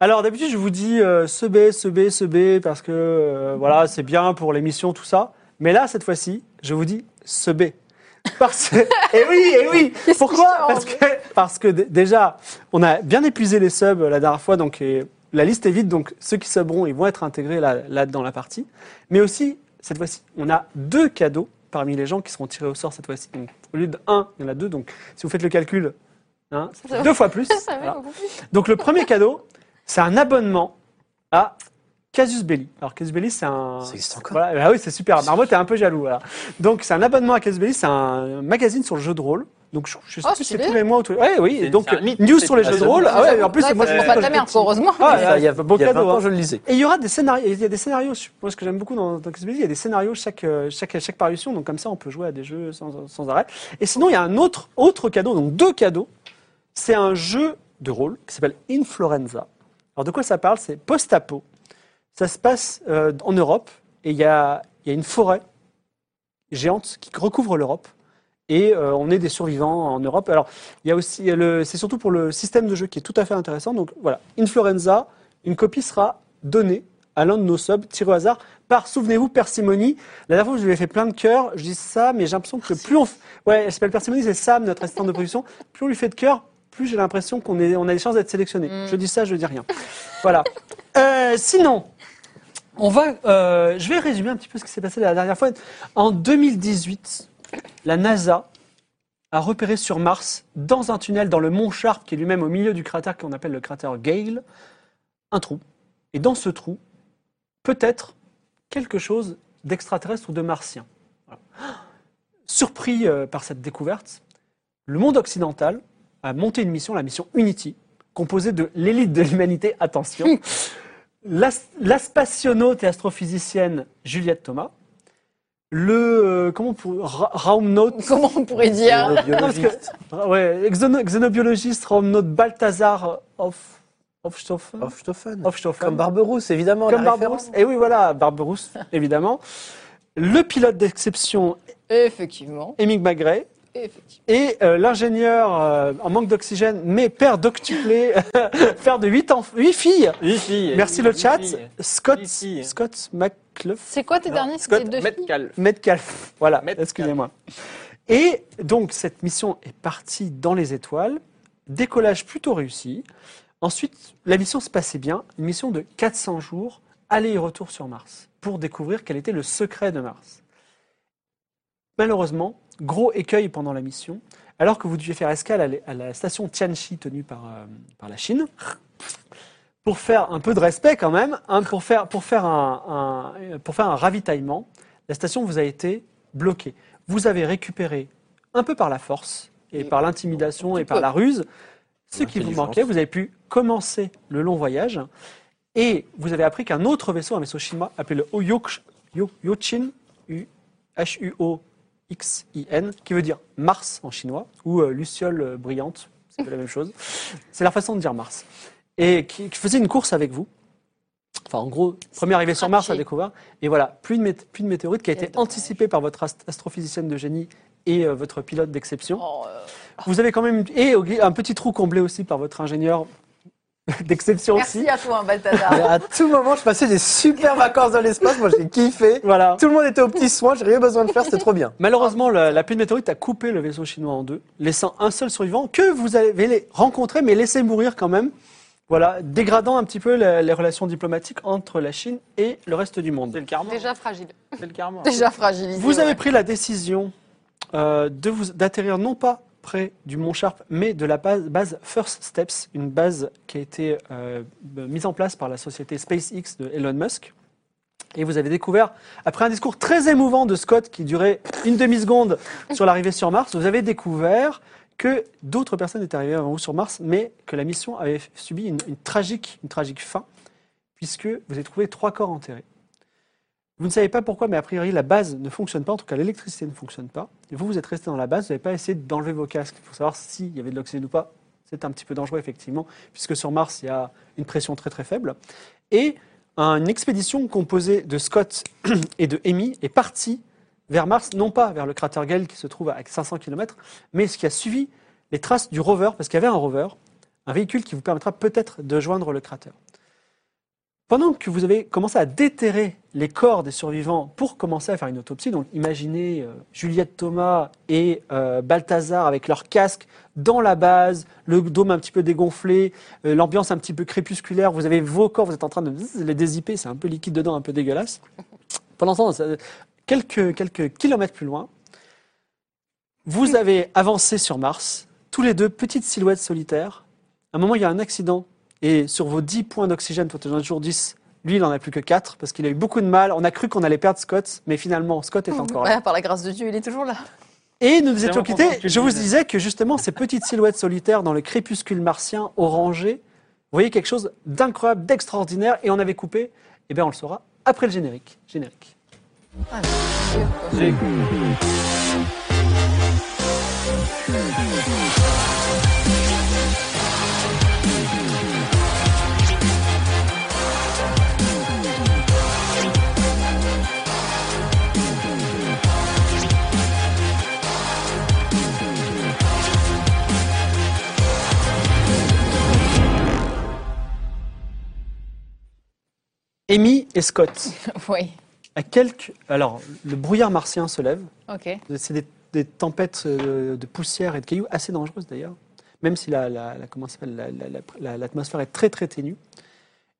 Alors d'habitude, je vous dis euh, ce B, ce B, ce B, parce que euh, voilà, c'est bien pour l'émission, tout ça. Mais là, cette fois-ci, je vous dis ce B. Parce... et oui, et oui Pourquoi parce que, parce que d- déjà, on a bien épuisé les subs euh, la dernière fois, donc et la liste est vide, donc ceux qui subront, ils vont être intégrés là, là dans la partie. Mais aussi, cette fois-ci, on a deux cadeaux parmi les gens qui seront tirés au sort cette fois-ci. Donc, au lieu de un, il y en a deux, donc si vous faites le calcul, hein, ça fait deux fois plus. Ça va, Voilà. beaucoup plus. Donc le premier cadeau, c'est un abonnement à Casus Belli. Alors Casus Belli, c'est un... Ça existe encore Voilà, bah oui, c'est super. Marmot, t'es un peu jaloux. Voilà. Donc c'est un abonnement à Casus Belli, c'est un magazine sur le jeu de rôle. Donc je, je sais Oh, plus si c'est stylé. tous les mois ou tous les... Ouais, oui, C'est- donc c'est un mythe, news c'est- sur les ah, jeux de c'est rôle. bon. Ah ouais, en plus, Ouais, moi, je ça pense prend que pas de la j'étais merde, petit. heureusement. Ah, Ça, il y a, beau il y a 20 cadeau, hein. ans, je le lisais. Et il y aura des scénarios. Il y a des scénarios. je- Moi, ce que j'aime beaucoup dans, dans Cosmos, il y a des scénarios chaque, euh, chaque, chaque parution. Donc, comme ça, on peut jouer à des jeux sans, sans arrêt. Et sinon, il y a un autre, autre cadeau, donc deux cadeaux. C'est un jeu de rôle qui s'appelle Inflorenza. Alors, de quoi ça parle C'est post-apo. Ça se passe euh, en Europe et il y a, il y a une forêt géante qui recouvre l'Europe. Et euh, on est des survivants en Europe. Alors, il y a aussi, il y a le- c'est surtout pour le système de jeu qui est tout à fait intéressant. Donc voilà, Inflorenza, une copie sera donnée à l'un de nos subs, tiré au hasard, par, souvenez-vous, Persimony. La dernière fois, je lui ai fait plein de cœurs. Je dis ça, mais j'ai l'impression que plus on... f- Ouais, elle s'appelle Persimony, c'est Sam, notre assistante de production. Plus on lui fait de cœurs, plus j'ai l'impression qu'on est, on a des chances d'être sélectionné. Mm. Je dis ça, je dis rien. Voilà. Euh, sinon, on va, euh, je vais résumer un petit peu ce qui s'est passé la dernière fois. En 2018, la NASA a repéré sur Mars, dans un tunnel dans le mont Sharp, qui est lui-même au milieu du cratère qu'on appelle le cratère Gale, un trou. Et dans ce trou, peut-être quelque chose d'extraterrestre ou de martien. Voilà. Surpris euh, par cette découverte, le monde occidental a monté une mission, la mission Unity, composée de l'élite de l'humanité, attention, l'as- l'aspationaute et astrophysicienne Juliette Thomas, le... euh, comment pour... Ra- Raumnaute... Comment on pourrait dire Neurobiologiste. Ah Ouais, xéno- xénobiologiste, notre Balthazar Hoff- Hofstoffen. Hofstoffen. Hofstoffen. Comme Barberousse, évidemment. Comme la Barberousse. référence. Et oui, voilà, Barberousse, évidemment. Le pilote d'exception, Effectivement. Émile Magret. Effectivement. Et euh, l'ingénieur euh, en manque d'oxygène, mais père d'octuplé, père de 8, filles. Merci le chat. Scott, Huit filles. Scott McCluff. C'est quoi tes Non, derniers Scott C'était deux filles Metcalf. Metcalf. Voilà, Metcalf. excusez-moi. Et donc, cette mission est partie dans les étoiles. Décollage plutôt réussi. Ensuite, la mission se passait bien. Une mission de 400 jours, aller et retour sur Mars, pour découvrir quel était le secret de Mars. Malheureusement, gros écueil pendant la mission. Alors que vous deviez faire escale à la- à la station Tianxi tenue par, euh, par la Chine, pour faire un peu de respect quand même, hein, pour, faire, pour, faire un- un- pour faire un ravitaillement, la station vous a été bloquée. Vous avez récupéré un peu par la force et par l'intimidation et par la ruse ce qui vous L'intelligence. manquait. Vous avez pu commencer le long voyage et vous avez appris qu'un autre vaisseau, un vaisseau chinois appelé le Oyok- Yo- Yochin, U- H-U-O-X-I-N, qui veut dire Mars en chinois ou euh, Luciole euh, brillante, c'est un peu la même chose. C'est la façon de dire Mars. Et qui, qui faisait une course avec vous. Enfin, en gros, premier arrivé sur Mars à Scratché. découvert. Et voilà, plus de, mét- plus de météorite qui a Quel été dommage. anticipée par votre ast- astrophysicienne de génie et euh, votre pilote d'exception. Oh, euh, Vous avez quand même et au- un petit trou comblé aussi par votre ingénieur d'exception aussi. Merci à toi, hein, Balthazar. Mais à tout moment, je passais des super vacances dans l'espace. Moi, j'ai kiffé. Voilà. Tout le monde était aux petits soins. J'ai rien besoin de faire. C'était trop bien. Malheureusement, la, la pluie de météorite a coupé le vaisseau chinois en deux, laissant un seul survivant que vous avez rencontré mais laissé mourir quand même. Voilà, dégradant un petit peu la- les relations diplomatiques entre la Chine et le reste du monde. C'est le karma. Déjà fragile. C'est le karma. Déjà fragilisé. Vous ouais. avez pris la décision euh, de vous d'atterrir non pas près du Mont Sharp, mais de la base, base First Steps, une base qui a été euh, mise en place par la société SpaceX de Elon Musk. Et vous avez découvert, après un discours très émouvant de Scott qui durait une demi-seconde sur l'arrivée sur Mars, vous avez découvert que d'autres personnes étaient arrivées avant vous sur Mars, mais que la mission avait f- subi une, une tragique, une tragique fin, puisque vous avez trouvé trois corps enterrés. Vous ne savez pas pourquoi, mais a priori, la base ne fonctionne pas. En tout cas, l'électricité ne fonctionne pas. Et vous, vous êtes resté dans la base. Vous n'avez pas essayé d'enlever vos casques pour savoir s'il y avait de l'oxygène ou pas. C'est un petit peu dangereux, effectivement, puisque sur Mars, il y a une pression très très faible. Et une expédition composée de Scott et de Amy est partie vers Mars, non pas vers le cratère Gale qui se trouve à 500 km, mais ce qui a suivi les traces du rover, parce qu'il y avait un rover, un véhicule qui vous permettra peut-être de joindre le cratère. Pendant que vous avez commencé à déterrer les corps des survivants pour commencer à faire une autopsie, donc imaginez euh, Juliette Thomas et euh, Balthazar avec leur casque dans la base, le dôme un petit peu dégonflé, euh, l'ambiance un petit peu crépusculaire, vous avez vos corps, vous êtes en train de zzz, les dézipper, c'est un peu liquide dedans, un peu dégueulasse. Pendant ce temps, ça- quelques, quelques kilomètres plus loin, vous avez avancé sur Mars, tous les deux petites silhouettes solitaires. À un moment, il y a un accident et sur vos 10 points d'oxygène, toi tu en as toujours 10, lui il en a plus que 4 parce qu'il a eu beaucoup de mal. On a cru qu'on allait perdre Scott, mais finalement Scott est encore là. Ouais, par la grâce de Dieu, il est toujours là. Et nous nous Vraiment étions content que tu quittés. le Je vous dises. disais que justement ces petites silhouettes solitaires dans le crépuscule martien orangé, vous voyez quelque chose d'incroyable, d'extraordinaire et on avait coupé. Eh bien on le saura après le générique. Générique. Amy et Scott. Oui, À quelques... Alors le brouillard martien se lève. ok. C'est des, des tempêtes euh, de poussière et de cailloux assez dangereuses d'ailleurs, même si la- la- la- comment ça s'appelle, la- la- la- la- l'atmosphère est très très ténue.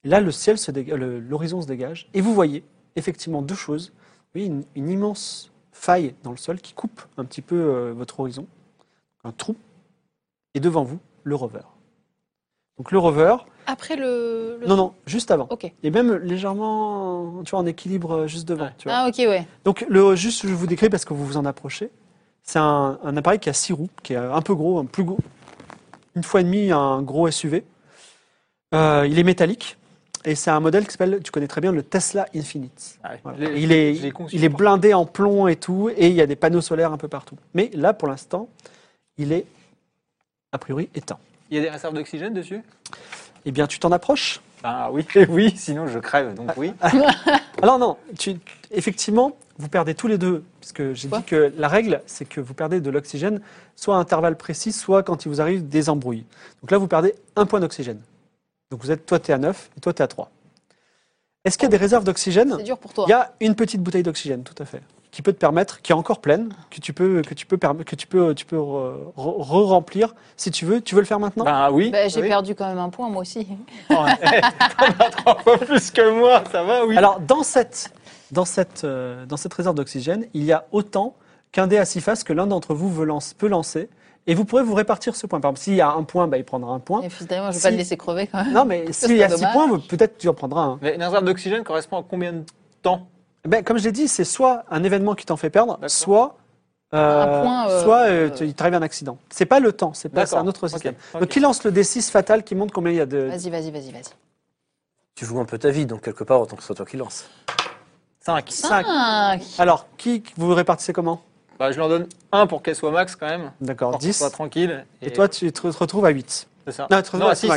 Là, le ciel se déga- le- l'horizon se dégage et vous voyez effectivement deux choses. Vous voyez une, une immense faille dans le sol qui coupe un petit peu euh, votre horizon, un trou, et devant vous le rover. Donc le rover, Après le. le- non non, juste avant. Ok. Et même légèrement, tu vois, en équilibre euh, juste devant. Tu vois. Ah, ok, ouais. Donc, le, juste, je vous décris parce que vous vous en approchez. C'est un, un appareil qui a six roues, qui est un peu gros, un plus gros, une fois et demi un gros SUV. Euh, il est métallique et c'est un modèle qui s'appelle, tu connais très bien, le Tesla Infinite. Ah Voilà. Et Il, est, il est blindé en plomb et tout, et il y a des panneaux solaires un peu partout. Mais là, pour l'instant, il est a priori éteint. Il y a des réserves d'oxygène dessus Eh bien, tu t'en approches Ah oui, eh oui, sinon je crève, donc oui. Ah, Alors non, tu- effectivement, vous perdez tous les deux, puisque j'ai Quoi dit que la règle, c'est que vous perdez de l'oxygène, soit à intervalles précis, soit quand il vous arrive des embrouilles. Donc là, vous perdez un point d'oxygène. Donc vous êtes, toi, t'es à 9 et toi, t'es à 3. Est-ce qu'il y a des réserves d'oxygène C'est dur pour toi. Il y a une petite bouteille d'oxygène, tout à fait, qui peut te permettre, qui est encore pleine, que tu peux, que tu peux, perm- que tu peux, tu peux euh, re- re- re-remplir si tu veux. Tu veux le faire maintenant Ben oui. Bah, j'ai oui. perdu quand même un point, moi aussi. trois fois plus que moi, ça va, oui. Alors, dans cette, dans cette, euh, dans cette réserve d'oxygène, il y a autant qu'un dé à six faces que l'un d'entre vous veut lance- peut lancer. Et vous pourrez vous répartir ce point. Par exemple, s'il y a un point, bah, il prendra un point. Et puis, d'ailleurs, je vais Si. pas le laisser crever quand même. Non, mais s'il y a pas six ben, dommage. points, vous- peut-être tu en prendras un. Mais une réserve d'oxygène correspond à combien de temps Ben, comme je l'ai dit, c'est soit un événement qui t'en fait perdre, D'accord. soit, euh, Un point, euh, soit euh, euh, tu- il t'arrive un accident. C'est pas le temps, c'est pas c'est D'accord. un autre Ok, système. ok. Donc, qui lance le D6 fatal qui montre combien il y a de. Vas-y, vas-y, vas-y, vas-y. Tu joues un peu ta vie, donc quelque part, autant que ce soit toi qui lance. 5. Cinq. Ah, Alors, qui vous répartissez comment Bah, je leur donne un pour qu'elle soit max quand même. D'accord, Pour qu'elle 10. soit tranquille. Et toi, tu te te retrouves à 8. c'est ça. Non, tu te non, retrouves à à Euh,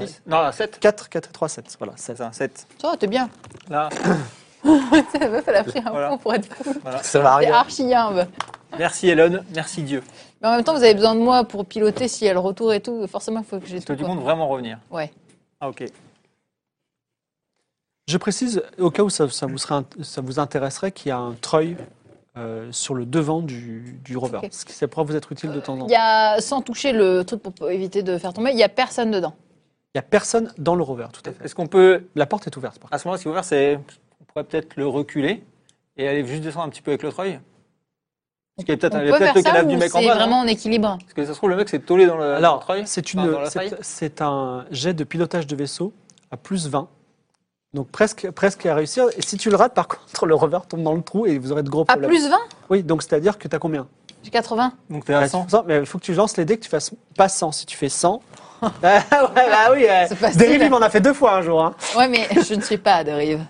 6. 4. 7. 4, 4, 3, 7. Voilà, 7. C'est ça, 7. toi, t'es bien. Là, La meuf, elle a pris un Voilà. point pour être cool. Ça Ah, va C'est rien. archi humble. merci Elon, merci Dieu. Mais en même temps, vous avez besoin de moi pour piloter si elle retour et tout. Forcément, il faut que j'ai Toi, tout. tu quoi. comptes vraiment revenir Ouais. Ah, ok. Je précise, au cas où ça, ça vous, serait int- ça vous intéresserait, qu'il y a un treuil euh, sur le devant du, du rover. Ok. Euh, Ce qui ça pourra vous être utile de temps en temps. Il y a, sans toucher le truc pour éviter de faire tomber, il y a personne dedans. Il n'y a personne dans le rover, tout à fait. Est-ce qu'on peut, La porte est ouverte, par contre. à ce moment-là, si ouvert, c'est. On pourrait peut-être le reculer et aller juste descendre un petit peu avec le treuil Parce qu'il y a peut-être hein, On il y a peut peut-être faire le ça cadavre du ou mec en c'est bas. hein. non vraiment en équilibre Parce que ça se trouve, le mec s'est tollé dans le, dans Euh, le Alors, treuil. c'est Enfin, une, dans la c'est- faille. c'est un jet de pilotage de vaisseau à plus 20. Donc presque, presque à réussir. Et si tu le rates, par contre, le rover tombe dans le trou et vous aurez de gros À problèmes. plus 20 Oui, donc c'est-à-dire que tu as combien J'ai 80. Donc t'es à Bah, 100. tu- mais il faut que tu lances les dés, que tu fasses pas 100. Si tu fais 100... Ah ouais, bah oui, euh, C'est facile. Dérive, il m'en a fait deux fois un jour. hein. Ouais, mais je ne suis pas à dérive.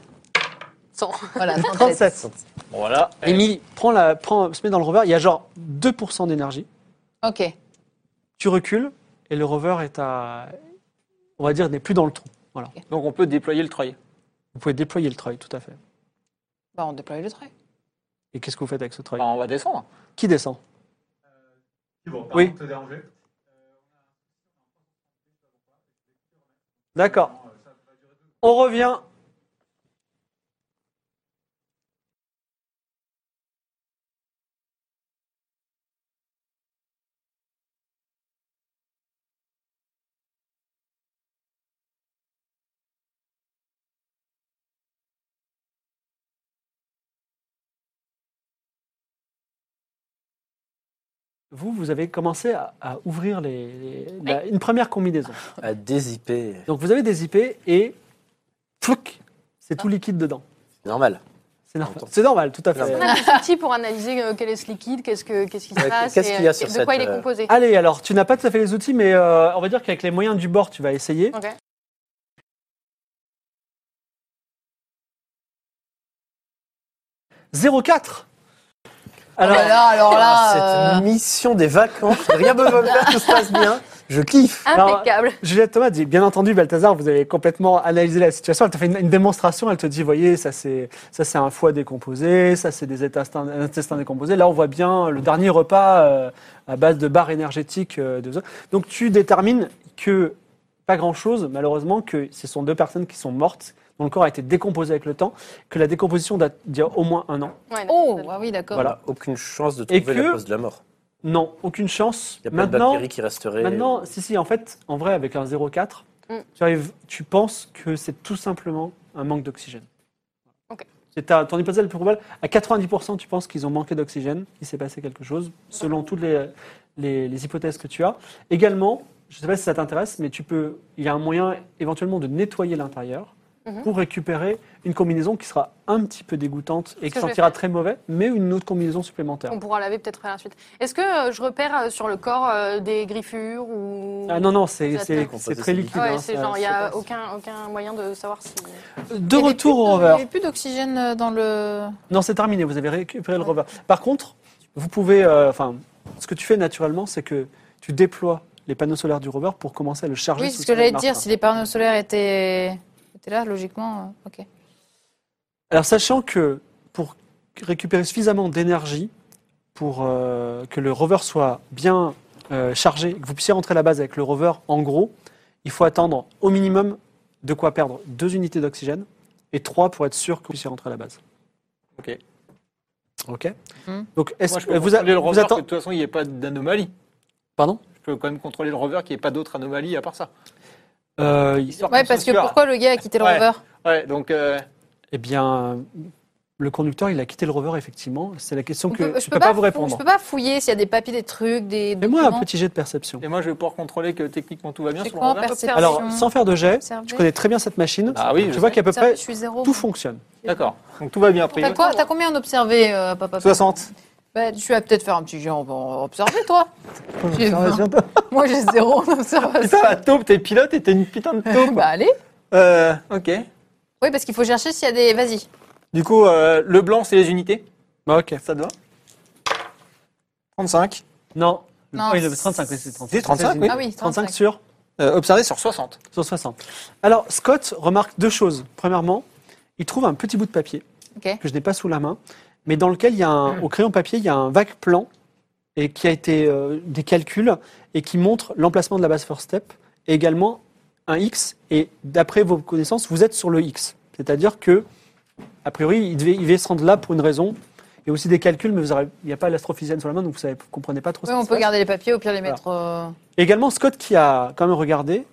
100. Voilà, 37. 37. Voilà. Émilie, prends la, prends, se met dans le rover. Il y a genre 2% d'énergie. Ok. Tu recules et le rover est à, on va dire, n'est plus dans le trou. Donc on peut déployer le treuil. Vous pouvez déployer le treuil, tout à fait. Bah, on déploie le trait. Et qu'est-ce que vous faites avec ce treuil Enfin, on va descendre. Qui descend Oui. oui. Euh, te déranger. D'accord. On revient. Vous, vous avez commencé à, à ouvrir les- les- la- une première combinaison. À dézipper. Donc vous avez des IP et plouc, c'est tout liquide dedans. C'est normal. C'est normal. Entends. C'est normal, tout à C'est fait. normal. On a des outils pour analyser euh, quel est ce liquide, qu'est-ce que- qu'est-ce qui se Ouais, passe, qu'est-ce et, qu'il y a euh, sur de cette, quoi il est euh, composé. Allez, alors tu n'as pas tout à fait les outils, mais euh, on va dire qu'avec les moyens du bord, tu vas essayer. Ok. Zéro 04 bah, Alors, Voilà, alors Oh euh. Ah, là. euh. cette mission des vacances, j'ai rien besoin de faire, tout se passe bien. Je kiffe. Impeccable. Juliette Thomas dit, bien entendu, Balthazar, vous avez complètement analysé la situation. Elle te fait une, une démonstration, elle te dit, voyez, ça c'est, ça c'est un foie décomposé, ça c'est des intestins, un intestin décomposé. Là, on voit bien le dernier repas euh, à base de barres énergétiques. euh, de... Donc tu détermines que, pas grand-chose, malheureusement, que ce sont deux personnes qui sont mortes, dont le corps a été décomposé avec le temps, que la décomposition date d'il y a au moins un an. Ouais, Oh, ah oui, d'accord. Voilà. Voilà, aucune chance de Et trouver la que- cause de la mort. Non, aucune chance. Il n'y a pas de Maintenant, bactéries qui euh, resterait. Maintenant, si, si, en fait, en vrai, avec un 0,4, Mm. tu, arrives- tu penses que c'est tout simplement un manque d'oxygène. Ok. C'est ta, ton hypothèse la plus probable. À 90%, tu penses qu'ils ont manqué d'oxygène, il s'est passé quelque chose, selon toutes les, les- les hypothèses que tu as. Également, je ne sais pas si ça t'intéresse, mais tu peux, il y a un moyen éventuellement de nettoyer l'intérieur Mhm. pour récupérer une combinaison qui sera un petit peu dégoûtante et qui que je vais sentira faire. très mauvais, mais une autre combinaison supplémentaire. On pourra laver peut-être à la suite. Est-ce que euh, je repère euh, sur le corps euh, des griffures ou. Ah non, non, c'est Ça c'est- te- c'est très liquide. Ah ouais, hein, c'est ça- genre, il n'y ça a passe. aucun, aucun moyen de savoir si. De retour au rover. Il n'y avait plus d'oxygène euh, dans le. Non, c'est terminé, vous avez récupéré le rover. Par contre, vous pouvez. euh, Enfin, ce que tu fais naturellement, c'est que tu déploies les panneaux solaires du rover pour commencer à le charger. Oui, sous c'est ce que j'allais te marque. dire. Si les panneaux solaires étaient, étaient là, logiquement, euh, ok. Alors, sachant que pour récupérer suffisamment d'énergie pour euh, que le rover soit bien euh, chargé, que vous puissiez rentrer à la base avec le rover, en gros, il faut attendre au minimum de quoi perdre deux unités d'oxygène et trois pour être sûr que vous puissiez rentrer à la base. Ok. Ok. Hmm. Donc, est-ce Moi, je que peux vous, a- contrôler le vous rover que attend- de toute façon, il n'y ait pas d'anomalie. Pardon Je peux quand même contrôler le rover qu'il n'y ait pas d'autres anomalies à part ça. Euh, Histoire Ouais, qu'on parce se que foire. pourquoi le gars a quitté le Ouais. rover Ouais, donc euh, Eh bien, le conducteur, il a quitté le rover, effectivement. C'est la question On que peut- je ne euh, peux pas, vous fou- Je répondre. peux pas fouiller s'il y a des papiers, des trucs, des. Fais-moi un documents. petit jet de perception. et moi, je vais pouvoir contrôler que techniquement tout va bien C'est sur le quoi en rover. perception Alors, sans faire de jet, Observer. je connais très bien cette machine. Ah oui, tu je vois qu'à peu Observer, près Je suis zéro. tout fonctionne. D'accord. Donc tout va bien après. T'as quoi T'as combien observé, euh, papa 60. Bah, tu vas peut-être faire un petit géant pour observer, toi. J'ai vingt. Moi, j'ai zéro en observation. Putain, la taupe, t'es pilote et t'es une putain de taupe. bah, allez. Euh, ok. Oui, parce qu'il faut chercher s'il y a des. Vas-y. Du coup, euh, le blanc, c'est les unités. Ok. Ça te va 35. Non. Non, Oui, le 35, oui, c'est 35. c'est 35, oui. Ah oui, 35 35. sur, Euh, observé sur 60. sur 60. Alors, Scott remarque deux choses. Premièrement, il trouve un petit bout de papier Ok. que je n'ai pas sous la main, mais dans lequel, il y a un- au crayon papier, il y a un vague plan et qui a été euh, des calculs et qui montre l'emplacement de la base first step et également un X. Et d'après vos connaissances, vous êtes sur le X. C'est-à-dire que, a priori, il devait, il devait se rendre là pour une raison. Il y a aussi des calculs, mais vous aurez- il n'y a pas l'astrophysicienne sur la main, donc vous ne comprenez pas trop Oui, ce qui on se peut passe. garder les papiers, au pire les Voilà. mettre. euh, Et Également, Scott qui a quand même regardé,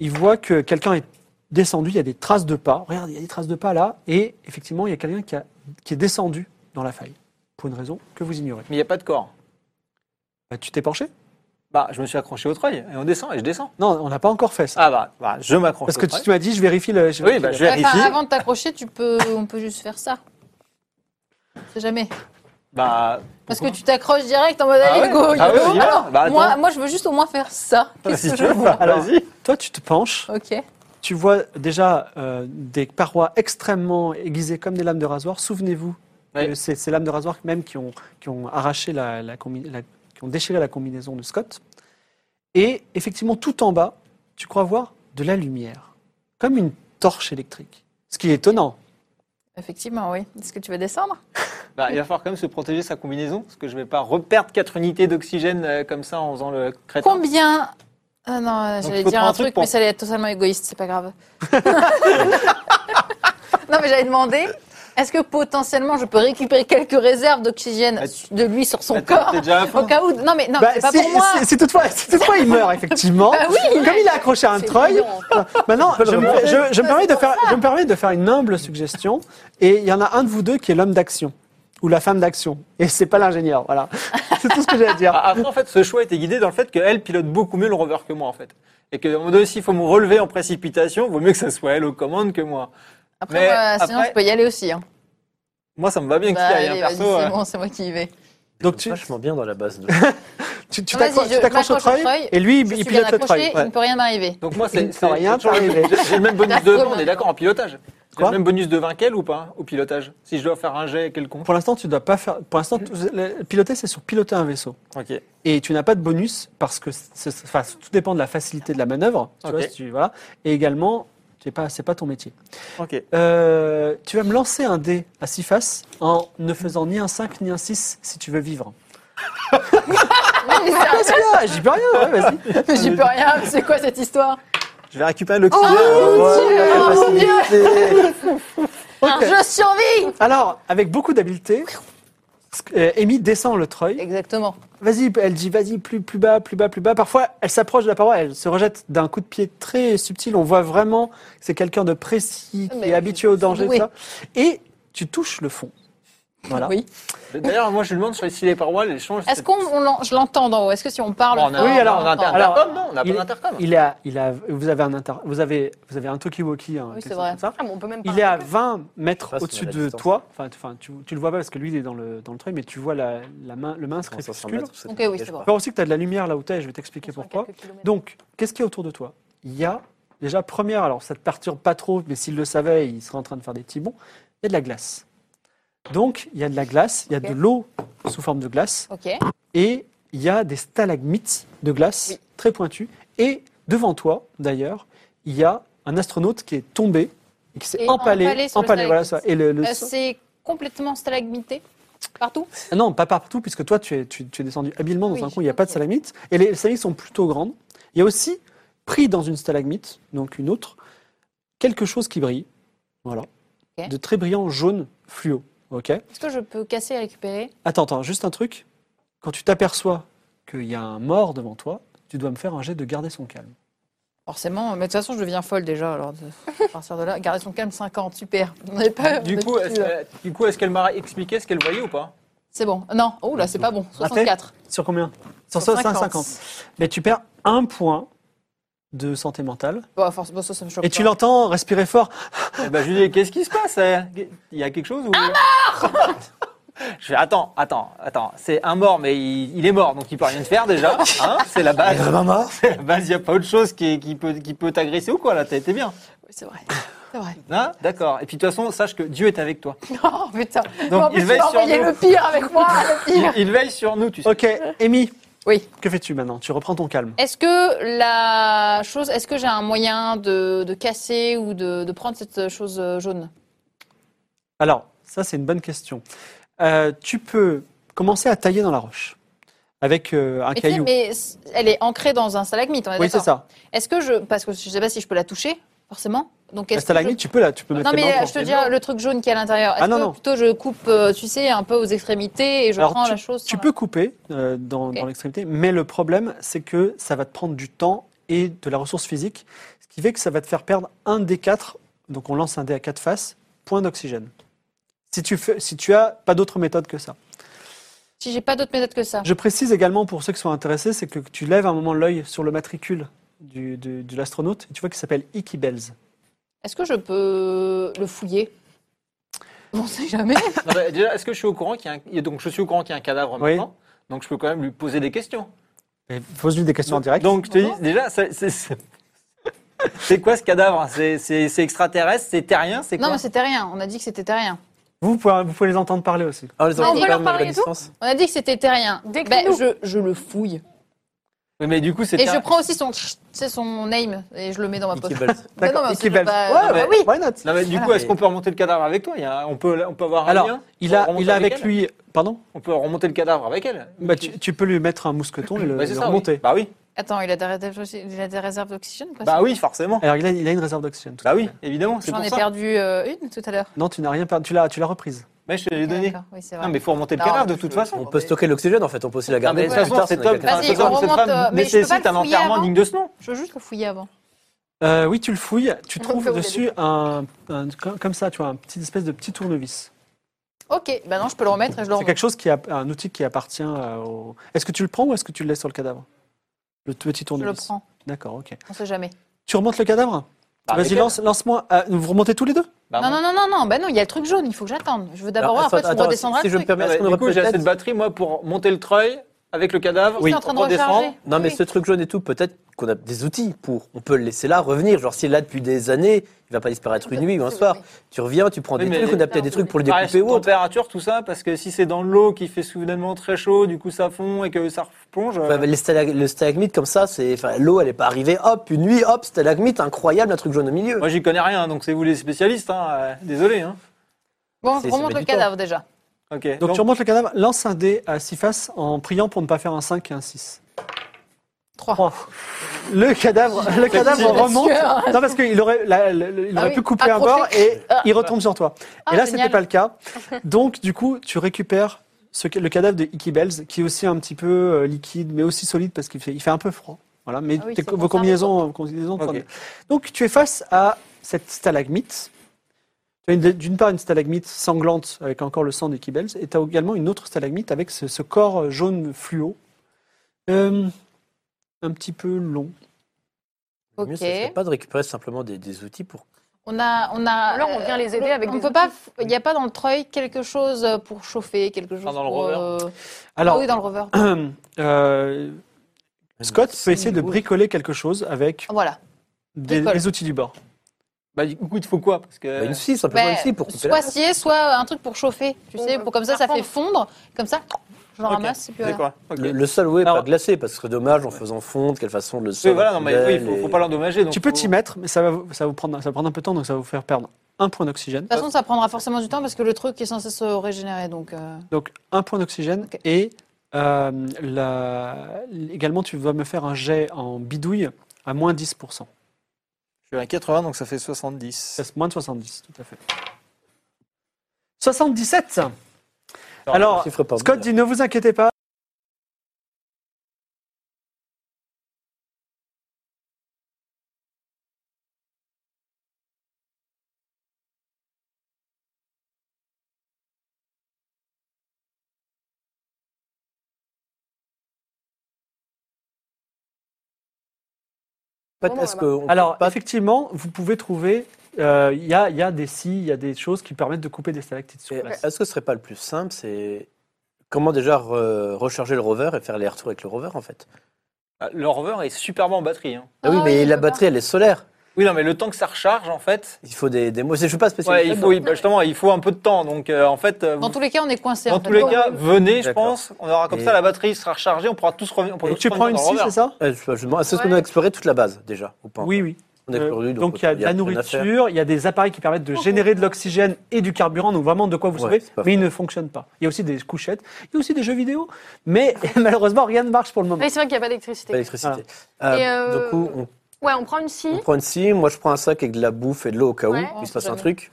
il voit que quelqu'un est descendu, il y a des traces de pas. Regarde, il y a des traces de pas là. Et effectivement, il y a quelqu'un qui, a- qui est descendu dans la faille, pour une raison que vous ignorez. Mais il n'y a pas de corps. Bah, tu t'es penché Bah, je me suis accroché au treuil et on descend et je descends. Non, on n'a pas encore fait ça. Ah bah, bah, je m'accroche Parce au que tu, treuil. tu m'as dit, je vérifie le... je Oui, vérifie bah, le- je vais- Vérifie. enfin, avant de t'accrocher, tu peux, on peut juste faire ça. On sait jamais. Bah, Parce que pourquoi tu t'accroches direct en mode Ah allez ouais. go. Ah yolo. ouais, vas-y, alors. Alors, Bah, attends. moi, moi, je veux juste au moins faire ça. Bah, Qu'est-ce si que tu je veux, vois bah, Alors- vas-y. Toi, tu te penches, Ok. tu vois déjà euh, des parois extrêmement aiguisées comme des lames de rasoir. Souvenez-vous, Ouais. que c'est ces lames de rasoir même qui ont, qui ont arraché la, la combi- la- qui ont déchiré la combinaison de Scott. Et effectivement, tout en bas, tu crois voir de la lumière, comme une torche électrique. Ce qui est étonnant. Effectivement, oui. Est-ce que tu veux descendre Bah, il va falloir quand même se protéger sa combinaison, parce que je vais pas reperdre 4 unités d'oxygène euh, comme ça en faisant le crétin. Combien Ah non, euh, Donc, j'allais faut dire prendre un un truc truc, pour- mais ça allait être totalement égoïste, c'est pas grave. non, mais j'avais demandé, est-ce que potentiellement je peux récupérer quelques réserves d'oxygène Bah, de lui sur son Attends, corps t'es déjà à Au fond. cas où. Non, mais non, Bah, c'est pas si, pour moi. si- si toutefois, si toutefois il meurt, effectivement, Bah oui. comme il a accroché à un C'est treuil, évident. maintenant, je me, remonter. je- je me permets de faire, je me permets de faire une humble suggestion, et il y en a un de vous deux qui est l'homme d'action, ou la femme d'action, et c'est pas l'ingénieur, voilà. C'est tout ce que j'ai à dire. Ah, Après, en fait, ce choix était guidé dans le fait qu'elle pilote beaucoup mieux le rover que moi, en fait. Et que, à un moment donné, s'il faut me relever en précipitation, vaut mieux que ça soit elle aux commandes que moi. Après, Mais moi, sinon, après- je peux y aller aussi. hein. Moi, ça me va bien Bah, qu'il y ait un allez, vas-y, perso. c'est euh, bon, c'est moi qui y vais. Donc tu, vachement bien dans la base. De... tu, tu Non, vas-y, t'accro- je tu t'accroches au m'accroche au treuil, treuil, et lui, il, Je il suis bien pilote le treuil. accroché, il ne peut rien m'arriver. Donc, moi, Il c'est. ne c'est- peut rien c'est toujours le- t'arriver. J'ai j'ai le même bonus de 20, on est d'accord, en pilotage. J'ai Quoi le même bonus de 20 qu'elle ou pas, hein, au pilotage Si je dois faire un jet quelconque. Pour l'instant, tu dois pas faire. Pour l'instant, tu- le- piloter, c'est sur piloter un vaisseau. Ok. Et tu n'as pas de bonus parce que c'est- c'est- enfin, tout dépend de la facilité de la manœuvre. Tu Ok. vois, si tu- voilà. Et également, c'est pas, c'est pas ton métier. Ok. Euh, tu vas me lancer un dé à six faces en ne faisant ni un 5 ni un 6 si tu veux vivre. Ah, Qu'est-ce qu'il y a J'y peux rien, ouais, vas-y. Mais j'y peux rien, c'est quoi cette histoire Je vais récupérer l'oxygène. Ah, Ah, Oh mon dieu Ok. Je survis Alors, avec beaucoup d'habileté, euh, Amy descend le treuil. Exactement. Vas-y, elle dit vas-y, plus, plus bas, plus bas, plus bas. Parfois, elle s'approche de la paroi, elle se rejette d'un coup de pied très subtil. On voit vraiment que c'est quelqu'un de précis, qui Mais est habitué au danger, tout oui. ça. Et tu touches le fond. Voilà. Oui. D'ailleurs, moi, je lui demande sur- si les parois, les changent. Est-ce qu'on on l'en- je l'entends d'en haut Est-ce que si on parle Bon, on a- fort, Oui, alors, on l'entend alors, Intercom, non, on n'a pas il- d'intercom. Il est à- il a, vous avez un inter- vous avez, vous avez un talkie-walkie, hein, Oui, quelque c'est chose vrai. comme ça. Ah, mais on peut même Il parler. est à 20 mètres Ça, c'est au-dessus la de distance. toi. Enfin, tu- enfin, tu, tu le vois pas parce que lui, il est dans le, dans le treuil, mais tu vois la, la main, le mince crépuscule. Ok, oui, c'est bon. Tu vois aussi que tu as de la lumière là où tu es, je vais t'expliquer pourquoi. Donc, qu'est-ce qu'il y a autour de toi Il y a, déjà, première, alors ça te perturbe pas trop, mais s'il le savait, il serait en train de faire des petits bons. Il y a de la glace. Donc, il y a de la glace, il y a Ok. de l'eau sous forme de glace, Ok. et il y a des stalagmites de glace Oui. très pointues. Et devant toi, d'ailleurs, il y a un astronaute qui est tombé et qui s'est Et empalé. empalé sur le voilà ça. stalagmite. Et le, le- Euh, c'est complètement stalagmité partout Ah Non, pas partout, puisque toi, tu es, tu, tu es descendu habilement dans Oui, un coin, il n'y a pas de ok. stalagmites. Et les stalagmites sont plutôt grandes. Il y a aussi, pris dans une stalagmite, donc une autre, quelque chose qui brille. Voilà. Ok. De très brillant jaune fluo. OK Est-ce que je peux casser et récupérer Attends, attends, juste un truc. Quand tu t'aperçois qu'il y a un mort devant toi, tu dois me faire un jet de garder son calme. Forcément, mais de toute façon, je deviens folle déjà. Alors, de- à partir de là, garder son calme 50, super. On n'avait pas. Du on est coup, plus, est-ce euh, qu'elle- du coup, est-ce qu'elle m'a expliqué ce qu'elle voyait ou pas C'est bon. Non, oh là, c'est pas bon. 64. Sur combien Sur, Sur 150. Mais tu perds un point de santé mentale. Bon, forcément, ça, ça me choque. Et tu pas. l'entends respirer fort. Eh ben, je lui dis, qu'est-ce qui se passe euh Il y a quelque chose ou... Un mort Je fais, attends, attends, attends. C'est un mort, mais il, il est mort, donc il peut rien te faire déjà. Hein c'est la Ah, il est base. vraiment mort C'est la base, il n'y a pas autre chose qui, qui peut, qui peut t'agresser ou quoi là T'as été bien. Oui, c'est vrai. C'est vrai. Hein D'accord. Et puis de toute façon, sache que Dieu est avec toi. Oh putain. Donc, Mais en plus, il veille tu m'as sur envoyé nous. le Ah, pire avec moi, le Il, pire. il veille sur nous, tu sais. Ok, Amy. Oui. Que fais-tu maintenant Tu reprends ton calme. Est-ce que la chose, est-ce que j'ai un moyen de, de casser ou de, de prendre cette chose euh, jaune Alors, ça, c'est une bonne question. Euh, tu peux commencer à tailler dans la roche avec euh, un mais, tu sais, caillou. mais c- elle est ancrée dans un stalagmite, on est oui, c'est d'accord. ça. Est-ce que je, parce que je sais pas si je peux la toucher, forcément. Donc La est-ce que je- stalagmite, tu peux, là, tu peux mettre non tes mains mais euh, pour- je te dis le truc jaune qui est à l'intérieur. Est-ce Ah, non, que non. plutôt je coupe, euh, tu sais, un peu aux extrémités et je Alors, prends la chose. Tu sur peux couper euh, dans, Ok. dans l'extrémité, mais le problème, c'est que ça va te prendre du temps et de la ressource physique, ce qui fait que ça va te faire perdre un des quatre. Donc, on lance un dé à quatre faces, point d'oxygène. Si tu, fais, si tu as pas d'autre méthode que ça. la- Si j'ai pas d'autre méthode que ça. Je précise également pour ceux qui sont intéressés, c'est que tu lèves un moment l'œil sur le matricule du, de, de l'astronaute et tu vois qu'il s'appelle Icky Bells. Est-ce que je peux le fouiller On sait jamais. Ah, Non, mais déjà, est-ce que je suis au courant qu'il y a un... il y a- Donc je suis au courant qu'il y a un cadavre Oui. maintenant. Donc je peux quand même lui poser des questions. Et Pose-lui des questions en direct. Donc je te dis, déjà, ça- c'est- c'est c'est quoi ce cadavre C'est- C'est c'est extraterrestre C'est terrien C'est quoi Non mais c'était rien. On a dit que c'était terrien. vous, pouvez, vous pouvez les entendre parler aussi. Ah, Ah, les on enfants, peut quand leur même, à parler la et tout distance. On a dit que c'était terrien. Ben, Décris-nous. je, je le fouille. Oui, Mais du coup, c'est Et je terri- prends aussi son, tu sais, son name et je le mets dans ma poche. Mickey Balls. Mais non, mais Icky parce que je Bells. veux pas- Ah bah Ouais, non, mais- ouais, why not Non, mais du Voilà. coup, est-ce qu'on peut remonter le cadavre avec toi Il y a un- on, peut, on peut avoir un Alors, lien il a, Remonter il a avec, elle lui. Pardon On peut remonter le cadavre avec elle Bah, tu, tu peux lui mettre un mousqueton et le, Bah, c'est le ça, oui. remonter. Bah oui. Attends, il a des réserves d'oxy- il a des réserves d'oxygène quoi, Bah ça oui, forcément. Alors, il a, il a une réserve d'oxygène. tout Bah à oui, fait. évidemment, c'est J'en pour ai ça. perdu euh, une tout à l'heure. Non, tu n'as rien perdu. Tu l'as, tu l'as reprise. Mais je te l'ai Ok, donné. d'accord, Oui, c'est vrai. Non, mais faut remonter le Non, cadavre de je- toute façon. On peut stocker l'oxygène en fait, on peut aussi la garder. Ah, mais de toute façon, cet homme, Vas-y, cet on homme, cette remonte, euh, femme mais je peux pas nécessite le un fouiller enterrement avant digne de ce nom. Je veux juste le fouiller avant. Euh, oui, tu le fouilles. Tu On trouves fait où dessus un, un- comme comme ça, tu vois, un petit espèce de petit tournevis. Ok, bah non, je peux le remettre et je le C'est remets. quelque chose qui a un outil qui appartient euh, au. Est-ce que tu le prends ou est-ce que tu le laisses sur le cadavre Le t- petit Je tournevis. le prends, D'accord, ok. on sait jamais. Tu remontes le cadavre Bah, Vas-y, nickel. lance, lance-moi. Ah, vous remontez tous les deux Bah, non, bon. non, non, non, non, bah non, il y a le truc jaune, il faut que j'attende. Je veux d'abord voir, Ah Alors, après attends, tu attends, redescendras si le je me truc. permets, est-ce Ouais, qu'on Bah, du aurait coup, j'ai assez de peut-être- batterie, moi, pour monter le treuil avec le cadavre. Je suis en train de recharger. Non, mais Oui. ce truc jaune et tout, peut-être qu'on a des outils pour. On peut le laisser là, revenir. Genre, s'il est là depuis des années, il va pas disparaître une nuit ou un soir. Tu reviens, tu prends Oui, des mais- Ah, trucs, on a peut-être des trucs pour le découper ou autre. température, tout ça, parce que si c'est dans l'eau qui fait soudainement très chaud, du coup ça fond et que ça replonge. euh, Enfin, Bah, les stalag- le stalagmite, comme ça, c'est. enfin, l'eau, elle est pas arrivée. Hop, une nuit, hop, stalagmite, incroyable, un truc jaune au milieu. Moi j'y connais rien, donc c'est vous les spécialistes, hein, euh, désolé. Hein. Bon, C'est- hein. ça remonte met le du temps. cadavre déjà. Ok. Donc, donc- tu remontes le cadavre, lance un dé à six faces en priant pour ne pas faire un 5 et un 6. Trois. Le cadavre, le cadavre Bien sûr. remonte. Non, parce qu'il aurait, la- la- la- il Ah aurait oui, pu couper un accroché. bord et Ah. il retombe sur toi. Ah, et là, génial. c'était pas le cas. Donc, du coup, tu récupères ce, que- le cadavre de Icky Bells, qui est aussi un petit peu euh, liquide, mais aussi solide parce qu'il fait, il fait un peu froid. Voilà, mais Ah oui, tes- c'est vos conservé, combinaisons, combinaisons Ok. prennent- euh, Donc, tu es face à cette stalagmite. Tu as une- d'une part une stalagmite sanglante avec encore le sang d'Icky Bells, et tu as également une autre stalagmite avec ce, ce corps jaune fluo. Euh, un petit peu long. Le mieux, ce Ok. serait pas de récupérer simplement des, des outils pour. On a, on a. Là, on vient les aider euh, avec on des peut pas. Il n'y a pas dans le treuil quelque chose euh, pour chauffer, quelque chose. dans le pour, rover. euh, Alors, ah oui, dans le rover. euh, Scott peut essayer de Oui. bricoler quelque chose avec Voilà. des, Bricole. des outils du bord. Bah, du coup, il te faut quoi parce que... Bah, une scie, simplement Mais une scie pour couper soit la. scier, soit un truc pour chauffer. Tu Pour, sais, euh, pour, comme ça, ça faire fait fondre. Comme ça, je le Ok. ramasse. Et puis C'est voilà. quoi Ok. Le, le sol, oui, Alors- pas glacé, parce que ce serait dommage en faisant fondre, quelle façon le sol. Oui, voilà, non, mais oui, il faut, et- faut pas l'endommager. donc Tu peux faut- t'y mettre, mais ça va, vous- ça, va vous prendre, ça va prendre un peu de temps, donc ça va vous faire perdre un point d'oxygène. De toute façon, ça prendra forcément du temps parce que le truc est censé se régénérer. Donc, euh, Donc un point d'oxygène Ok. et euh, la- également tu vas me faire un jet en bidouille à moins 10%. Je suis à 80, donc ça fait 70. C'est moins de 70, tout à fait. 77 Alors, Alors, chiffre par Scott deux, dit ne vous inquiétez pas. là. Est-ce qu'on peut Alors, pas- effectivement, vous pouvez trouver. euh, Il y, a, il y a des scies, il y a des choses qui permettent de couper des stalactites sur Et place. Est-ce que ce serait pas le plus simple C'est comment déjà re- recharger le rover et faire les retours avec le rover en fait Ah, Le rover est superbement en batterie. hein. Ah oui, Ah mais oui, la je batterie elle est solaire. Oui, non, mais le temps que ça recharge, en fait. Il faut des, des mots. Je suis pas Ouais, spécialiste. il faut, il- bah, justement, il faut un peu de temps. Donc, euh, en fait, euh, vous- dans tous les cas, on est coincé. dans en fait. tous les Bon, cas, venez, je D'accord. pense. On aura comme Et- ça, la batterie sera rechargée. On pourra tous revenir. on pourra Donc tous tu prends revenir une dans le scie, rover. c'est ça Euh, je sais pas, je demande, Est-ce qu'on a exploré toute la base déjà ou pas Oui, oui. On a exploré, Euh, donc il y a de la rien à faire. nourriture, il y a des appareils qui permettent de générer de l'oxygène et du carburant, donc vraiment de quoi vous Ouais, sauvez, c'est pas mais ils ne fonctionnent pas. Il y a aussi des couchettes, il y a aussi des jeux vidéo, mais malheureusement rien ne marche pour le moment. Mais c'est vrai qu'il n'y a pas d'électricité. Pas d'électricité. Ah. Et, Euh, euh, Du coup, on, Ouais, on prend une scie. on prend une scie. Moi, je prends un sac avec de la bouffe et de l'eau au cas où Ouais. il se On passe sait un jamais. truc.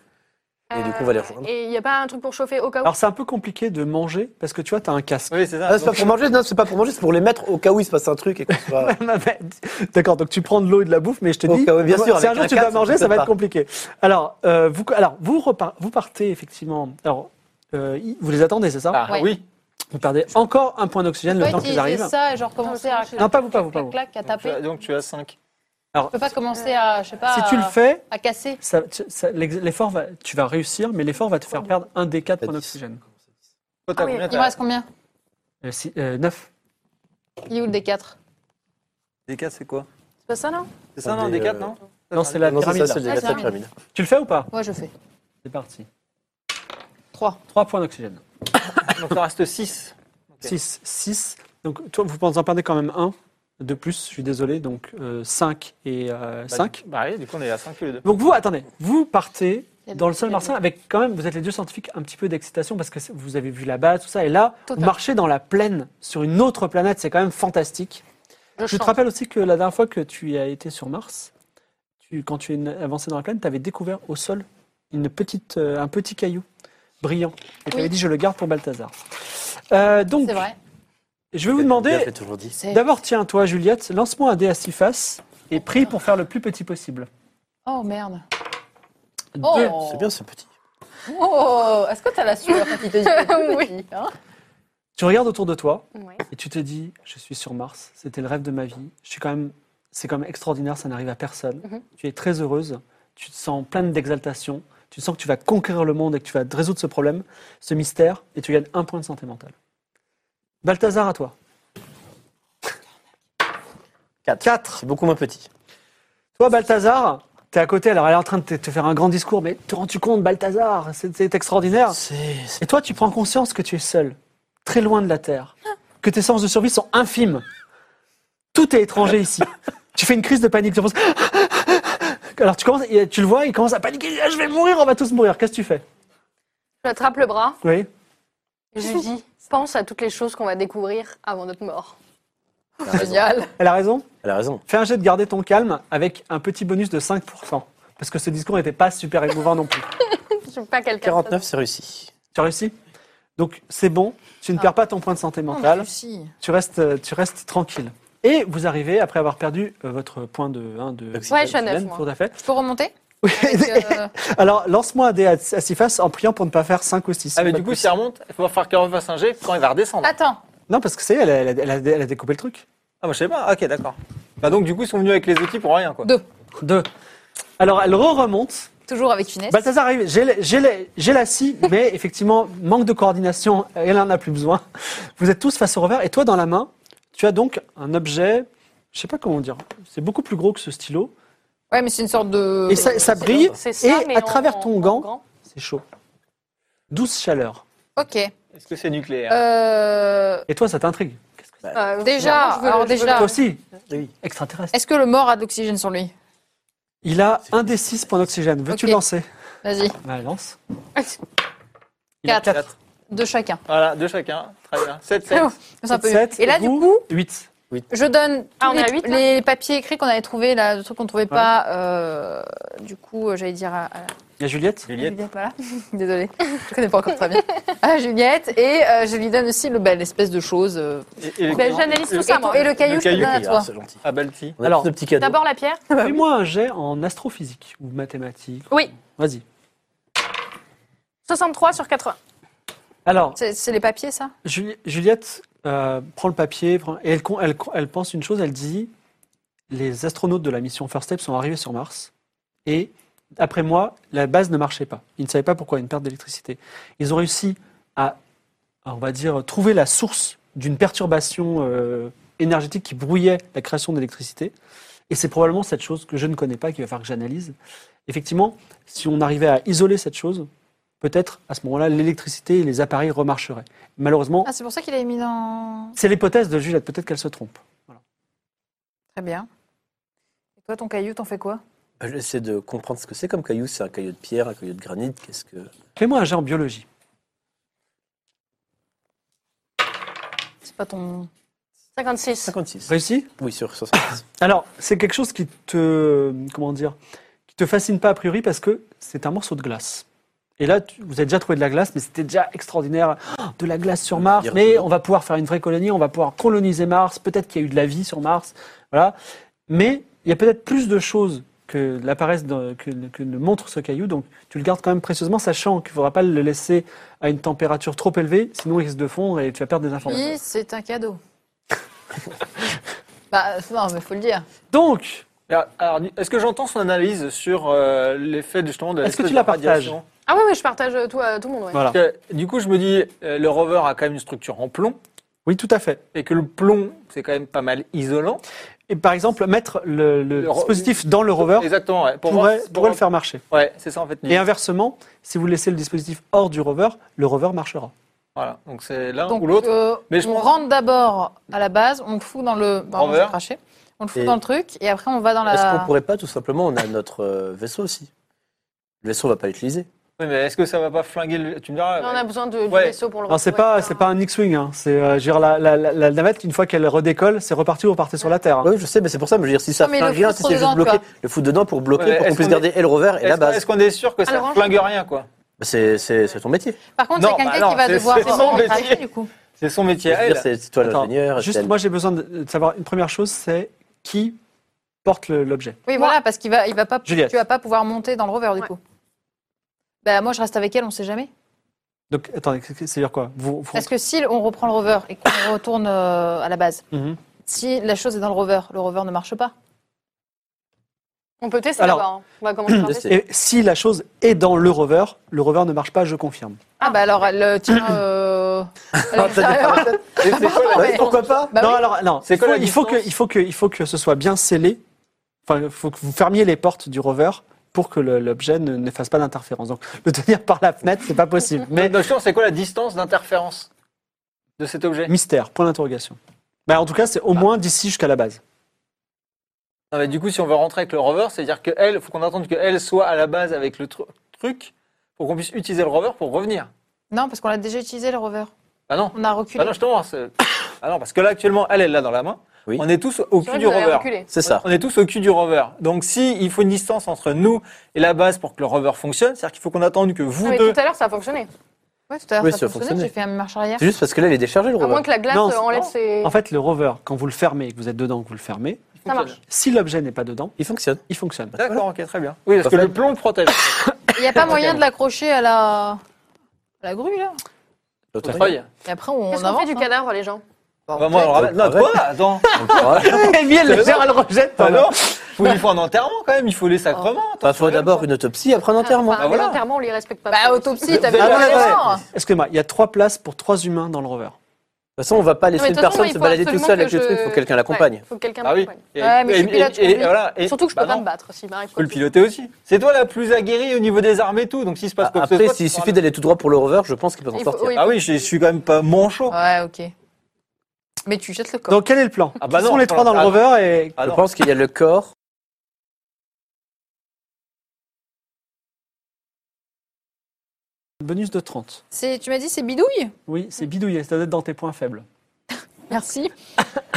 Et du coup, on va les rejoindre. Et il n'y a pas un truc pour chauffer au cas où Alors c'est un peu compliqué de manger parce que tu vois, tu as un casque. Oui, c'est ça. Ah, c'est Donc, pas pour manger, non, c'est pas pour manger, c'est pour les mettre au cas où il se passe un truc et qu'on soit. D'accord, donc tu prends de l'eau et de la bouffe, mais je te Au dis, cas où, Oh, bien sûr, si avec un jour un tu dois casque, on manger, peut ça va être pas. compliqué. Alors, euh, vous, alors vous, repar- vous partez effectivement. Alors, euh, y- vous les attendez, c'est ça Ah, Ouais. oui. Vous perdez encore un point d'oxygène on le peut pas temps qu'ils utiliser arrivent. ça et genre commencer à Non, pas vous, pas vous, pas vous. clac, clac, à Donc, tu taper. as- donc, tu as 5. On peut pas commencer à, je sais pas, Si tu le à- fais, à casser. Ça- tu- ça- l'ex- l'effort va, tu vas réussir, mais l'effort va te faire perdre un des 4 T'as points dit. d'oxygène. Euh, Toi, t'as Ah oui, combien, Il t'as- me reste combien 9. Il est où le D4 Des 4, c'est quoi C'est pas ça, non C'est ça, non Des, Des 4, euh, non Non, c'est la Non, c'est pyramide. ça, c'est là. la- Ah, la c'est pyramide. Tu le fais ou pas Ouais, je fais. C'est parti. 3. 3 points d'oxygène. Donc, il en reste 6. 6. 6. Donc, toi, vous pensez en perdez quand même un de plus, je suis désolé. Donc, 5 et euh, 5. Bah oui, du coup, on est à 5 tous les deux. Donc, vous, attendez, vous partez Il y a dans des- le sol il y a martien avec quand même, vous êtes les deux scientifiques, un petit peu d'excitation parce que c'est- vous avez vu la base, tout ça. Et là, vous Total. marchez dans la plaine sur une autre planète, c'est quand même fantastique. Je Je te chante. rappelle aussi que la dernière fois que tu as été sur Mars, tu- quand tu es avancé dans la planète, tu avais découvert au sol une petite, euh, un petit caillou brillant. Et tu Oui. avais dit, je le garde pour Balthazar. Euh, donc, C'est vrai. Eh. je vais vous demander, Bien fait, toujours dit. C'est- d'abord, tiens, toi, Juliette, lance-moi un dé à six faces et prie pour faire le plus petit possible. Oh merde. Deux. Oh, C'est bien ce petit. Oh, est-ce que t'as la sueur quand il te dit que t'es tout petit, hein Tu regardes autour de toi Ouais. et tu te dis, je suis sur Mars, c'était le rêve de ma vie, je suis quand même, c'est quand même extraordinaire, ça n'arrive à personne. Mhm. Tu es très heureuse, tu te sens pleine d'exaltation, tu sens que tu vas conquérir le monde et que tu vas résoudre ce problème, ce mystère, et tu gagnes un point de santé mentale. Balthazar, à toi. 4. C'est beaucoup moins petit. Toi, Balthazar, tu es à côté, alors elle est en train de te, te faire un grand discours, mais te rends-tu compte, Balthazar, c'est c'est extraordinaire. C'est. Et toi, tu prends conscience que tu es seul, très loin de la Terre, que tes sens de survie sont infimes. Tout est étranger ici. Tu fais une crise de panique. Tu penses... Alors tu, commences, et tu le vois, il commence à paniquer. Ah, Je vais mourir, on va tous mourir. Qu'est-ce que tu fais Je l'attrape le bras Oui. et je lui dis pense à toutes les choses qu'on va découvrir avant notre mort. Génial. Elle a raison. Elle a raison. Fais un jet de garder ton calme avec un petit bonus de 5%. Parce que ce discours n'était pas super émouvant non plus. Je suis pas quelqu'un. de- 49, c'est réussi. Tu as réussi Donc c'est bon, tu ne perds pas ton point de santé Oh, mentale. mais si. tu restes, euh, tu restes tranquille. Et vous arrivez, après avoir perdu euh, votre point de... hein, de Ouais, je suis à neuf, d'oxygène, moi. Tout à fait. Je peux remonter Oui, Avec, euh, Alors, lance-moi un dé à, à six faces en priant pour ne pas faire 5 ou 6. Ah, mais du coup, si elle remonte, il faut faire qu'elle refasse un G quand il va redescendre. Attends. Non, parce que c'est elle, elle, a- elle a- elle a découpé le truc. Ah, moi, je sais pas. Ok, d'accord. Bah, donc, du coup, ils sont venus avec les outils pour rien, quoi. Deux. 2. Alors, elle re-remonte. Toujours avec finesse. Balthazar arrive. J'ai la- J'ai la- j'ai la scie, mais effectivement, manque de coordination, elle n'en a plus besoin. Vous êtes tous face au revers. Et toi, dans la main, tu as donc un objet, je sais pas comment dire, c'est beaucoup plus gros que ce stylo. Ouais, mais c'est une sorte de. Et ça, ça C'est- brille, c'est ça, et mais à en- travers ton en gant, grand. c'est chaud. Douce chaleur. Ok. Est-ce que c'est nucléaire Euh, Et toi, ça t'intrigue Euh, déjà, vraiment, je veux alors le- je veux déjà, Toi aussi, Oui. extraterrestre. Est-ce que le mort a de l'oxygène sur lui Il a un des six points d'oxygène. Veux-tu Ok. le lancer Vas-y. Bah, lance. le- Il a Quatre. quatre. De chacun. Voilà, deux chacun. Très bien. 7, 7. C'est un peu mieux. Sept, Et là, du vous, coup, Huit. je donne Ah, tous on est les, à huit, là les- les papiers écrits qu'on avait trouvés, là, le truc qu'on trouvait pas. euh, du coup, euh, j'allais dire à, à- à Il y a Juliette. Juliette. Juliette, voilà. Désolée, je connais pas encore très bien. À Juliette, et euh, je lui donne aussi le, bah, l'espèce de chose. euh, Et- et les- Ben, J'analyse tout et, ça, moi. et le caillou, Le je te le caillou, donne à Oui, ah, toi. C'est gentil. Ah, Balti. On a Alors, tous nos petits cadeaux. D'abord la pierre Ah bah Fais-moi un jet en astrophysique ou mathématiques. Oui. Vas-y. 63 sur 80. Alors, C'est, c'est les papiers, ça Juli- Juliette euh, prend le papier prend- et elle, con- elle, con- elle pense une chose. Elle dit les astronautes de la mission First Step sont arrivés sur Mars et après moi, la base ne marchait pas. Ils ne savaient pas pourquoi une perte d'électricité. Ils ont réussi à, à, on va dire, trouver la source d'une perturbation euh, énergétique qui brouillait la création d'électricité. Et c'est probablement cette chose que je ne connais pas qu'il va falloir que j'analyse. Effectivement, si on arrivait à isoler cette chose, peut-être à ce moment-là, l'électricité et les appareils remarcheraient. Malheureusement, Ah, c'est pour ça qu'il avait mis dans. c'est l'hypothèse de Juliette, peut-être qu'elle se trompe. Très bien. Et toi, ton caillou, t'en fais quoi Euh, J'essaie de comprendre ce que c'est comme caillou. C'est un caillou de pierre, un caillou de granit. Qu'est-ce que. Fais-moi un jet en biologie. C'est pas ton. 56. 56. Réussi Oui, sur 70. Alors, c'est quelque chose qui te. Comment dire Qui te fascine pas a priori parce que c'est un morceau de glace. Et là, tu- vous avez déjà trouvé de la glace, mais c'était déjà extraordinaire. Oh, De la glace sur Euh, Mars, dire mais que- on va pouvoir faire une vraie colonie, on va pouvoir coloniser Mars, peut-être qu'il y a eu de la vie sur Mars. Voilà. Mais il y a peut-être plus de choses que la paresse de- que, que ne montre ce caillou, donc tu le gardes quand même précieusement, sachant qu'il ne faudra pas le laisser à une température trop élevée, sinon il risque de fondre et tu vas perdre des informations. Oui, c'est un cadeau. bah, non, mais faut le dire. Donc, Alors, Ah, alors, est-ce que j'entends son analyse sur euh, l'effet justement de Est-ce que l'espèce tu la de radiation Ah oui, oui, je partage euh, tout, à tout le monde. ouais. voilà. Parce que, Du coup, je me dis, euh, le rover a quand même une structure en plomb, Oui, tout à fait. et que le plomb, c'est quand même pas mal isolant. Et par exemple, mettre le, le Le ro- dispositif dans le rover Exactement, ouais. Pour pourrait, voir si- pourrait le faire marcher. Ouais, c'est ça en fait. Et inversement, si vous laissez le dispositif hors du rover, le rover marchera. Voilà, donc c'est l'un Donc, ou l'autre. euh, Mais je on pense- rentre d'abord à la base, on le fout dans le. Pardon, Rover. j'ai craché. On le fout Et- dans le truc et après on va dans Est-ce qu'on la. pourrait pas tout simplement On a notre euh, vaisseau aussi. Le vaisseau, on va pas l'utiliser. Oui, mais est-ce que ça va pas flinguer le. Tu me diras. On a besoin de, du Ouais. vaisseau pour le Alors, c'est retrouver. pas, c'est pas un X-Wing, hein. c'est euh, je veux dire, la, la- la- la navette, une fois qu'elle redécolle, c'est reparti, vous repartez sur la Terre. hein. Oui, je sais, mais c'est pour ça. Mais je veux dire, si ça Non, mais flingue le rien, foot si trop c'est juste dedans, bloqué, quoi. le foot dedans pour bloquer, Ouais, mais pour qu'on est-ce puisse qu'on garder et le revers et Est-ce la qu'on- base. Est-ce qu'on est sûr que ça Alors, flingue rien, quoi Bah, C'est c'est- c'est ton métier. Par contre, Non, c'est quelqu'un bah non, qui va c'est- devoir c'est son rencontrer métier. du coup. C'est son métier Je à veux dire, elle. C'est c'est toi Attends, l'ingénieur. c'est Juste, elle. moi, j'ai besoin de, de savoir une première chose, c'est qui porte le- l'objet. Oui, voilà, parce qu'il va, il va pas, Juliette. tu vas pas pouvoir monter dans le rover du Ouais. coup. Bah, moi, je reste avec elle, on sait jamais. Donc, attendez, c'est-à-dire quoi vous, vous- Parce que si on reprend le rover et qu'on retourne euh, à la base, Mhm. si la chose est dans le rover, le rover ne marche pas. On peut tester Alors- là-bas. hein. On va commencer par Je tester. sais. Et si la chose est dans le rover, le rover ne marche pas, je confirme. Ah, bah alors, elle euh, tient. euh, elle est Ah, t'as des extérieure. C'est c'est quoi la- Ouais, Pourquoi pas Bah non, oui. alors, non. C'est il faut, quoi la il faut que, distance il faut que, il faut que ce soit bien scellé. Enfin, il faut que vous fermiez les portes du rover pour que le- l'objet ne, ne fasse pas d'interférence. Donc, le tenir par la fenêtre, c'est pas possible. Mais Notre notion, c'est quoi la distance d'interférence de cet objet mystère, point d'interrogation. Mais en tout cas, c'est au moins d'ici jusqu'à la base. Non, mais du coup, si on veut rentrer avec le rover, c'est-à-dire qu'elle, faut qu'on attende qu'elle soit à la base avec le tru- truc pour qu'on puisse utiliser le rover pour revenir. Non, parce qu'on l'a déjà utilisé, le rover. Ah non, On a ah reculé. non, justement, c'est- ah non, parce que là, actuellement, elle, elle l'a dans la main. Oui. On est tous au cul C'est vrai que du vous allez rover. reculer. C'est ça. On est tous au cul du rover. Donc, si il faut une distance entre nous et la base pour que le rover fonctionne, c'est-à-dire qu'il faut qu'on attende que vous Ah, Mais deux. tout à l'heure, ça a fonctionné. Ouais, tout à l'heure, Oui, ça, ça fonctionnait, a fonctionné. J'ai fait un marche arrière. C'est juste parce que là, il est déchargé le À moins rover. que la glace Non, euh, c'est- enlève non. ses. En fait, le rover, quand vous le fermez, et que vous êtes dedans, que vous le fermez, Ça marche. si l'objet n'est pas dedans, Il fonctionne. il fonctionne. D'accord, ok, très bien. Oui, parce que le plomb le protège. Il n'y a pas moyen de l'accrocher à la... à la grue, là. L'autre Aux affaire. feuilles. Et après, on Qu'est-ce qu'on avance, fait du hein. cadavre, les gens Bah, moi, on le ramène. Non, Ouais. toi, attends. Emile, le gère, elle rejette. Ah non, faut, il faut un enterrement quand même, il faut les Oh. sacrements. Bah, faut d'abord une autopsie, après un enterrement. Enfin, les voilà. enterrements, on les respecte pas. Bah, autopsie, t'as vu Déjà, la ouais, ouais. mort. Excusez-moi, il y a trois places pour trois humains dans le rover. De toute façon, on va pas laisser mais une de toute façon, personne il se faut balader tout absolument seul avec que le truc, je- faut que quelqu'un l'accompagne. Ouais, faut que quelqu'un Ah oui. m'accompagne. Et- Ouais, mais je suis et- pilote, je et- et conduis. voilà, et- Surtout que je peux bah pas non, me battre s'il m'arrive. Tu peux le piloter aussi. C'est toi la plus aguerrie au niveau des armées et tout, donc s'il se passe quoi que ce Bah, Après, soit, s'il tu pourras suffit le- d'aller tout droit pour le rover, je pense qu'il peut s'en Il faut- sortir. oui, Ah oui, je je suis quand même pas manchot. Ouais, ok. Mais tu jettes le corps. Donc, quel est le plan Ah bah Qui non, sont les attends, trois dans le ah- rover et Ah Je non. pense qu'il y a le corps. bonus de 30 C'est- Tu m'as dit c'est bidouille Oui, c'est bidouillé, c'est être dans tes points faibles. Merci.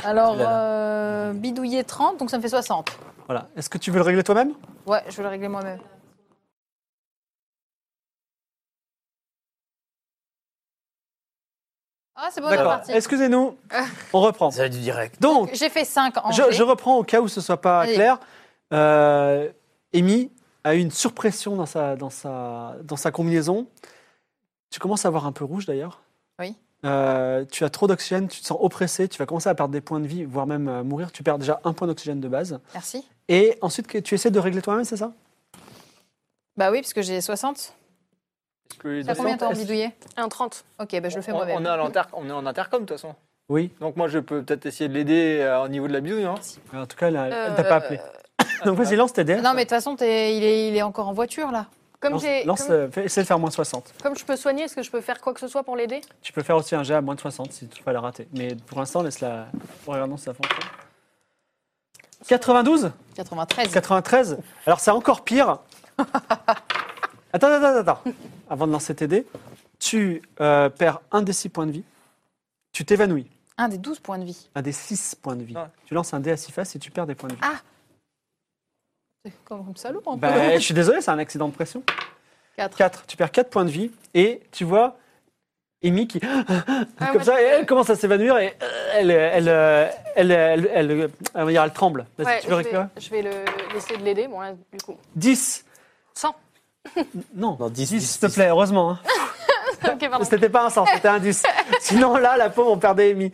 Alors, Là, euh, bidouiller 30, donc ça me fait 60. Voilà. Est-ce que tu veux le régler toi-même Ouais, je vais le régler moi-même. Ah, c'est bon, on est D'accord. parti. Excusez-nous, on reprend. Ça va être du direct. Donc, J'ai fait 5 en je, G. je reprends au cas où ce soit pas Allez. clair. Euh, Amy a eu une surpression dans sa, dans, sa, dans sa combinaison. Tu commences à avoir un peu rouge d'ailleurs. Oui. Euh, tu as trop d'oxygène, tu te sens oppressé, tu vas commencer à perdre des points de vie, voire même euh, mourir. Tu perds déjà un point d'oxygène de base. Merci. Et ensuite, que- tu essaies de régler toi-même, c'est ça Bah oui, parce que j'ai 60. T'as combien de temps en bidouiller Un 30. Ok, bah je le fais On, on est moi-même. à l'inter- on est en intercom de toute façon. Oui. Donc moi je peux peut-être essayer de l'aider euh, au niveau de la bidouille. hein. En tout cas, elle, a- elle t'a pas appelé. Donc vas-y, lance tes dés. Euh, Non, mais de toute façon, t'es- il, est, il est encore en voiture, là. Comme, Lance, j'ai- lance, comme, euh, fais- essaie de faire moins 60. comme je peux soigner, est-ce que je peux faire quoi que ce soit pour l'aider Tu peux faire aussi un jet à moins de 60 si tu vas la rater. Mais pour l'instant, laisse-la. Regardons si ça fonctionne. 92 93. 93 Alors c'est encore pire. Attends, attends, attends. attends. Avant de lancer tes dés, tu euh, perds un des 6 points de vie. Tu t'évanouis. Un des 12 points de vie. Un des 6 points de vie. Ouais. Tu lances un dé à 6 faces et tu perds des points de vie. C'est Comme, comme salaud, un peu. Bah, je suis désolé, c'est un accident de pression. Quatre. 4. Tu perds 4 points de vie et tu vois Amy qui. comme Ah ouais, ça, je- et elle commence à s'évanouir et euh, elle, elle, euh, elle, elle, elle, euh, on va dire, elle tremble. Vas-y, Ouais, tu veux je, vais, récupérer je vais le, essayer de l'aider. Bon, là, du coup. 10. 100. Non, Non, 10, 10, 10, s'il te plaît, heureusement. hein. ok, pardon. C'était pas un 100, c'était un 10. Sinon, là, la pauvre, on perdait Amy.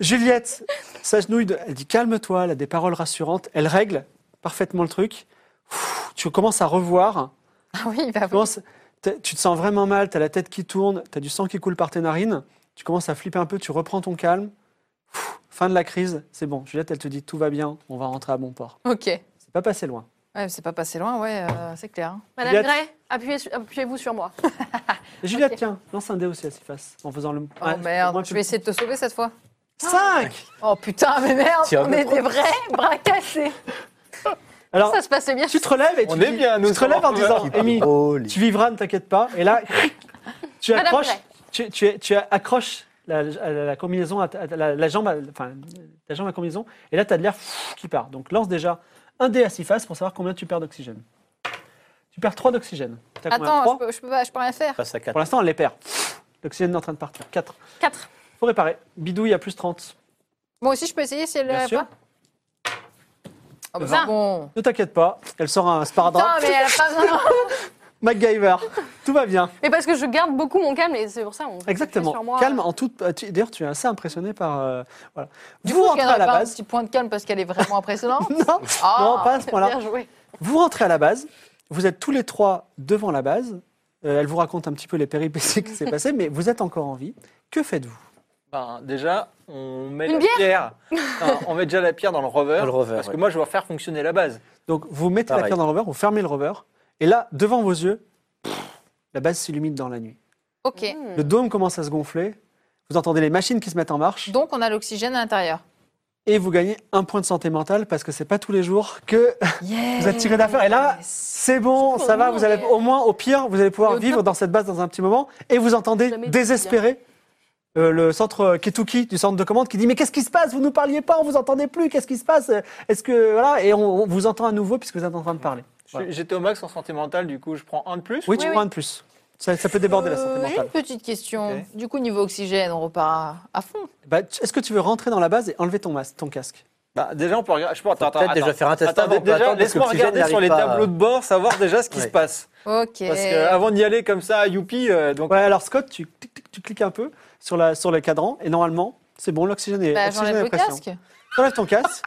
Juliette s'agenouille, de- elle dit calme-toi, elle a des paroles rassurantes, elle règle parfaitement le truc. Pfff, tu commences à revoir. Ah oui, il va Tu commences- t'es- tu te sens vraiment mal, tu as la tête qui tourne, tu as du sang qui coule par tes narines, tu commences à flipper un peu, tu reprends ton calme. Pfff, fin de la crise, c'est bon. Juliette, elle te dit tout va bien, on va rentrer à bon port. Ok. C'est pas passé loin. Ouais, c'est pas passé loin, ouais, euh, c'est clair. hein. Madame Juliette. Gray, appuyez su- appuyez-vous sur moi. Et Juliette, tiens, lance un dé aussi à six faces en faisant le. Oh merde, je vais essayer de te sauver cette fois. 5 Oh putain, mais merde, Tiens, on mais est des vrais bras cassés. Alors, Ça se passait bien. tu te relèves et tu, On est dis- bien, nous tu te relèves en sommes en disant, Amy, Holy. tu vivras, ne t'inquiète pas. Et là, tu Madame accroches, Gray. tu, tu- tu accroches la, la- la combinaison, à ta- à ta- la, la jambe, à- enfin, la jambe à combinaison, et là, tu as de l'air pff, qui part. Donc, lance déjà un dé à six faces pour savoir combien tu perds d'oxygène. Tu perds 3 d'oxygène. T'as combien Attends, Trois je peux, je peux pas- je peux rien faire. Face à 4. Pour l'instant, elle les perd. L'oxygène est en train de partir. 4. 4. Faut réparer. Bidouille à plus 30. Moi aussi, je peux essayer si elle Bien l'a sûr. pas. Oh, Ah bah, Vingt. bon. Ne t'inquiète pas. Elle sort un Putain, sparadrap. mais elle a pas besoin. MacGyver. Tout va bien. Mais parce que je garde beaucoup mon calme et c'est pour ça. On Exactement. sur moi. Calme en toute. euh, tu- D'ailleurs, tu es assez impressionné par. euh, voilà. Du vous coup, je rentrez à garderai la pas un base. petit point de calme parce qu'elle est vraiment impressionnante. Non, Ah. non, pas à ce point-là. Bien joué. Vous rentrez à la base. Vous êtes tous les trois devant la base. Euh, elle vous raconte un petit peu les péripéties qui s'est passé, mais vous êtes encore en vie. Que faites-vous Ben, déjà, on met Une la bière pierre. Enfin, on met déjà la pierre dans le rover. Dans Ah, le rover, parce que ouais. moi, je vais faire fonctionner la base. Donc, vous mettez la Pareil. pierre dans le rover, vous fermez le rover, et là, devant vos yeux, pff, la base s'illumine dans la nuit. Ok. Hmm. Ah, Le dôme commence à se gonfler. Vous entendez les machines qui se mettent en marche. Donc, on a l'oxygène à l'intérieur. Et vous gagnez un point de santé mentale parce que c'est pas tous les jours que vous êtes tiré d'affaire. Et là, c'est bon, ça va. Vous allez au moins, au pire, vous allez pouvoir Et au vivre dans cette base dans un petit moment. Et vous entendez Jamais désespéré euh, le centre Ketuki du centre de commande qui dit mais qu'est-ce qui se passe Vous nous parliez pas, on vous entendait plus. Qu'est-ce qui se passe Est-ce que voilà Et on, on vous entend à nouveau puisque vous êtes en train de parler. Je- Voilà. J'étais au max en santé mentale, du coup, je prends un de plus. Oui, tu Oui, prends un de plus. Ça, ça peut déborder la santé Euh, J'ai une mentale. petite question. Ok. Du coup, niveau oxygène, on repart à à fond. Bah, tu- Est-ce que tu veux rentrer dans la base et enlever ton masque, ton casque Ben, déjà, on peut regarder. Je peux attends, peut-être attends, déjà attends. faire un test Attends, avant, on peut déjà, attendre parce que laisse-moi l'oxygène regarder sur les n'arrive pas, euh. tableaux de bord, savoir déjà ce qui Ouais. se passe. Ok. Parce ah qu'avant d'y aller comme ça, youpi, euh, donc Ouais, alors Scott, tu, tic, tic, tu cliques un peu sur, la, sur le cadran et normalement, c'est bon, l'oxygène est, bah, l'oxygène j'enlève est le pression. casque. T'enlèves ton casque,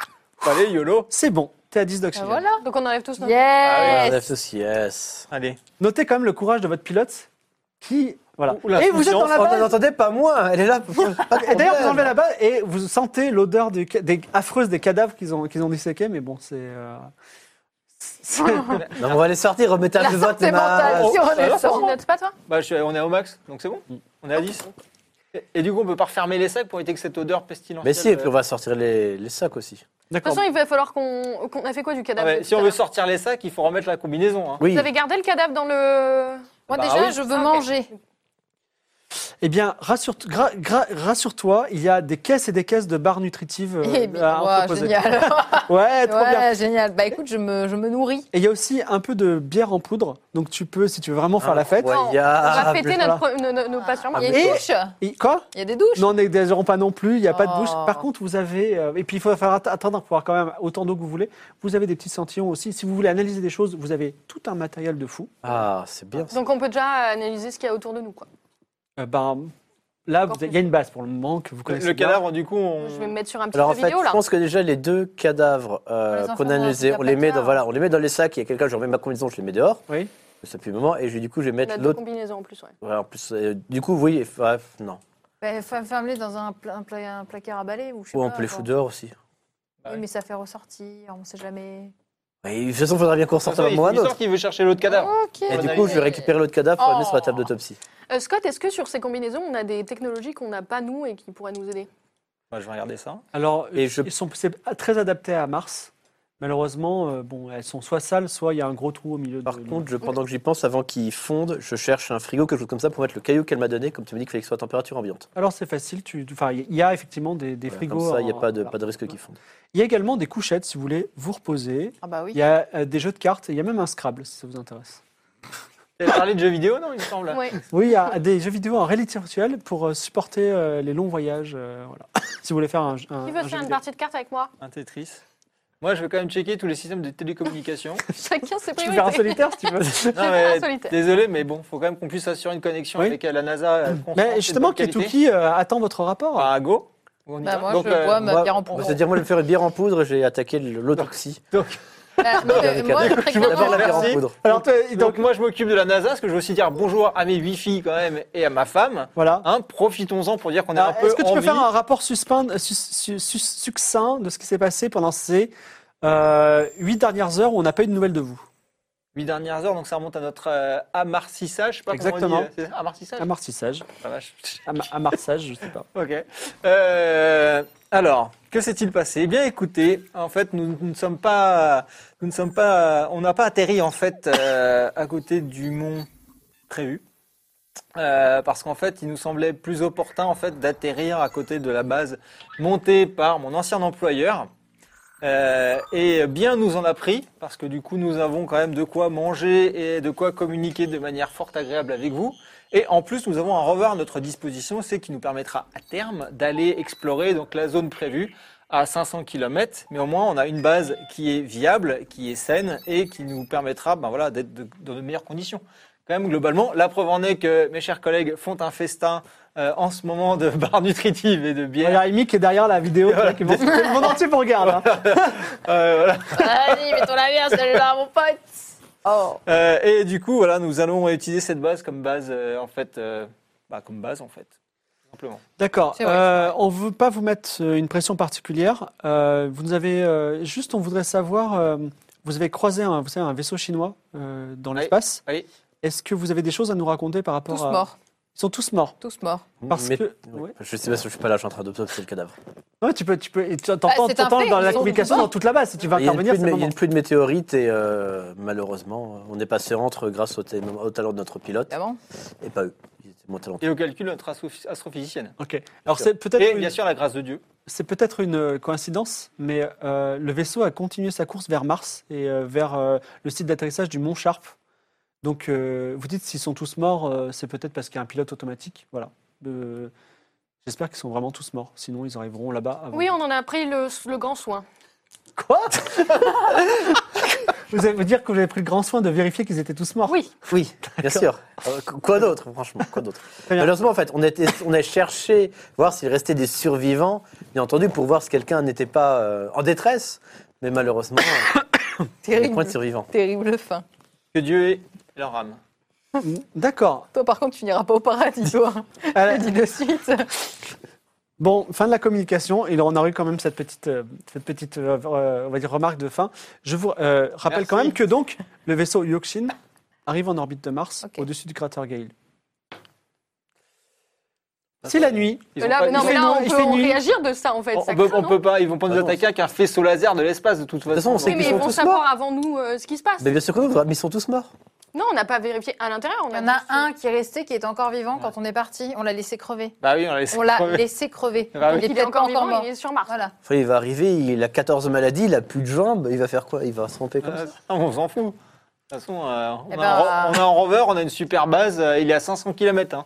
allez, YOLO. c'est bon, t'es à 10 d'oxygène. Bah, voilà. Donc on enlève tous nos. Ah, Yes. on a fait aussi, yes. Allez. Notez quand même le courage de votre pilote qui. Voilà. Oula, Oh, et vous êtes dans la On ne base. l'entendait pas moins, elle est là. Et d'ailleurs, vous enlevez la base et vous sentez l'odeur du ca- des, affreuse des cadavres qu'ils ont, qu'ils ont disséqués, mais bon, c'est. euh, c'est- Non, mais on va les sortir, remettez La un peu votre santé mentale, masque. si on alors, est Tu notes pas toi Bah, je suis- on est au max, donc c'est bon. Mm. On est à 10. Et, et du coup, on peut pas refermer les sacs pour éviter que cette odeur pestilentielle. Mais si, et puis on euh, va sortir les, les sacs aussi. De toute D'accord. façon, il va falloir qu'on. qu'on- On a fait quoi du ah, cadavre mais de si on tout à veut l'heure sortir les sacs, il faut remettre la combinaison. hein. Oui. Vous avez gardé le cadavre dans le. Moi, Bah déjà, oui. je veux Ah, ok. manger. Eh bien, rassure- gra- gra- rassure-toi, il y a des caisses et des caisses de barres nutritives euh, Eh bien, à wow, entreposer. génial. Ouais, trop bien. ouais, génial. Bah, écoute, je me, je me nourris. Et il y a aussi un peu de bière en poudre, donc tu peux, si tu veux vraiment faire la fête. Non, On va Incroyable. fêter voilà. notre, pre- nos, nos- nos patients. Il y a mais- des douches. Et quoi Il y a des douches. Non, n'exagérons pas non plus, il n'y a pas de Oh. douche. Par contre, vous avez, euh, et puis il faut faire att- attendre pour avoir quand même autant d'eau que vous voulez, vous avez des petits sentillons aussi. Si vous voulez analyser des choses, vous avez tout un matériel de fou. Ah, c'est bien. ça. Donc on peut déjà analyser ce qu'il y a autour de nous. Quoi. Euh, ben, là, vous- Encore il y a une base pour le moment que vous Le, connaissez. bien. cadavre, du coup, on. Je vais me mettre sur un petit Alors en jeu fait, vidéo là. je pense que déjà les deux cadavres On euh, les qu'on a enferme dans analysés, un on les met dans placard. voilà, on les met dans les sacs. Il y a quelqu'un, je remets ma combinaison, je les mets dehors. Oui. Ça fait un moment et je, du coup je vais On a mettre deux l'autre. combinaisons en plus. Ouais. Voilà, en plus, euh, du coup oui, et- ouais, non. Bah, fa- Ferme-les dans un, pla- un pla- un placard à balai ou je sais Ou on pas, peut les genre. foutre dehors aussi. Ah Oui, ouais. mais ça fait ressortir, on sait jamais. Et, de toute façon, il faudra bien qu'on Comme sorte ça, un il moment ou un il autre. sort qu'il veut chercher l'autre cadavre. Oh. Ok. Et on du a coup, eu- je vais récupérer l'autre cadavre pour le mettre sur la table Oh. d'autopsie. Euh, Scott, est-ce que sur ces combinaisons, on a des technologies qu'on n'a pas nous et qui pourraient nous aider Bah, je vais regarder ça. Alors, Et ils- je- ils sont c'est très adaptés à Mars. Malheureusement, euh, bon, elles sont soit sales, soit il y a un gros trou au milieu. Par de- contre, je, pendant que j'y pense, avant qu'il fonde, je cherche un frigo, quelque chose comme ça, pour mettre le caillou qu'elle m'a donné, comme tu me dis qu'il fallait que ce soit à température ambiante. alors c'est facile. Tu, tu- enfin, il y a effectivement des, des Voilà, frigos. comme ça, il n'y a en- pas de, voilà. pas de risque qu'il fonde. Il y a également des couchettes si vous voulez vous reposer. Ah bah Il oui. y a euh, des jeux de cartes. et Il y a même un Scrabble si ça vous intéresse. Tu avais parlé de jeux vidéo, non, il me semble Ouais. Oui, il y a des jeux vidéo en réalité virtuelle pour euh, supporter euh, les longs voyages. euh, voilà. si vous voulez faire un, un, Qui veut un jeu faire une vidéo. partie de cartes avec moi Un Tetris. Moi, je vais quand même checker tous les systèmes de télécommunication. Chacun ses Tu peux faire un priorités. solitaire si tu veux. Je vais faire un solitaire. désolé, mais bon, faut quand même qu'on puisse assurer une connexion Oui. avec euh, la NASA. euh, constante et de Mais justement, bonne qualité. Ketuki euh, attend votre rapport. Bah, go. On y Bah, va. moi, Donc, je euh, bois Moi, ma bière en on va poudre. se dire, Bah, moi, je vais me faire une bière en poudre, j'ai attaqué l'autopsie. Ah, non, mais Avec moi, un- très Je vais clairement, D'abord la bière en Merci. poudre. Alors, toi, et donc, Donc moi je m'occupe de la NASA parce que je veux aussi dire bonjour à mes huit filles quand même et à ma femme. voilà. Hein, Profitons-en pour dire qu'on est un Alors, peu Est-ce que tu en peux vie. faire un rapport suspend- sus- sus- sus- euh, succinct de ce qui s'est passé pendant ces euh, huit dernières heures où on n'a pas eu de nouvelles de vous Huit dernières heures, donc ça remonte à notre euh, amarcissage, je sais pas comment on Exactement. dit, euh, c'est ça, amarcissage Amortissage. Ah, vache. Am- Amarsage, je sais pas. Ok. Euh, alors, que s'est-il passé Eh Bien, écoutez, en fait, nous, nous ne sommes pas, nous ne sommes pas, on n'a pas atterri en fait euh, à côté du mont prévu, Euh, parce qu'en fait, il nous semblait plus opportun en fait d'atterrir à côté de la base montée par mon ancien employeur. Euh, et bien nous en a pris parce que du coup nous avons quand même de quoi manger et de quoi communiquer de manière fort agréable avec vous. Et en plus, nous avons un rover à notre disposition, c'est qui nous permettra à terme d'aller explorer donc la zone prévue à 500 km, mais au moins on a une base qui est viable, qui est saine et qui nous permettra ben voilà, d'être de- dans de meilleures conditions. Quand même, globalement, la preuve en est que mes chers collègues font un festin euh, en ce moment de barres nutritives et de Il y bière. a Amy qui est derrière la vidéo. Voilà. qui- Le monde entier vous regarde. hein. Euh, voilà. Vas-y, mets ton la bien, celui-là, mon pote. Oh, Euh, et du coup, voilà, nous allons utiliser cette base comme base, euh, en fait, euh, bah, comme base, en fait, tout simplement. D'accord. C'est vrai, Euh, on ne veut pas vous mettre euh, une pression particulière. Euh, vous nous avez euh, juste, on voudrait savoir. euh, vous avez croisé un, vous savez, un vaisseau chinois euh, dans Oui. l'espace. Oui. Est-ce que vous avez des choses à nous raconter par rapport tous à morts, Ils sont tous morts. tous morts. Parce Mais- que Ouais. ouais. Je sais pas si je suis pas là, je suis en train d'autopsier le cadavre. Ouais, tu peux, tu peux. et tu- T'entends, Ah, c'est un t'entends fait, dans ils la sont communication tous dans toute la base. Si tu vas Il y a une intervenir, pluie c'est de, le mé- il y a moment. une pluie de météorites et euh, malheureusement, on n'est pas serrante grâce au, té- au talent de notre pilote Évidemment. et pas eux. Ils étaient moins talentueux. Et au calcul, notre astrophy- astrophysicienne. Ok. Alors sûr. c'est peut-être Et une- bien sûr, la grâce de Dieu. c'est peut-être une euh, coïncidence, mais euh, le vaisseau a continué sa course vers Mars et euh, vers euh, le site d'atterrissage du Mont Sharp. Donc, euh, vous dites s'ils sont tous morts, euh, c'est peut-être parce qu'il y a un pilote automatique. Voilà. Euh, J'espère qu'ils sont vraiment tous morts, sinon ils arriveront là-bas. avant. Oui, on en a pris le, le grand soin. Quoi Vous allez me dire que vous avez pris le grand soin de vérifier qu'ils étaient tous morts. Oui. Oui, bien sûr. Euh, qu- quoi d'autre, franchement, quoi d'autre Très bien. Malheureusement, en fait, on, était, on a cherché voir s'il restait des survivants, bien entendu, pour voir si quelqu'un n'était pas euh, en détresse. Mais malheureusement, euh, il y avait Terrible, point de survivants. terrible fin. Que Dieu est leur âme. D'accord. Toi, par contre, tu n'iras pas au paradis, toi. Euh, Je dis de suite. Bon, fin de la communication. Il en aurait quand même cette petite, euh, cette petite, euh, euh, on va dire remarque de fin. Je vous euh, rappelle Merci. quand même que donc le vaisseau Yokshin arrive en orbite de Mars, Ok. au-dessus du cratère Gale. C'est la nuit. Ils Mais ont Euh, là, pas- mais non, ils- mais fait là, nuit, on il peut fait on nuit. réagir de ça, en fait. on, ça on peut, craint, on non peut pas, ils vont pas nous Ah non. attaquer avec un faisceau laser de l'espace de toute façon. façon, on sait Oui, qu'ils mais ils sont vont tous savoir morts. avant nous euh, ce qui se passe. Mais bien sûr que non, mais ils sont tous morts. Non, on n'a pas vérifié à l'intérieur. On Il y en a juste- un qui est resté, qui est encore vivant quand on est parti. On l'a laissé crever. Bah oui, on laisse. On l'a crever. laissé crever. Bah oui. Il est Il est peut-être pas encore encore vivant, mort. il est sur Mars. Voilà. Enfin, il va arriver, il a 14 maladies, il a plus de jambes, il va faire quoi Il va se tromper comme Ah, Euh, ça on s'en fout. De toute façon, euh, on, Eh a ben, un ro- euh, on a un rover, on a une super base, euh, il est à 500 km.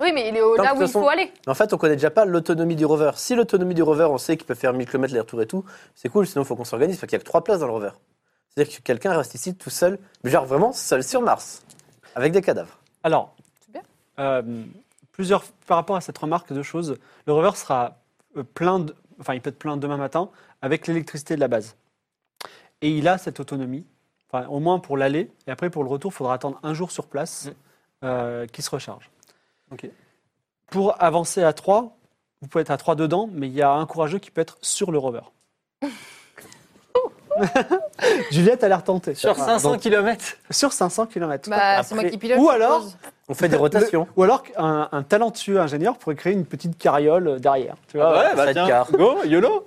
Oui, mais il est au- Non, de là toute où il façon- faut aller. Mais en fait, on connaît déjà pas l'autonomie du rover. Si l'autonomie du rover, on sait qu'il peut faire 1000 km l'aller-retour et tout, c'est cool, sinon il faut qu'on s'organise, parce qu'il n'y a que 3 places dans le rover. C'est-à-dire que quelqu'un reste ici tout seul, mais genre vraiment seul sur Mars, avec des cadavres. Alors, C'est bien. euh, plusieurs par rapport à cette remarque de choses. Le rover sera euh, plein, de- enfin il peut être plein demain matin avec l'électricité de la base. Et il a cette autonomie, enfin, au moins pour l'aller. Et après pour le retour, il faudra attendre un jour sur place euh, qu'il se recharge. Mm. Ok. Pour avancer à 3, vous pouvez être à 3 dedans, mais il y a un courageux qui peut être sur le rover. Juliette a l'air tentée. Sur Voilà. 500 Donc, km. sur 500 km. Bah, c'est moi qui pilote. Ou je alors, suppose. On fait des rotations. le- ou alors qu'un un talentueux ingénieur pourrait créer une petite carriole euh, derrière. Tu vois, ouais, ouais, bah tiens, sidecar. go, YOLO.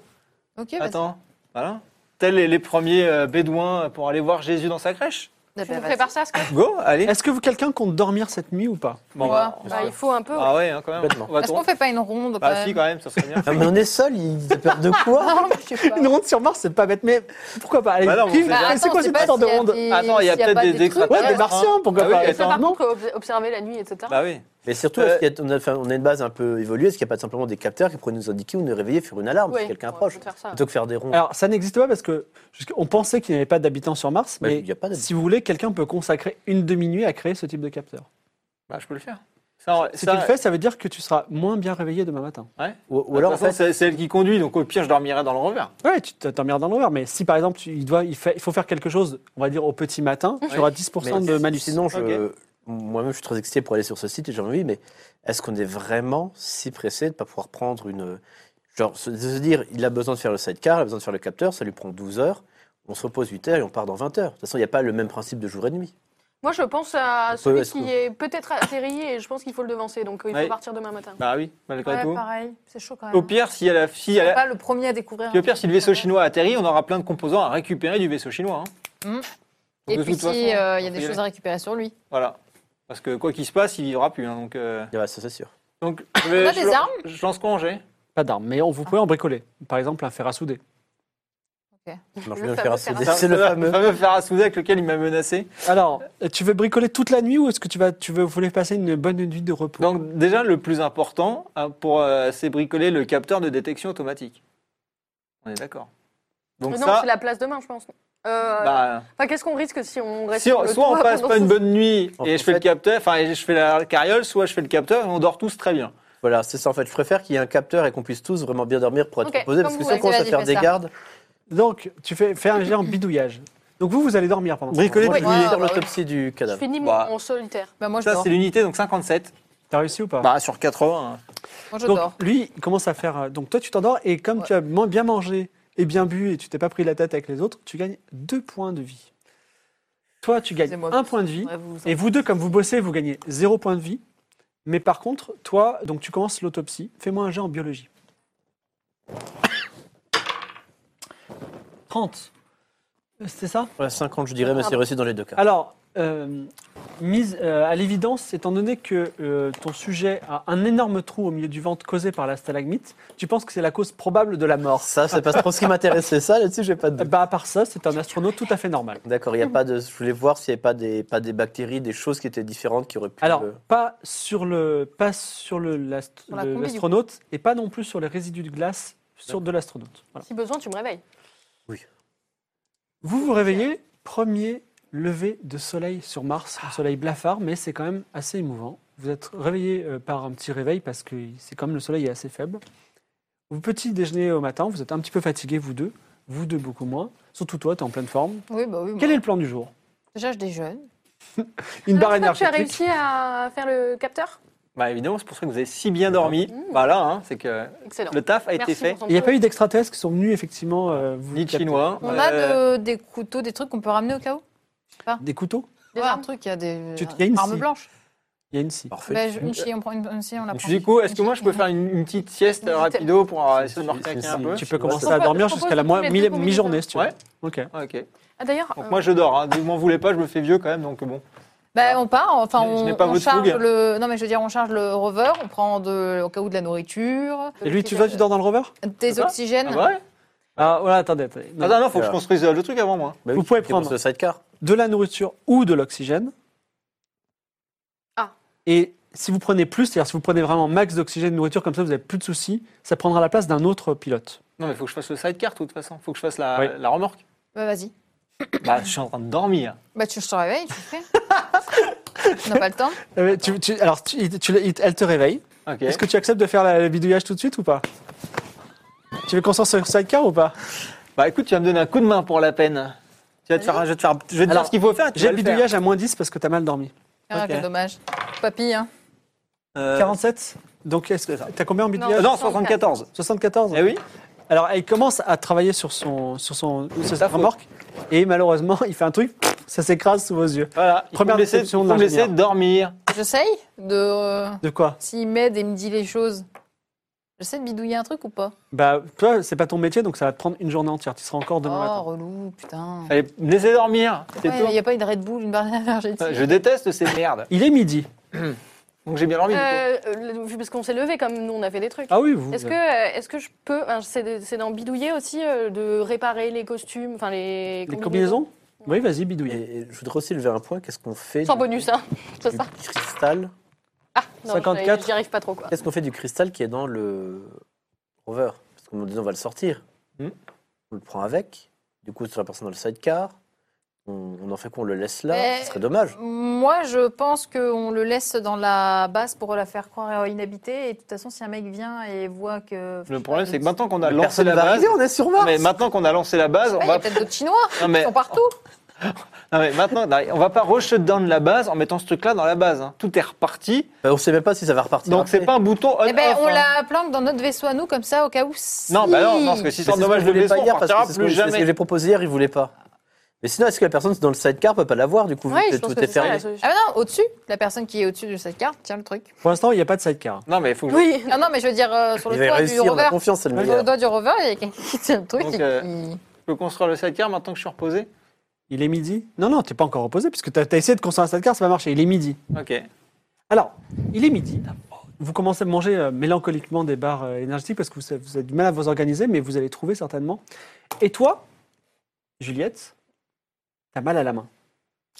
Ok, vas-y. Attends, voilà. Tels les, les premiers euh, bédouins pour aller voir Jésus dans sa crèche. Ah Je bah, vous vas-y. prépare ça, Scott. Go, allez. Est-ce que vous quelqu'un compte dormir cette nuit ou pas Bon, Ouais. bah, Bah, il faut un peu. Ah ouais, hein, quand même. Complètement. On va Est-ce tourner. qu'on fait pas une ronde quand Bah si, même quand même, ça serait bien. Ah, mais on est seul, il a peur de quoi Non, je sais pas. Une ronde sur Mars, c'est pas bête, mais pourquoi pas Allez, Bah non, mais on Kim, sait c'est quoi cette histoire de ronde Attends, il y a peut-être des extraterrestres. Ouais, Ouais, des martiens, pourquoi Ah oui, pas Est-ce que, par Non. contre, on peut observer la nuit, etc. Bah oui. Mais surtout, Euh, est-ce qu'il y a- on, a, enfin, on a une base un peu évoluée, est-ce qu'il n'y a pas simplement des capteurs qui pourraient nous indiquer ou nous réveiller sur une alarme Ouais, si quelqu'un on peut approche faire ça. Plutôt que faire des ronds. Alors, ça n'existe pas parce que jusqu'- on pensait qu'il n'y avait pas d'habitants sur Mars, Bah, mais il y a pas d'habitants. si vous voulez, quelqu'un peut consacrer une demi-nuit à créer ce type de capteur. Bah je peux le faire. Ça, on- Si ça- tu le fais, ça veut dire que tu seras moins bien réveillé demain matin. Ou, ou De alors, toute en façon, fait, c'est c'est elle qui conduit, donc au pire, je dormirai dans le rover. Ouais, tu t- t'emmerdes dans l'horaire, mais si par exemple tu- il, doit, il, fait- il faut faire quelque chose, on va dire au petit matin, tu Oui. auras 10% Mais de malus. Sinon, je- Ok. moi-même, je suis très excité pour aller sur ce site et j'ai envie, mais est-ce qu'on est vraiment si pressé de ne pas pouvoir prendre une. Genre, se- de se dire, il a besoin de faire le sidecar, il a besoin de faire le capteur, ça lui prend 12 heures. On se repose 8 heures et on part dans 20 heures. De toute façon, il n'y a pas le même principe de jour et de nuit. Moi, je pense On à peut- celui est-ce qu'on- qui est peut-être atterri et je pense qu'il faut le devancer. Donc, euh, il Ouais. faut partir demain matin. Bah oui, malgré Ouais, tout. pareil, c'est chaud quand même. Au pire, si, elle a, si, elle C'est a- pas le premier à découvrir. puis au pire, si le vaisseau chinois atterrit, on aura plein de composants à récupérer du vaisseau chinois. hein. Mm. Donc, Et de puis toute si euh, façon, il y faut a des y choses aller. à récupérer sur lui. Voilà. Parce que quoi qu'il se passe, il vivra plus. hein, donc, euh, Ouais, ça, c'est sûr. donc je On vais- a je des lan- armes Je lance quoi en jet Pas d'armes, mais Ah. on, vous pouvez en bricoler. Par exemple, un fer à souder. Ça marche Le bien, le fameux fer à fer à souder. Ça- C'est le ça- fameux. fer à souder avec lequel il m'a menacé. Alors, tu veux bricoler toute la nuit ou est-ce que tu, vas, tu veux, voulais passer une bonne nuit de repos Donc déjà, le plus important hein, pour euh, c'est bricoler le capteur de détection automatique. On est d'accord. Donc Mais non, ça, c'est la place demain, je pense. Euh, bah, enfin, qu'est-ce qu'on risque si on reste si on- sur le soit on toit passe pendant pas une six- bonne nuit En et je fais le fait- capteur, enfin et je fais la carriole, soit je fais le capteur et on dort tous très bien. Voilà, c'est ça en fait. Je préfère qu'il y ait un capteur et qu'on puisse tous vraiment bien dormir pour être Ok, reposés. Parce comme que vous si on voulez, commence à vas-y, faire fais des ça. gardes, Donc, tu fais, fais un gère en bidouillage. Donc, vous, vous allez dormir pendant Bricoler ce moi, temps. je Ouais, vais faire bah l'autopsie du Je cadavre. finis mon- Bah. en solitaire. Bah moi je Ça dors. c'est l'unité donc 57. T'as réussi ou pas Bah sur 80. hein. Moi je Donc, dors. lui, il commence à faire. euh, Donc, toi, tu t'endors et comme Ouais. tu as man- bien mangé et bien bu et tu t'es pas pris la tête avec les autres, tu gagnes deux points de vie. Toi, tu gagnes Excusez-moi. un point de vie. Ouais, vous vous en- Et vous deux, comme vous bossez, vous gagnez zéro point de vie. Mais par contre, toi, donc tu commences l'autopsie. Fais-moi un jet en biologie. 30. Euh, C'est ça Voilà, 50, je dirais, mais c'est réussi dans les deux cas. Alors, euh, mise euh, à l'évidence, étant donné que euh, ton sujet a un énorme trou au milieu du ventre causé par la stalagmite, tu penses que c'est la cause probable de la mort. Ça, c'est pas trop ce qui m'intéressait. Ça, là-dessus, j'ai pas de Euh, doute. Bah, à part ça, c'est un astronaute tout à fait normal. D'accord, il y a pas de. Je voulais voir s'il n'y avait pas des, pas des bactéries, des choses qui étaient différentes qui auraient pu. Alors, le- pas sur le, pas sur le l'ast- Sur la combi, le- l'astronaute et pas non plus sur les résidus de glace sur de l'astronaute. Voilà. Si besoin, tu me réveilles. Vous vous réveillez, premier lever de soleil sur Mars, Ah. un soleil blafard, mais c'est quand même assez émouvant. Vous êtes réveillé euh, par un petit réveil parce que c'est comme le soleil est assez faible. Vous petit déjeuner au matin, vous êtes un petit peu fatigué, vous deux, vous deux beaucoup moins. Surtout toi, tu es en pleine forme. Oui bah oui. moi. Quel est le plan du jour Déjà je déjeune. Une barre Alors, toi, Euh, tu as énergétique. réussi à faire le capteur Bah évidemment, c'est pour ça que vous avez si bien dormi. Voilà, hein, c'est que Excellent. le taf a été fait. Mmh. pour ton Il n'y a truc. pas eu d'extraterrestres qui sont venus effectivement euh, vous Ni de capter. chinois. On euh, a de- des couteaux, des trucs qu'on peut ramener au cas où. Des couteaux Des un truc, il y a des Tu te- il y a une armes scie. blanches. Il y a une scie. Parfait. Bah, je- une scie, on prend une, une scie, on la donc, prend. je dis, quoi, est-ce que moi je peux faire une, une petite sieste euh, rapido pour euh, essayer de me C'est- c'est requinquer ça. un peu Tu peux Chinois, commencer ça- à dormir Je propose jusqu'à la de moi- mettre mi- les deux mi-journée si tu veux. Ouais. Ok. Ok. Ah, D'ailleurs, Donc euh, moi je dors, hein. vous m'en voulez pas, je me fais vieux quand même, donc bon. Bah, on part, enfin Je n'ai on, pas on votre charge fougue. le. Non mais je veux dire, on charge le rover, on prend de, au cas où de la nourriture, Et lui, tu vois, tu dors dans le rover des pas oxygènes. Ah ouais Ah, voilà, attendez. attendez. Non. Attends, non, faut que je Alors. construise euh, le truc avant moi. Bah Vous oui, pouvez tu dépenses prendre. le sidecar. de la nourriture ou de l'oxygène. Ah. Et si vous prenez plus, c'est-à-dire si vous prenez vraiment max d'oxygène, de nourriture, comme ça vous n'avez plus de soucis, ça prendra la place d'un autre pilote. Non, mais faut que je fasse le sidecar de toute façon, faut que je fasse la, Oui. la remorque. Bah vas-y. Bah, je suis en train de dormir. Bah tu je te réveilles, tu le fais. on n'a pas le temps. Euh, tu- tu- alors, tu- il- tu- il- elle te réveille. Ok. Est-ce que tu acceptes de faire la- le bidouillage tout de suite ou pas Tu veux qu'on sorte sur le sidecar ou pas Bah, écoute, tu vas me donner un coup de main pour la peine. Tu vas te faire, je vais te, faire, je vais te Alors, dire ce qu'il faut faire. tu J'ai vas le faire. bidouillage à moins 10 parce que t'as mal dormi. Ah, quel dommage. Papy, hein. Euh, 47 Donc, est-ce que t'as combien en bidouillage euh, Non, 74. 74 Eh oui Alors, elle commence à travailler sur son, sur son, sur sa ta faute. remorque et malheureusement, il fait un truc, ça s'écrase sous vos yeux. Voilà. Il faut Première me laisser, il déception de faut me laisser l'ingénieur. dormir. J'essaye de. euh, De quoi S'il m'aide et me dit les choses. J'essaie de bidouiller un truc ou pas Bah, toi, c'est pas ton métier, donc ça va te prendre une journée entière. Tu seras encore demain Oh, matin. relou, putain. Fallait me laisser dormir. C'est Il n'y a pas une Red Bull, une barre énergétique. tout. Je déteste ces merdes. Il est midi. Donc j'ai bien dormi. du coup. euh, euh, le- parce qu'on s'est levé comme nous on a fait des trucs. Ah oui, vous. Est-ce que, euh, est-ce que je peux, enfin, c'est de- c'est d'en bidouiller aussi, euh, de réparer les costumes, enfin les, Les combinaisons Oui, vas-y, bidouiller. Et je voudrais aussi lever un point. Qu'est-ce qu'on fait Sans du- bonus, hein, c'est du ça. cristal Ah, non, 54. 54. J'y arrive pas trop, quoi. Qu'est-ce qu'on fait du cristal qui est dans le rover Parce qu'on nous dit on va le sortir. Hmm. On le prend avec. Du coup, sur la personne dans le sidecar. On, on en fait qu'on le laisse là. Mais- Ce serait dommage. Moi, je pense qu'on le laisse dans la base pour la faire croire inhabitée. Et de toute façon, si un mec vient et voit que. Le problème, c'est que maintenant qu'on a Mais lancé personne la va base. arriver, on est sur Non, Mars. mais maintenant qu'on a lancé la base, Ouais, on Il y a va. peut-être d'autres Chinois. Non, mais Ils sont partout. Non, mais maintenant, non, on va pas re-shutdown la base en mettant ce truc-là dans la base. hein. Tout est reparti. Bah, on sait même pas si ça va repartir. Donc, c'est après. pas un bouton on Eh ben, on hein. la planque dans notre vaisseau à nous, comme ça, au cas où. si- Non, bah non, non, parce que si Mais c'est ce ça endommage qu'on le voulait vaisseau, pas on hier, parce partira que c'est ce plus qu'on- c'est ce que jamais. j'ai proposé hier, il voulait pas. Mais sinon, est-ce que la personne dans le sidecar peut pas l'avoir du coup vu Ouais, que je pense tout que est c'est ça fermé la solution. Ah bah non, au-dessus, la personne qui est au-dessus de cette carte tient le truc. Pour l'instant, il n'y a pas de sidecar. Non, mais il faut que je- Oui, Ah non, mais je veux dire, euh, sur Il le va y toit du réussir, on a rover. confiance, c'est le Sur le meilleur. doigt du rover, il y a quelqu'un qui tient le truc. Donc, et qui- euh, je peux construire le sidecar maintenant que je suis reposé Il est midi Non, non, t'es pas encore reposé, puisque t'as as essayé de construire un sidecar, ça va marcher. Il est midi. Ok. Alors, il est midi. Vous commencez à manger euh, mélancoliquement des barres euh, énergétiques parce que vous, vous avez du mal à vous organiser, mais vous allez trouver certainement. Et toi, Juliette, t'as mal à la main.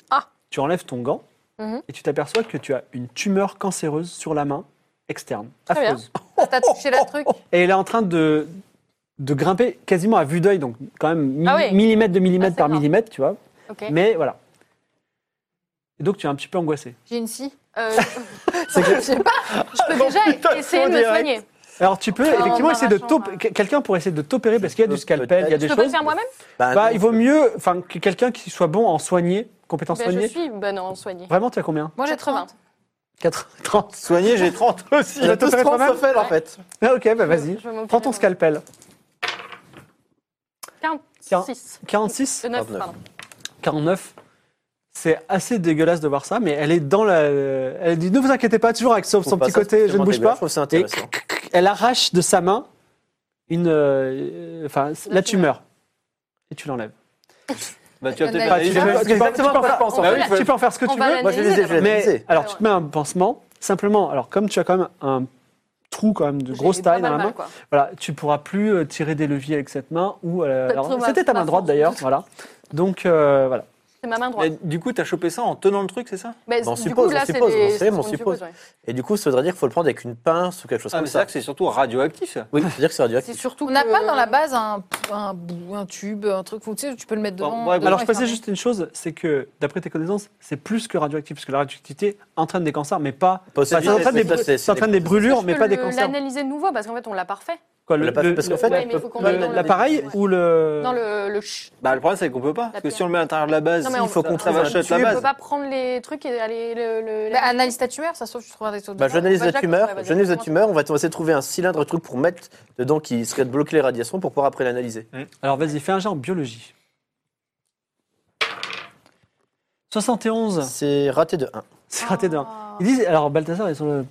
Ah. Tu enlèves ton gant Mhm. et tu t'aperçois que tu as une tumeur cancéreuse sur la main externe, bien. affreuse. Ah, T'as touché la truc Et elle est en train de, de grimper quasiment à vue d'œil, donc quand même mi- Ah oui. millimètre de millimètre Ah, c'est par grave. millimètre, tu vois. ok. Mais voilà. Et donc tu es un petit peu angoissée. J'ai une scie. Euh, je sais pas, je peux déjà essayer de me direct. soigner. Alors tu peux En effectivement essayer de m'arrachant, t'op- ouais. que- quelqu'un pour essayer de t'opérer parce qu'il y a Je du peux scalpel, il y a peut-être. des Je peux pas le choses. faire moi-même Bah, non, il vaut mieux, enfin que quelqu'un qui soit bon en soigner, compétent Ben, Je soigner. suis bonne en soigner. Vraiment, tu as combien Moi j'ai 80. 30. 4 30. Soigner, j'ai 30 aussi. Il va t'opérer toi-même Raphaël, en fait. Ah, OK, bah vas-y. Je vais m'opérer. Prends ton scalpel. 46. 46 Euh, neuf, 49. pardon. 49. C'est assez dégueulasse de voir ça, mais elle est dans la. euh, Elle dit ne vous inquiétez pas, toujours avec son, son petit côté, je ne bouge pas. Je trouve ça Et intéressant. elle arrache de sa main une, euh, enfin, la La tumeur. Et tu l'enlèves. Bah, tu as Enfin, peut-être tu Enfin, la tu, liste. peux, tu peux- exactement tu peux en quoi je faire- pense, en bah fait. oui, tu peux en faire ce que On tu va veux. l'analyser, Moi, je les ai, je les ai. Mais alors, tu Ah Ouais. te mets un pansement. Simplement, alors comme tu as quand même un trou quand même de J'ai grosse pas taille dans mal la mal, main, quoi. voilà, tu pourras plus euh, tirer des leviers avec cette main ou euh, Pas alors, trop ma- c'était ta main ma droite force. d'ailleurs, voilà. Donc euh, voilà. C'est ma main Mais droite. du coup, t'as chopé ça en tenant le truc, c'est ça Mais on du suppose, coup, là, on c'est suppose, des- on sait, c'est ce mais on qu'on suppose. ouais. Et du coup, ça voudrait dire qu'il faut le prendre avec une pince ou quelque chose Ah, comme mais c'est vrai ça. que c'est surtout radioactif. ça. Oui, c'est-à-dire que ça va dire C'est surtout. On n'a que- pas dans la base un, un bout, un tube, un truc où tu, sais, tu peux le mettre Bon, devant. ouais, bah devant Alors et je précise fermer. juste une chose, c'est que d'après tes connaissances, c'est plus que radioactif parce que la radioactivité entraîne des cancers, mais pas. Pas aussi enfin, ça vite, entraîne mais des, ça, ça c'est- c'est entraîne des- des brûlures, Je mais peux pas des le- cancers. l'analyser de nouveau parce qu'en fait, on l'a parfait. Quoi, On l'a pas fait parce qu'en fait, Ouais, mais il faut qu'on aille dans le- l'appareil ou le. Dans le, le ch- Bah, le problème, c'est qu'on peut pas. Parce que pierre. si on le met à l'intérieur de la base, Non, mais il on- faut qu'on ça trouve va un shut la tuer, On peut base. pas prendre les trucs et aller le. le- Bah, analyse ta tumeur, ça se trouve, tu trouveras des trucs Bah, dedans. j'analyse Bah, la Jacques, tumeur, ouais, vas-y, j'analyse la commence. tumeur, on va essayer de trouver un cylindre truc pour mettre dedans qui serait de bloquer les radiations pour pouvoir après l'analyser. Alors vas-y, fais un jet en biologie. 71, C'est raté de 1. c'est Ah. raté de un. Ils disent, alors Balthazar est sur le.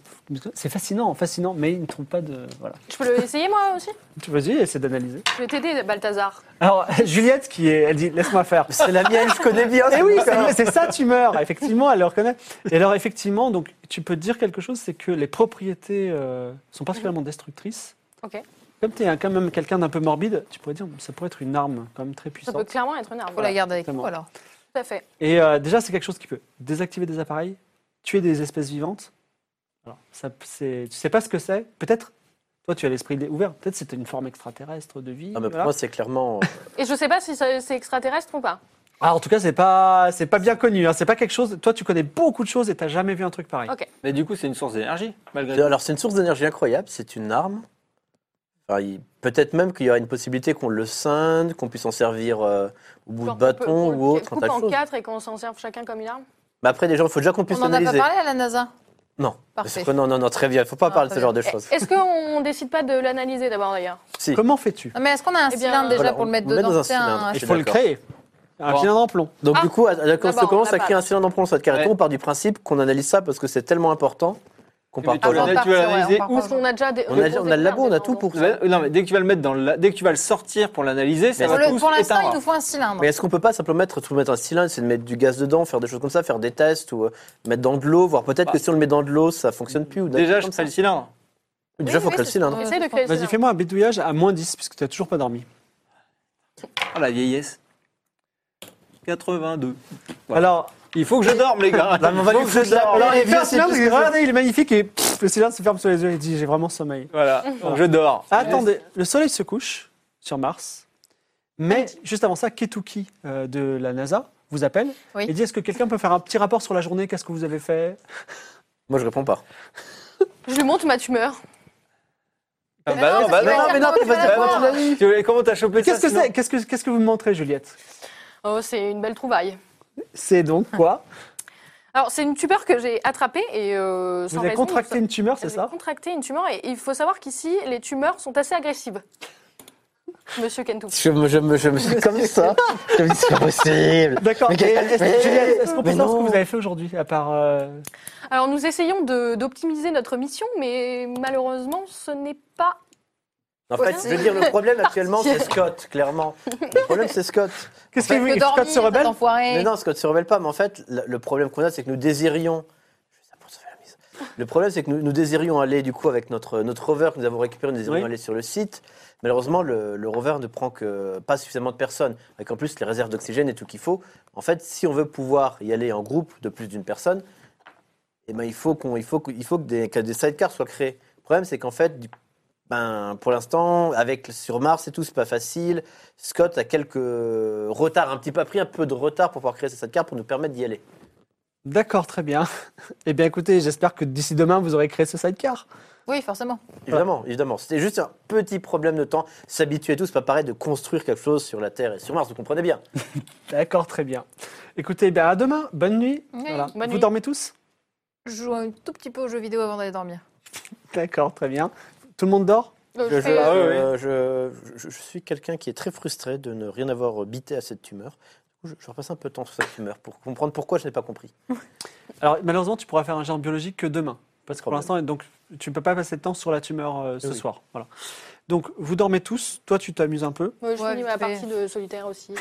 C'est fascinant, fascinant, mais ils ne trouvent pas de. Voilà. Je peux le essayer moi aussi Tu Vas-y, essaie d'analyser. Je vais t'aider, Balthazar. Alors Juliette qui est, elle dit, laisse-moi faire. C'est la mienne, je connais bien. Eh oui, c'est- c'est ça, tu meurs. Effectivement, elle le reconnaît. Et alors, effectivement, donc, tu peux te dire quelque chose, c'est que les propriétés euh, sont particulièrement destructrices. Ok. Comme tu es quand même quelqu'un d'un peu morbide, tu pourrais dire, ça pourrait être une arme quand même très Ça puissante. peut clairement être une arme. Faut la garder avec Exactement. nous alors. Tout à fait. Et euh, déjà, c'est quelque chose qui peut désactiver des appareils, tuer des espèces vivantes. Alors, ça, c'est- tu sais pas ce que c'est. Peut-être, toi, tu as l'esprit ouvert. Peut-être c'était une forme extraterrestre de vie. Ah, mais pour voilà. moi, c'est clairement. Et je sais pas si ça- c'est extraterrestre ou pas. Ah, en tout cas, c'est pas, c'est pas bien connu. hein. C'est pas quelque chose. Toi, tu connais beaucoup de choses et t'as jamais vu un truc pareil. Ok. Mais du coup, c'est une source d'énergie, malgré tout. Alors, c'est une source d'énergie incroyable, c'est une arme. Enfin, il- Peut-être même qu'il y aura une possibilité qu'on le scinde, qu'on puisse en servir euh, au bout Genre de qu'on peut- bâton qu'on ou le autre, un Coupe tas de en choses. quatre et qu'on s'en serve chacun comme une arme. Mais Bah, après, déjà, il faut déjà qu'on puisse On en a pas l'analyser. parlé à la NASA. Non, Parfait. Parce que non, non, non, très bien, il ne faut pas Non, parler de très ce genre de bien. choses. Est-ce qu'on décide pas de l'analyser d'abord d'ailleurs Si. Comment fais-tu Non, mais est-ce qu'on a un Eh bien, cylindre déjà Voilà, pour on le mettre le met dedans dans un Tu sais, cylindre. Il Ah, Je suis faut le d'accord. créer. Un Bon. cylindre en plomb. Eh, Donc Ah, du coup, à, à- quand d'abord, on commence la à créer un base. cylindre en plomb sur cette carré, Ouais. on part du principe qu'on analyse ça parce que c'est tellement important qu'on Mais part tu pas vas loin. de l'analyser- tu vas partir, ouais, l'analyser Ah, on part où Parce qu'on a déjà des. On a, des on a le labo, exemplaires on a déjà tout en pour banque. ça. Euh, Non, mais dès que tu vas le mettre dans le, dès que tu vas le sortir pour l'analyser, ça Pour, va le- tous pour l'instant, il éteindre. nous faut un cylindre. Mais est-ce qu'on peut pas simplement mettre, tout mettre un cylindre, c'est de mettre du gaz dedans, faire des choses comme ça, faire des tests ou euh, mettre dans de l'eau, voir peut-être Bah. que si on le met dans de l'eau, ça fonctionne plus. Ou d'un Déjà, truc je comme fais ça. le cylindre. Déjà, Oui, faut oui, créer le c'est- cylindre. ouais. Essaye de créer. Vas-y, fais-moi un bidouillage à moins 10, puisque tu n'as toujours pas dormi. Ah, la vieillesse. 82. Ouais. Alors, Il faut que je dorme, les gars. Là, mais on va Il faut lui que foutre je la dorme. Alors, alors il est il fait un bien, c'est cylindre, plus il- que ça. regardez, il est magnifique et pff, le cylindre se ferme sur les yeux et il dit J'ai vraiment sommeil. Voilà, donc je dors. Ah, Attendez, le soleil se couche sur Mars, mais juste avant ça, Ketuki euh, de la NASA vous appelle Oui. et dit Est-ce que quelqu'un peut faire un petit rapport sur la journée Qu'est-ce que vous avez fait Moi, je réponds pas. Je lui montre ma tumeur. Ah, Mais bah non, non, bah mais non, non, mais non, mais non, mais vas-y, mais non. bah non. Tu- Comment t'as chopé ça Qu'est-ce que sinon c'est Qu'est-ce que- qu'est-ce que vous montrez, Juliette Oh, c'est une belle trouvaille. C'est donc quoi Alors, c'est une tumeur que j'ai attrapée et euh, Vous sans avez raison, contracté il une tumeur, faut- c'est j'ai ça contracté une tumeur et il faut savoir qu'ici, les tumeurs sont assez agressives. Monsieur Kentou. Je me, je me, je me suis comme ça. Je me dis, c'est pas possible. D'accord. Mais Et quel- Est-ce mais- Juliette, est-ce qu'on peut mais savoir ce que non. vous avez fait aujourd'hui, à part... euh, Alors, nous essayons de- d'optimiser notre mission, mais malheureusement, ce n'est pas. En fait, je veux dire, le problème actuellement, c'est Scott, clairement. Le problème, c'est Scott. Qu'est-ce En qu'il fait, veut Que Scott se dormir, rebelle cet enfoiré. Mais non, Scott se rebelle pas, mais en fait, le le problème qu'on a, c'est que nous désirions. Je fais ça pour sauver la mise. Le problème, c'est que nous, nous désirions aller, du coup, avec notre, notre rover que nous avons récupéré, nous désirions Oui. aller sur le site. Malheureusement, le, le rover ne prend que pas suffisamment de personnes, avec en plus les réserves d'oxygène et tout qu'il faut. En fait, si on veut pouvoir y aller en groupe de plus d'une personne, eh ben, il faut, qu'on, il faut, que- il faut que, des, que des sidecars soient créés. Le problème, c'est qu'en fait, du- ben, pour l'instant, avec sur Mars et tout, c'est pas facile. Scott a quelques retards, un petit peu a pris un peu de retard pour pouvoir créer ces sidecars pour nous permettre d'y aller. D'accord, très bien. Eh bien, écoutez, j'espère que d'ici demain, vous aurez créé ce sidecar. Oui, forcément. Évidemment, évidemment. C'était juste un petit problème de temps. S'habituer et tout, c'est pas pareil de construire quelque chose sur la Terre et sur Mars, vous comprenez bien. D'accord, très bien. Écoutez, eh bien, à demain. Bonne nuit. Oui, vous bonne nuit. dormez tous Je joue un tout petit peu aux jeux vidéo avant d'aller dormir. D'accord, très bien. Tout le monde dort Euh, Je, je fais- Ah oui, oui. euh, je- je- je suis quelqu'un qui est très frustré de ne rien avoir bité à cette tumeur. Du coup, Je, je repasse un peu de temps sur cette tumeur pour comprendre pourquoi je n'ai pas compris. Alors, malheureusement, tu pourras faire un germe biologique que demain. Parce que pour Problème. l'instant, donc, tu ne peux pas passer de temps sur la tumeur euh, ce Oui. soir. Voilà. Donc, vous dormez tous. Toi, tu t'amuses un peu. Ouais, euh, je Ouais, finis vite ma fait. partie de solitaire aussi.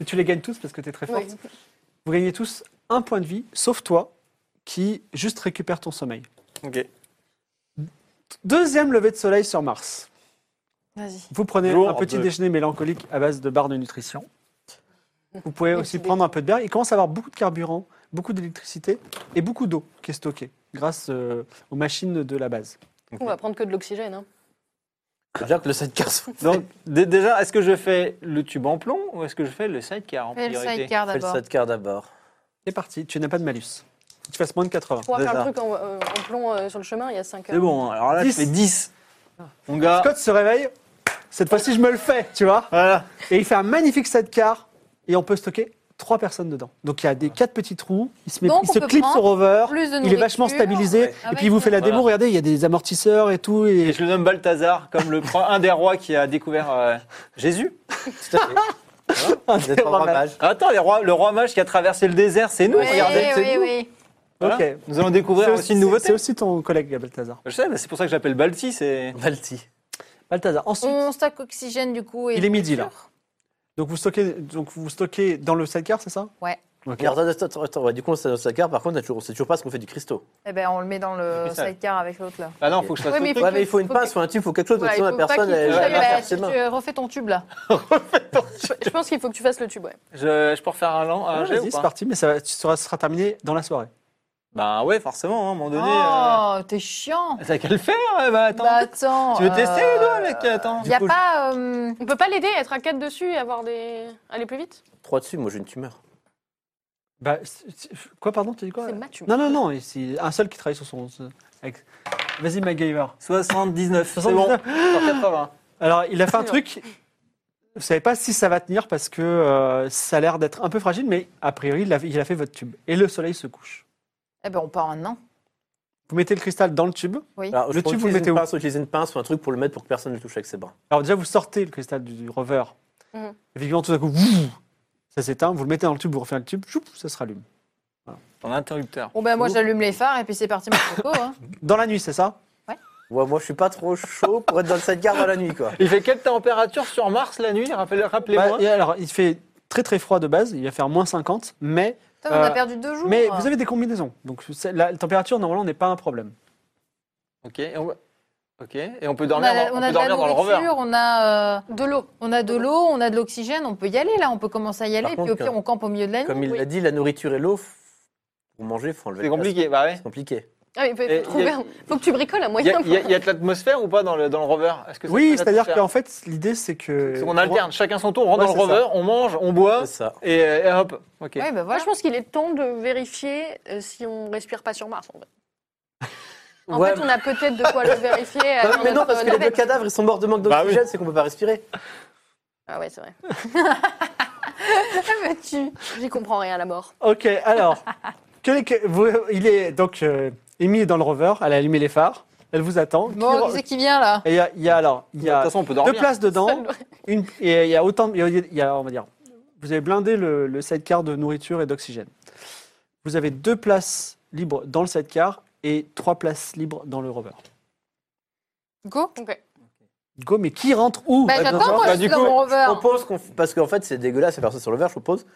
Et tu les gagnes tous parce que tu es très forte. Oui. Vous gagnez tous un point de vie, sauf toi, qui juste récupère ton sommeil. Ok. Deuxième lever de soleil sur Mars. Vas-y. Vous prenez Jour un petit de- déjeuner mélancolique à base de barres de nutrition. Vous pouvez Merci aussi beaucoup. prendre un peu de bière. Il commence à avoir beaucoup de carburant, beaucoup d'électricité et beaucoup d'eau qui est stockée grâce euh, aux machines de la base. On va prendre que de l'oxygène. hein. Déjà que le sidecar soit Donc, dé- déjà, est-ce que je fais le tube en plomb ou est-ce que je fais le sidecar en Fais le priorité sidecar fait le d'abord. sidecar d'abord. C'est parti, tu n'as pas de malus. Faut que Tu fasses moins de 80. On va faire Déjà. le truc en, euh, en plomb euh, sur le chemin, il y a 5 heures. C'est bon, hein. alors là, Dix. je fais 10. Mon Ah. gars, Scott se réveille. Cette fois-ci, je me le fais, tu vois. voilà. Et il fait un magnifique sidecar et on peut stocker trois personnes dedans. Donc il y a des quatre petits trous. Il se, met, Donc, il on se peut clipse au prendre rover. Plus de Il est vachement nourriture. Ah stabilisé. Ouais. Et Avec puis il vous fait la démo. Voilà. Regardez, il y a des amortisseurs et tout. Et Et je le nomme Balthazar, comme le, pro- un des rois qui a découvert euh, Jésus. Tout à fait. Voilà. Vous êtes trois rois mages. Attends, les rois, le roi mage qui a traversé le désert, c'est nous, Oui, regardez. c'est oui, nous. oui. Voilà. Ok. Nous allons découvrir C'est aussi, une nouveauté. C'est aussi ton collègue, Balthazar. Je sais, mais c'est pour ça que j'appelle Balti, c'est... Balti. Balthazar, ensuite, Mm. On stack oxygène du coup. Et Il est midi, là. nourriture. donc, vous stockez, donc vous stockez dans le sidecar, c'est ça Ouais. Ok. Mais attends, attends, attends, attends, ouais, du coup, on s'est dans sa carte. Par contre, on a toujours- on sait toujours pas ce qu'on fait du cristaux. Eh ben, on le met dans le C'est ça. sidecar avec l'autre là. Ah non, faut que je fasse Oui, tout mais le Faut ouais, que- mais il faut une faut pince ou un tube ou quelque chose, parce que sinon la personne, elle, touche. elle va Ouais, faire ses mains. bah, tu refais ton tube là. Je pense qu'il faut que tu fasses le tube, ouais. truc. Je, je peux refaire un lent, un Ah, jet ou Vas-y, c'est pas parti, mais ça va- tu seras- sera terminé dans la soirée. Bah ouais, forcément, hein, à un moment Oh, donné... t'es chiant. euh, T'as qu'à le faire, eh bah attends. Bah, attends. tu veux tester euh, les deux, mec Attends. Y a Du coup, pas. euh, On peut pas l'aider, être à 4 dessus et avoir des. aller plus vite Trois dessus, moi j'ai une tumeur. Bah, c'est- c'est- quoi, pardon, tu dis quoi C'est ma tumeur. Non, non, non, et c'est un seul qui travaille sur son. ce- avec- Vas-y, MacGyver. 79, c'est bon. 79. Sur hein, 80. Alors, il a fait un C'est truc. Vous savez pas si ça va tenir parce que euh, ça a l'air d'être un peu fragile, mais a priori, il a, il a fait votre tube. Et le soleil se couche. Eh ben, on part maintenant. Vous mettez le cristal dans le tube. Alors, Le je pourrais tube, vous le utiliser mettez où une pince, utiliser une pince ou un truc pour le mettre pour que personne ne le touche avec ses bras. Alors déjà, vous sortez le cristal du, du rover. Mhm. Effectivement, tout à coup, wouh, ça s'éteint. Vous le mettez dans le tube, vous refaites le tube, choup, ça se rallume. Ton interrupteur. Bon, ben, moi, j'allume les phares et puis c'est parti, mon coco. hein. Dans la nuit, c'est ça Ouais, moi je suis pas trop chaud pour être dans le sidecar dans la nuit, quoi. Il fait quelle température sur Mars la nuit Rappel- Rappelez-moi. Bah, et Alors, il fait très très froid de base, il va faire moins 50, mais, Putain, on Euh, a perdu deux jours. hein. mais vous avez des combinaisons. Donc c'est- la, la température, normalement, n'est pas un problème. Ok, et on... ok, et on peut on dormir, a, la- dans, on on a de peut la dormir dans le rover. nourriture, on a euh, de l'eau, on a de l'eau, on a de l'oxygène, on peut y aller là, on peut commencer à y aller. Et Par puis au contre, pire, on campe au milieu de la nuit. Comme il l'a dit, la nourriture et l'eau, f- pour manger, faut enlever C'est le casque. compliqué, bah ouais. C'est compliqué. Ah, mais faut, faut Et trouver y a- un- faut que tu bricoles un Il y, moyen. a- pour- il y a- il y a de l'atmosphère ou pas dans le, dans le rover Est-ce que ça Oui, fait de c'est-à-dire l'atmosphère qu'en fait, l'idée, c'est que... Parce qu'on alterne, chacun son tour, on rentre Ouais, dans le c'est rover, on mange, on boit, C'est ça. et, euh, et hop. Ok. Ouais, ben Moi, voilà. je pense qu'il est temps de vérifier euh, si on respire pas sur Mars. En fait, En Ouais, fait, on a peut-être de quoi le vérifier. euh, Bah oui, dans mais non, notre parce que les deux navette. cadavres, ils sont morts de manque Bah oui. d'oxygène, c'est qu'on peut pas respirer. Ah ouais, c'est vrai. me tue. J'y comprends rien à la mort. Ok, alors, quel est que- vous- il est donc euh, Amy est dans le rover, elle a allumé les phares, elle vous attend. Bon, qui Qui- c'est qui vient là et il y a, il y a alors, il y De toute a façon, on peut deux dormir. places dedans, une, et il y a autant, de- il y a, il y a, on va dire, vous avez blindé le, le sidecar de nourriture et d'oxygène. Vous avez deux places libres dans le sidecar et trois places libres dans le rover. Go Ok. Go, mais qui rentre où Bah, j'attends, moi, bah, je suis du dans coup, mon rover. Je propose qu'on. f- Parce qu'en fait, c'est dégueulasse à faire ça sur le verre, je propose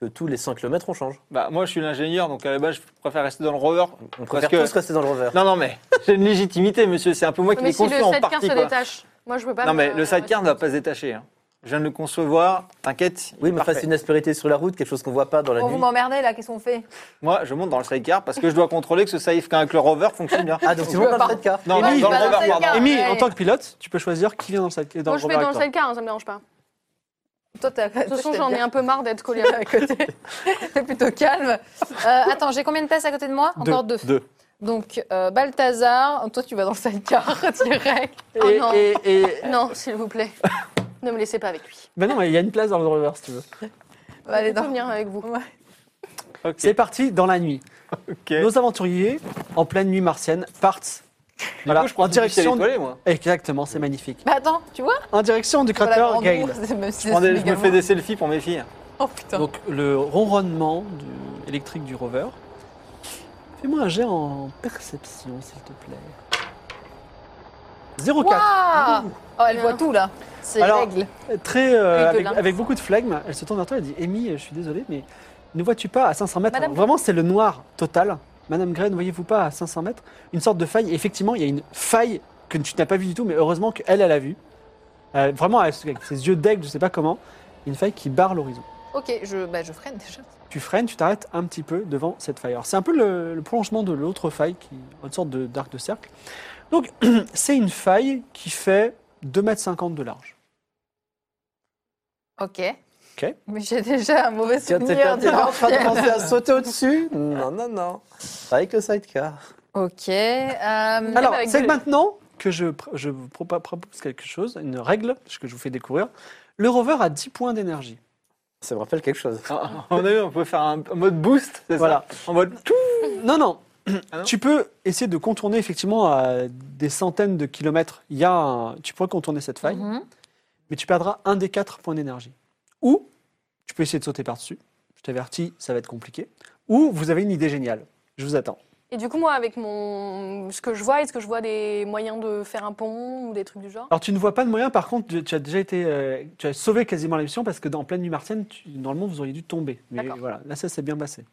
que tous les 5 km, on change. Bah, moi, je suis l'ingénieur, donc à la base, je préfère rester dans le rover. On préfère que- tous rester dans le rover. Non, non, mais j'ai une légitimité, monsieur. C'est un peu moi qui Mais l'ai si le construit en sidecar partie. se quoi. détache, moi je peux pas. euh, Non, me- mais le sidecar ne va pas se détacher. hein. Je viens de le concevoir. T'inquiète. il Oui, est mais enfin, parfait. c'est une aspérité sur la route, quelque chose qu'on voit pas dans la Bon, nuit. vous m'emmerdez là, qu'est-ce qu'on fait Moi, je monte dans le sidecar parce que je dois contrôler que ce sidecar avec le rover fonctionne bien. Ah, donc tu montes dans le 7K Moi, Non, non, je dans vais le dans le rover, sidecar. pardon. Amy, Ouais. en tant que pilote, tu peux choisir qui vient dans le, sidecar, dans Moi le je rover vais avec dans le toi. sidecar, hein, ça me dérange pas. Toi, t'as. De toute façon, j'en ai un peu marre d'être collé. à côté. T'es plutôt calme. Euh, attends, j'ai combien de places à côté de moi Encore deux. Deux. Donc, euh, Balthazar, toi tu vas dans le sidecar direct. Oh Et- non. et- et- Non, s'il vous plaît. Ne me laissez pas avec lui. Ben non, mais il y a une place dans le rover si tu veux. On va aller Je peux dans. venir avec vous. Ok. C'est parti dans la nuit. ok. Nos aventuriers, en pleine nuit martienne, partent. Du Voilà, coup, je prends en direction. Étoilé, moi. Exactement, c'est magnifique. Bah attends, tu vois En direction du dans la crater grande Gale. bourse, même si Je, prends des- je c'est me méga fais loin. des selfies pour mes filles. Oh putain. Donc le ronronnement du- électrique du rover. Fais-moi un jet en perception, s'il te plaît. 04. Waouh Oh, elle voit tout là. C'est Alors, règle. Très, euh, Oui, de avec, là. avec beaucoup de flegme, elle se tourne vers toi et dit Amy, je suis désolée, mais ne vois-tu pas à 500 mètres Madame- Vraiment, c'est le noir total. Madame Gray, ne voyez-vous pas à 500 mètres Une sorte de faille. Et effectivement, il y a une faille que tu n'as pas vue du tout, mais heureusement qu'elle, elle a vue. Euh, vraiment, elle- avec ses yeux d'aigle, je sais pas comment, une faille qui barre l'horizon. Ok, je, bah, je freine déjà. Tu freines, tu t'arrêtes un petit peu devant cette faille. Alors, c'est un peu le, le prolongement de l'autre faille, qui, une sorte de- d'arc de, cercle. Donc, c'est une faille qui fait 2,50 m de large. Ok. Ok. Mais j'ai déjà un mauvais Tiens, t'es souvenir perdu. de en train de l'ancienne. penser à sauter au-dessus Non, non, non. Avec le sidecar. Ok. euh, Alors, avec c'est deux. maintenant que je, pr- je vous propa- propose quelque chose, une règle ce que je vous fais découvrir. Le rover a 10 points d'énergie. Ça me rappelle quelque chose. Ah, On a vu, on peut faire un un mode boost, c'est Voilà. ça En mode tout. Non, non. Ah non tu peux essayer de contourner effectivement à des centaines de kilomètres. Il y a un- Tu pourrais contourner cette faille, mhm. mais tu perdras un des quatre points d'énergie. Ou tu peux essayer de sauter par-dessus. Je t'avertis, ça va être compliqué. Ou vous avez une idée géniale. Je vous attends. Et du coup, moi, avec mon. Ce que je vois, est-ce que je vois des moyens de faire un pont ou des trucs du genre Alors tu ne vois pas de moyen, par contre, tu, tu as déjà été, euh, tu as sauvé quasiment la mission parce que dans pleine nuit martienne, tu- normalement, vous auriez dû tomber. Mais D'accord. voilà, là, ça s'est bien passé.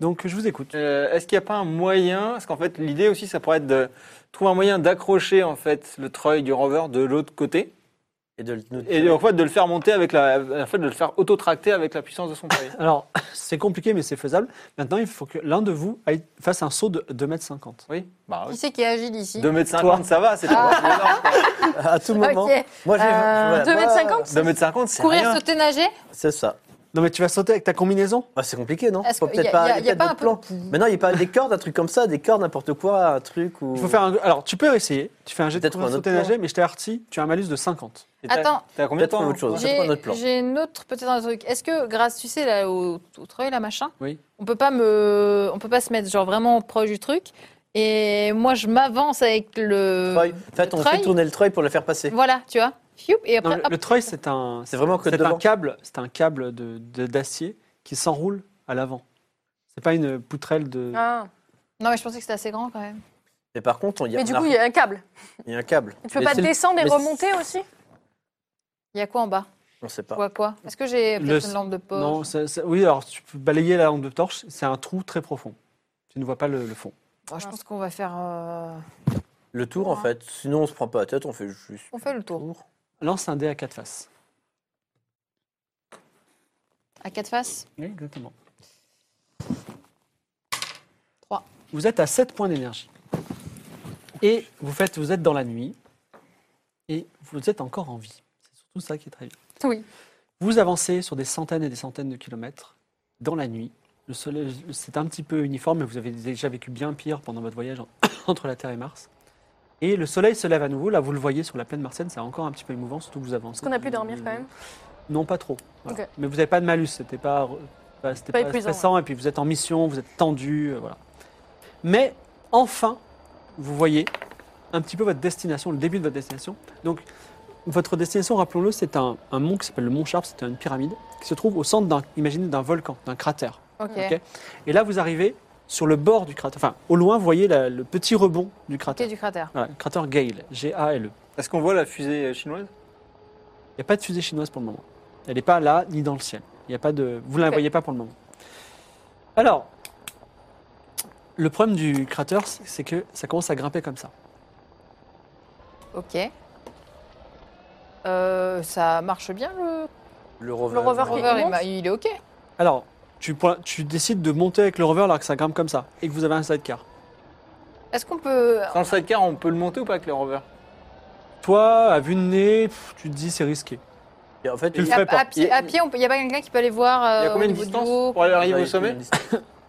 Donc je vous écoute. Euh, Est-ce qu'il n'y a pas un moyen Parce qu'en fait, l'idée aussi, ça pourrait être de trouver un moyen d'accrocher en fait le treuil du rover de l'autre côté Et de nous et en fait de le faire monter avec la, en fait de le faire autotracter avec la puissance de son treuil. Alors c'est compliqué, mais c'est faisable. Maintenant, il faut que l'un de vous aille- fasse un saut de 2m50. Oui. Bah, Qui c'est qui est agile ici 2 m 50 ça va, c'est pas à tout moment. Ok. Moi, j'ai. Euh, voilà, 2 mètres moi, 50 2 m 50 c'est Courir, rien. sauter, nager C'est ça. Non, mais tu vas sauter avec ta combinaison Bah, c'est compliqué, non Est-ce Faut qu'il y a- peut-être pas. il y a- il il y a peut-être pas d'autres un peu- plans. Mais non, il n'y a pas des cordes, un truc comme ça, des cordes, n'importe quoi, un truc ou. il faut faire un- Alors, tu peux essayer. Tu fais un jet de Oh. Peut-être courir, un autre sauter, plan. nager, mais je t'avertis, tu as un malus de 50. Et t'as- Attends. T'as combien de Peut-être temps autre chose. hein Ça, c'est pas notre plan. J'ai j'ai une autre peut-être un truc. Est-ce que grâce tu sais là au, au treuil là machin, Oui. on peut pas me on peut pas se mettre genre vraiment proche du truc et moi je m'avance avec le Treuil. En fait, le on treuil. fait tourner le treuil pour le faire passer. Voilà, tu vois. Fioup, et Non, après le, hop. le treuil, c'est un, C'est vraiment que c'est un devant. câble, c'est un câble de- de- d'acier qui s'enroule à l'avant. C'est pas une poutrelle de. Ah. Non mais je pensais que c'était assez grand quand même. Mais par contre, on- il y, a Mais du un- coup, il y a un câble. il y a un câble. Tu peux Mais pas c'est- descendre et mais- remonter aussi Il y a quoi en bas On sait Je pas. vois quoi Est-ce que j'ai Le- peut-être une lampe de poche Non, ça- ça- oui, alors tu peux balayer la lampe de torche, c'est un trou très profond. Tu ne vois pas le, le fond. Bon, Je pense qu'on va faire euh, Le tour, en fait. Sinon, on se prend pas la tête, on fait juste. on fait le tour Lance un dé à quatre faces. à quatre faces. Oui, exactement. Trois. Vous êtes à 7 points d'énergie. Et vous, faites, vous êtes dans la nuit. Et vous êtes encore en vie. C'est surtout ça qui est très bien. Oui. Vous avancez sur des centaines et des centaines de kilomètres dans la nuit. Le soleil, c'est un petit peu uniforme, mais vous avez déjà vécu bien pire pendant votre voyage en- entre la Terre et Mars. Et le soleil se lève à nouveau. Là, vous le voyez sur la plaine martienne, c'est encore un petit peu émouvant, surtout que vous avancez. Est-ce qu'on a pu dormir quand même Non, pas trop. Voilà. Ok. Mais vous n'avez pas de malus, c'était pas, euh, pas- c'était Pas pas, épuisant, stressant, et puis vous êtes en mission, vous êtes tendu, euh, voilà. Mais enfin, vous voyez un petit peu votre destination, le début de votre destination. Donc, votre destination, rappelons-le, c'est un, un mont qui s'appelle le Mont Sharp, c'est une pyramide qui se trouve au centre d'un, imaginez, d'un volcan, d'un cratère. Ok. Ok. Et là, vous arrivez sur le bord du cratère. Enfin, au loin, vous voyez la- le petit rebond du Ok, cratère. du cratère. Voilà, le cratère Gale, G-A-L-E. Est-ce qu'on voit la fusée euh, chinoise Il n'y a pas de fusée chinoise pour le moment. Elle n'est pas là, ni dans le ciel. Il y a pas de... Vous ne la Ok. voyez pas pour le moment. Alors, le problème du cratère, c'est c'est que ça commence à grimper comme ça. Ok. Euh, ça marche bien le, Le rover. Le rover, le Ok, rover, il il, monte m'a- il est ok. Alors, tu, pour- tu décides de monter avec le rover alors que ça grimpe comme ça et que vous avez un sidecar. Est-ce qu'on peut. Dans le sidecar, on peut le monter ou pas avec le rover Toi, à vue de nez, pff, tu te dis c'est risqué. Et en fait, Tu le à, ferais pas. à pied, à pied, on peut- il n'y a pas quelqu'un qui peut aller voir euh, Il y a au combien de niveau du distance haut pour aller arriver Ouais, au sommet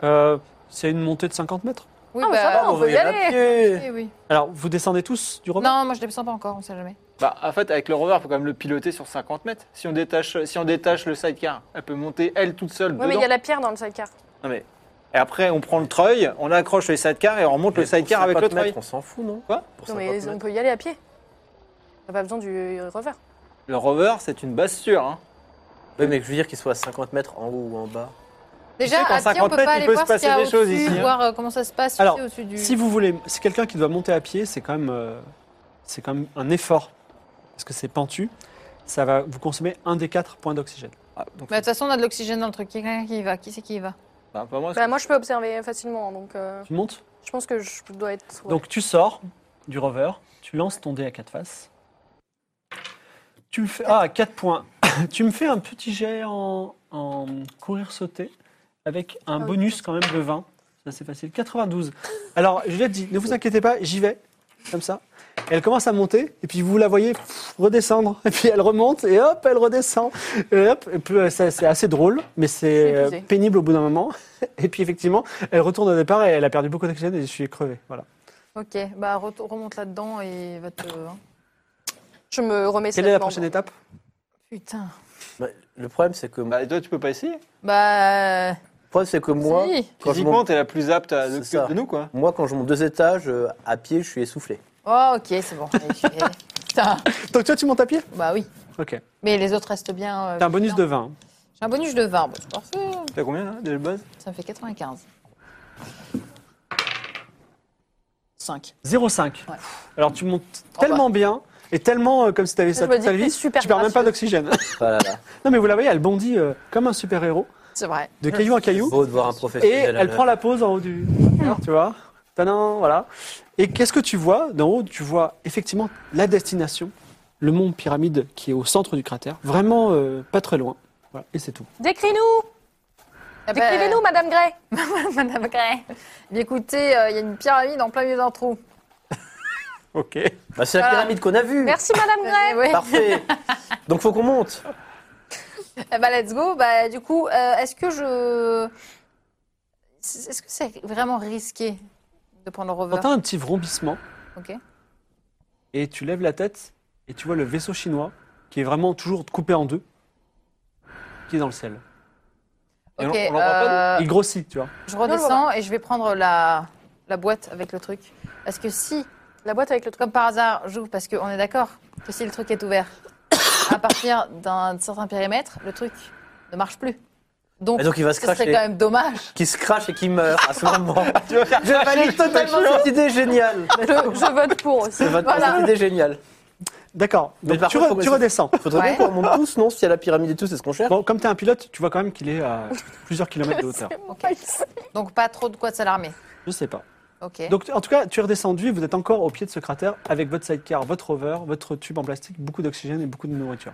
Euh, c'est une montée de 50 mètres. Oui, Ah, mais ça bah, va, on oui, peut y aller. oui, oui. Alors, vous descendez tous du rover Non, moi je ne descends pas encore, on ne sait jamais. Bah, en fait, avec le rover, il faut quand même le piloter sur 50 mètres. Si on détache, si on détache le sidecar, elle peut monter elle toute seule. Oui, mais il dedans. y a la pierre dans le sidecar. Non, mais- Et après, on prend le treuil, on accroche le sidecar et on remonte le Mais pour sidecar avec le 50 treuil. mètres, On s'en fout, non Quoi Pour Non, 50 mais on mètres. peut y aller à pied. On n'a pas besoin du rover. Le rover, c'est une base sûre. hein. Oui, mais je veux dire qu'il soit à 50 mètres en haut ou en bas. Déjà, sais qu'en à pied, on 50 peut mètres, pas il aller peut voir se ce qu'il y a passer des choses au-dessus, ici, hein. voir euh, comment ça se passe Alors, tu sais, au-dessus du. Si vous voulez, c'est quelqu'un qui doit monter à pied, c'est quand même, euh, c'est quand même un effort parce que c'est pentu. Ça va vous consommer un des quatre points d'oxygène. Ah, donc, Mais Bah, de toute façon, on a de l'oxygène dans le truc. Quelqu'un qui y va. Qui c'est qui y va bah, pas moi, parce Bah, que- moi, je peux observer facilement, donc euh, Tu montes. je pense que je dois être. ouais. Donc tu sors du rover, tu lances ton dé à quatre faces. Tu me fais ah quatre points. tu me fais un petit jet en, en courir sauter avec un Ah oui, bonus quand même de 20. Ça c'est facile. 92. Alors je l'ai dit, ne vous inquiétez pas, j'y vais comme ça. Elle commence à monter et puis vous la voyez pff, redescendre et puis elle remonte et hop elle redescend. Et hop, et puis, euh, ça, c'est assez drôle mais c'est Je suis épuisée. euh, pénible au bout d'un moment. Et puis effectivement elle retourne au départ et elle a perdu beaucoup d'oxygène et je suis crevé. Voilà. Ok, bah re- remonte là-dedans et va te. hein. Je me remets Quelle est la sainement. prochaine étape Putain. Bah, le problème, c'est que, le Bah, toi, tu peux pas essayer. Bah. problème, c'est que moi, si. quand je, Physiquement, monte, t'es la plus apte à de, C'est ça. de nous, quoi. moi, quand je monte deux étages, euh, à pied, je suis essoufflé. Oh, ok, c'est bon. Allez, je vais- Putain. Donc toi, tu montes à pied Bah oui. Euh, Ok. Mais les autres restent bien. euh, T'as un bonus vigilants. de 20. J'ai un bonus de 20. Bon, c'est parfait. T'as combien, là, de base Ça me fait 95. 5. 0,5. Ouais. Alors tu montes Oh, tellement bien et tellement euh, comme si t'avais Je ça me toute dis ta que vie, c'est super tu perds même pas gracieux. d'oxygène. Voilà. non mais vous la voyez, elle bondit euh, comme un super-héros, C'est vrai. de Ah, caillou en caillou, Beau de voir un et professionnel. à elle l'œuvre. prend la pause en haut du... tu vois Tadam, voilà. Et qu'est-ce que tu vois d'en haut Tu vois effectivement la destination, le mont pyramide qui est au centre du cratère, vraiment euh, pas très loin. Voilà, et c'est tout. Décris-nous Ah bah, Décrivez-nous, Madame Gray Madame Gray. Eh bien, Écoutez, euh, il y a une pyramide en plein milieu d'un trou. Ok. Bah, c'est la Voilà. pyramide qu'on a vue. Merci, Madame Gray Eh ouais. Parfait. Donc, faut qu'on monte. Eh bah, let's go. Bah, du coup, euh, est-ce que je. Est-ce que c'est vraiment risqué de prendre le rover T'entends un petit vrombissement. Ok. Et tu lèves la tête et tu vois le vaisseau chinois qui est vraiment toujours coupé en deux, qui est dans le ciel. Et on- Ok, on l'entend pas, euh, Il grossit, tu vois. je redescends et je vais prendre la, la boîte avec le truc. Parce que si, La boîte avec le truc. comme par hasard, j'ouvre, parce qu'on est d'accord que si le truc est ouvert à partir d'un certain périmètre, le truc ne marche plus. Donc, Et donc, il va se ce serait cracher. quand même dommage. Qui se crache et qui meurt à ce moment. Tu vas faire Je valide totalement cette idée géniale. Je, je vote pour aussi. Je valide cette idée géniale. D'accord. Mais Donc par tu, contre, re- faut que tu ça- redescends. Faudrait Ouais. bien qu'on remonte tous, non S'il y a la pyramide et tout, c'est ce qu'on cherche. Bon, comme tu es un pilote, tu vois quand même qu'il est à plusieurs kilomètres de hauteur. Oh Ok. Donc, pas trop de quoi de s'alarmer. Je sais pas. Ok. Donc en tout cas, tu es redescendu, vous êtes encore au pied de ce cratère avec votre sidecar, votre rover, votre tube en plastique, beaucoup d'oxygène et beaucoup de nourriture.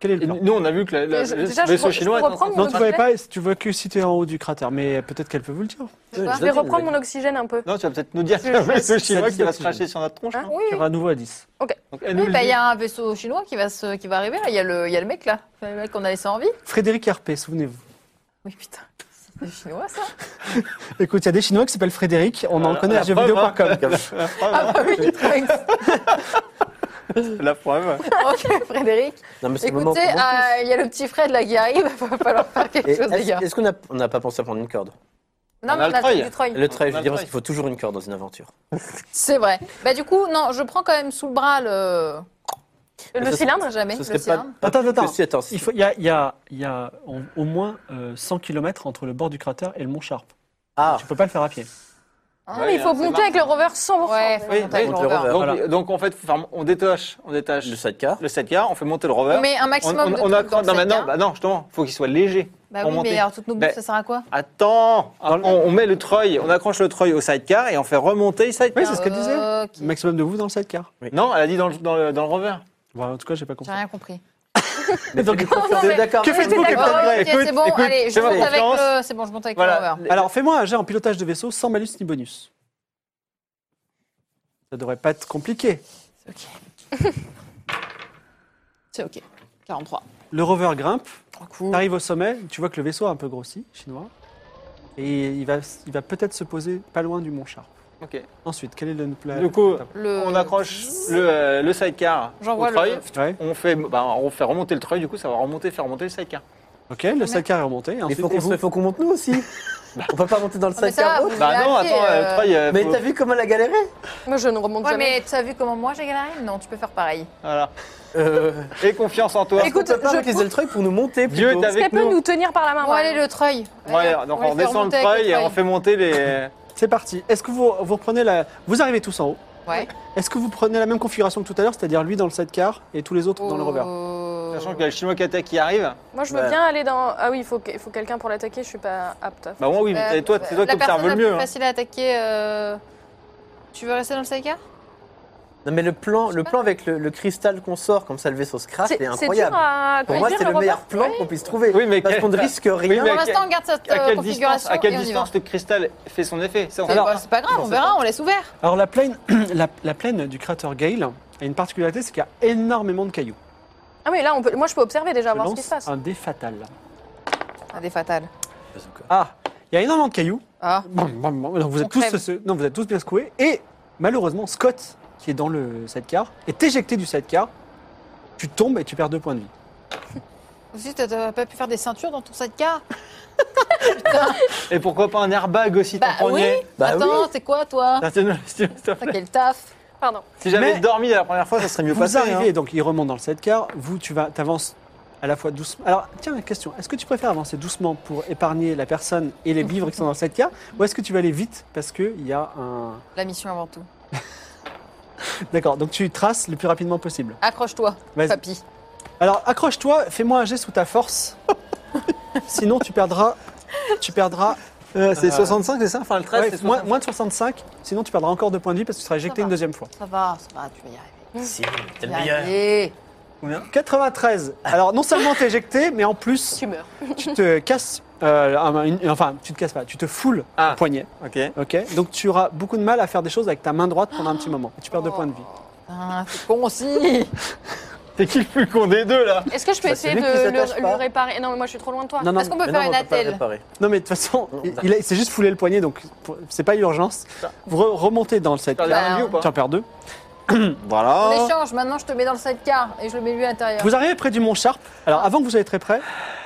Quel est le Et plan nous, on a vu que la, la- Mais je- le déjà, je vaisseau re- je chinois est en reprends train de- mon- Non, tu ne pas, tu vois que si tu es en haut du cratère, mais peut-être qu'elle peut vous le dire. Je sais Ouais, pas. Je vais Vas-y, reprendre vas-y. mon oxygène un peu. Non, tu vas peut-être nous dire Je- qu'il y a un je- vaisseau ça chinois dit qui va se d'oxygène. cracher sur notre tronche. Hein non oui, Tu oui. auras à nouveau à 10. Donc, elle nous Oui, le bah, il dit. y a un vaisseau chinois qui va, se, qui va arriver. là. Il y, a le- il y a le mec là. Le mec qu'on a laissé en vie. Frédéric Harpé, souvenez-vous. Oui, putain. C'est des chinois ça. Écoute, il y a des Chinois qui s'appellent Euh, hein. bah Frédéric, on en connaît à jeuxvideo.com. Comme- Ah bah oui, la preuve. Ok, Frédéric. Non, mais c'est le moment Écoutez, euh, qu'on monte tous. il y a le petit Fred là qui arrive, il va falloir faire quelque Et chose, les Est-ce gars. est-ce qu'on a- on n'a pas pensé à prendre une corde Non, on a mais le on a treuil. du treuil. Le trail, on je veux a le dire, parce treuil. qu'il faut toujours une corde dans une aventure. C'est vrai. Bah, du coup, non, je prends quand même sous le bras le. Le ça, cylindre Jamais, Ce le serait pas. cylindre. Attends, attends, que attends. si, attends. Il faut- il y a, il y a- il y a en- au moins euh, 100 km entre le bord du cratère et le mont Sharp. Ah, Tu peux pas le faire à pied. Ah, Non, mais il faut c'est monter avec le rover 100%. Ouais, faut Oui, monter avec le oui, on te le rover. reverra. Donc, Voilà. donc, en fait, faut faire- on détache, on détache le sidecar. le 7 on fait monter le rover. On met un on, maximum on- de on trucs accroche- dans non, le mais non, sac, hein. bah non, justement, faut qu'il soit léger. Bah pour oui, monter. mais alors toutes nos Bah- bouffes, ça sert à quoi Attends, on, on met le treuil, on accroche le treuil au sidecar et on fait remonter le sidecar. Oui, c'est ce qu'elle disait. Ok, Maximum de vous dans le sidecar. Non, elle a dit dans le, dans le, dans le rover. Bon, en tout cas, j'ai pas j'ai compris. rien compris. Donc, Vous êtes d'accord Que faites-vous, Ok, Captain Gray c'est bon, écoute, allez, je fais-moi monte avec confiance. le. C'est bon, je monte avec le Voilà. rover. alors, fais-moi un jet en pilotage de vaisseau sans malus ni bonus. Ça devrait pas être compliqué. C'est ok. 43. Le rover grimpe, Oh, cool. t'arrives au sommet, tu vois que le vaisseau a un peu grossi, chinois, et il va, il va peut-être se poser pas loin du mont Sharp. Ok. Ensuite, quel est le plan Du coup, Le- on accroche le, euh, le sidecar J'envoie au treuil. le- Ouais. On, fait, bah, on fait remonter le treuil, du coup, ça va remonter, faire remonter le sidecar. Ok, le sidecar est remonté. et Mais ensuite, faut et qu'on vous se- faut qu'on monte nous aussi. Bah. On peut pas monter dans le Ah, mais ça, sidecar. vous nous Bah l'avez non, appris, attends, euh, euh, le treuil. euh, Mais faut- t'as vu comment elle a galéré Moi, je ne remonte Ouais, jamais. mais t'as vu comment moi j'ai galéré Non, tu peux faire pareil. Voilà. Euh, Et confiance en toi. est-ce qu'on peut pas utiliser le treuil pour nous monter plutôt Dieu est Est-ce qu'elle avec peut nous. nous tenir par la main Bon, par Ah, allez, le treuil. Ouais, Allez, donc va on le faire descend le monter avec treuil et on fait monter les. C'est parti. Est-ce que vous, vous reprenez la. Vous arrivez tous en haut. Ouais. Est-ce que vous prenez la même configuration que tout à l'heure, c'est-à-dire lui dans le sidecar et tous les autres Oh. dans le rover Sachant qu'il y a le chinois Kata qui arrive. Moi, je veux Ouais. bien aller dans. Ah oui, il faut, que- il faut quelqu'un pour l'attaquer, je suis pas apte. à faire. Bah, moi, oui, Euh, mais toi, c'est toi qui la personne observe la le mieux. plus hein. facile à attaquer. euh, Tu veux rester dans le sidecar Non mais le plan, le plan avec le, le cristal qu'on sort, comme ça le vaisseau se crache, C'est Ah, c'est c'est dur incroyable. à Pour moi, conduire c'est le le meilleur rover. plan qu'on puisse trouver. Oui, mais parce quel- qu'on ne risque Oui, rien. mais Pour à quel- l'instant, on garde cette à euh, quelle distance, configuration à quelle et on y va. distance le cristal fait son effet Ça, on- C'est Alors- pas- c'est pas grave, on verra, on laisse ouvert. Alors la plaine, la, la plaine du cratère Gale a une particularité, c'est qu'il y a énormément de cailloux. Ah, mais là, on peut... moi, je peux observer déjà, Ah, Je voir ce qui se lance passe. un dé fatal. Un des fatales. Ah, il y a énormément de cailloux. Ah. Bam, bam, bam. Donc, vous, On êtes tous, crève. ce- non, vous êtes tous bien secoués. Et malheureusement, Scott, qui est dans le sidecar, est éjecté du sidecar. Tu tombes et tu perds deux points de vie. Aussi, t'as- t'as pas pu faire des ceintures dans ton sidecar Et pourquoi pas un airbag aussi, Bah t'en prenais Bah Attends, c'est quoi toi Putain, c'est nul, c'est nul, s'il te T'as plaît. quel taf Pardon. Si j'avais Mais- dormi la première fois, ça serait mieux Vous passé. hein. arrivez, donc il remonte dans le sidecar. Vous, tu vas, t'avances à la fois doucement. Alors, tiens, la question est-ce que tu préfères avancer doucement pour épargner la personne et les vivres qui sont dans le sidecar, ou est-ce que tu vas aller vite parce qu'il y a un. La mission avant tout. D'accord, donc tu traces le plus rapidement possible. Accroche-toi, Vas-y. papy. Alors, accroche-toi, fais-moi un jet sous ta force. Sinon, tu perdras. Tu perdras Euh, c'est Euh, 65, c'est ça Enfin, le 13, ouais, c'est moins, 65. moins de 65, sinon tu perdras encore deux points de vie parce que tu seras éjecté va. une deuxième fois. Ça va, ça va, tu vas y arriver. Si, t'es le Y meilleur. aller. 93. Alors, non seulement t'es éjecté, mais en plus, Tu meurs. tu te casses. euh, un- une- enfin, tu te casses pas, tu te foules Ah. le poignet. Ok. Ok Donc, tu auras beaucoup de mal à faire des choses avec ta main droite pendant un petit moment. Et tu perds deux points de vie. Putain, Ah, c'est con aussi C'est qui le plus con des deux, là Est-ce que je peux Bah, c'est essayer de lui qui le, s'attache le pas. réparer Non, mais moi, je suis trop loin de toi. Non, non, Est-ce qu'on Mais peut non, faire on une peut pas attelle réparer. non, mais de toute façon, Non, il, d'accord. il a- il s'est juste foulé le poignet, donc faut- c'est pas une urgence. Vous re- remontez dans le set. T'as Bah, l'air ou pas Tu en perds deux. On Oh. Voilà. échange, maintenant je te mets dans le sidecar et je le mets lui à l'intérieur. Vous arrivez près du mont Sharp. Alors, avant que vous soyez très près,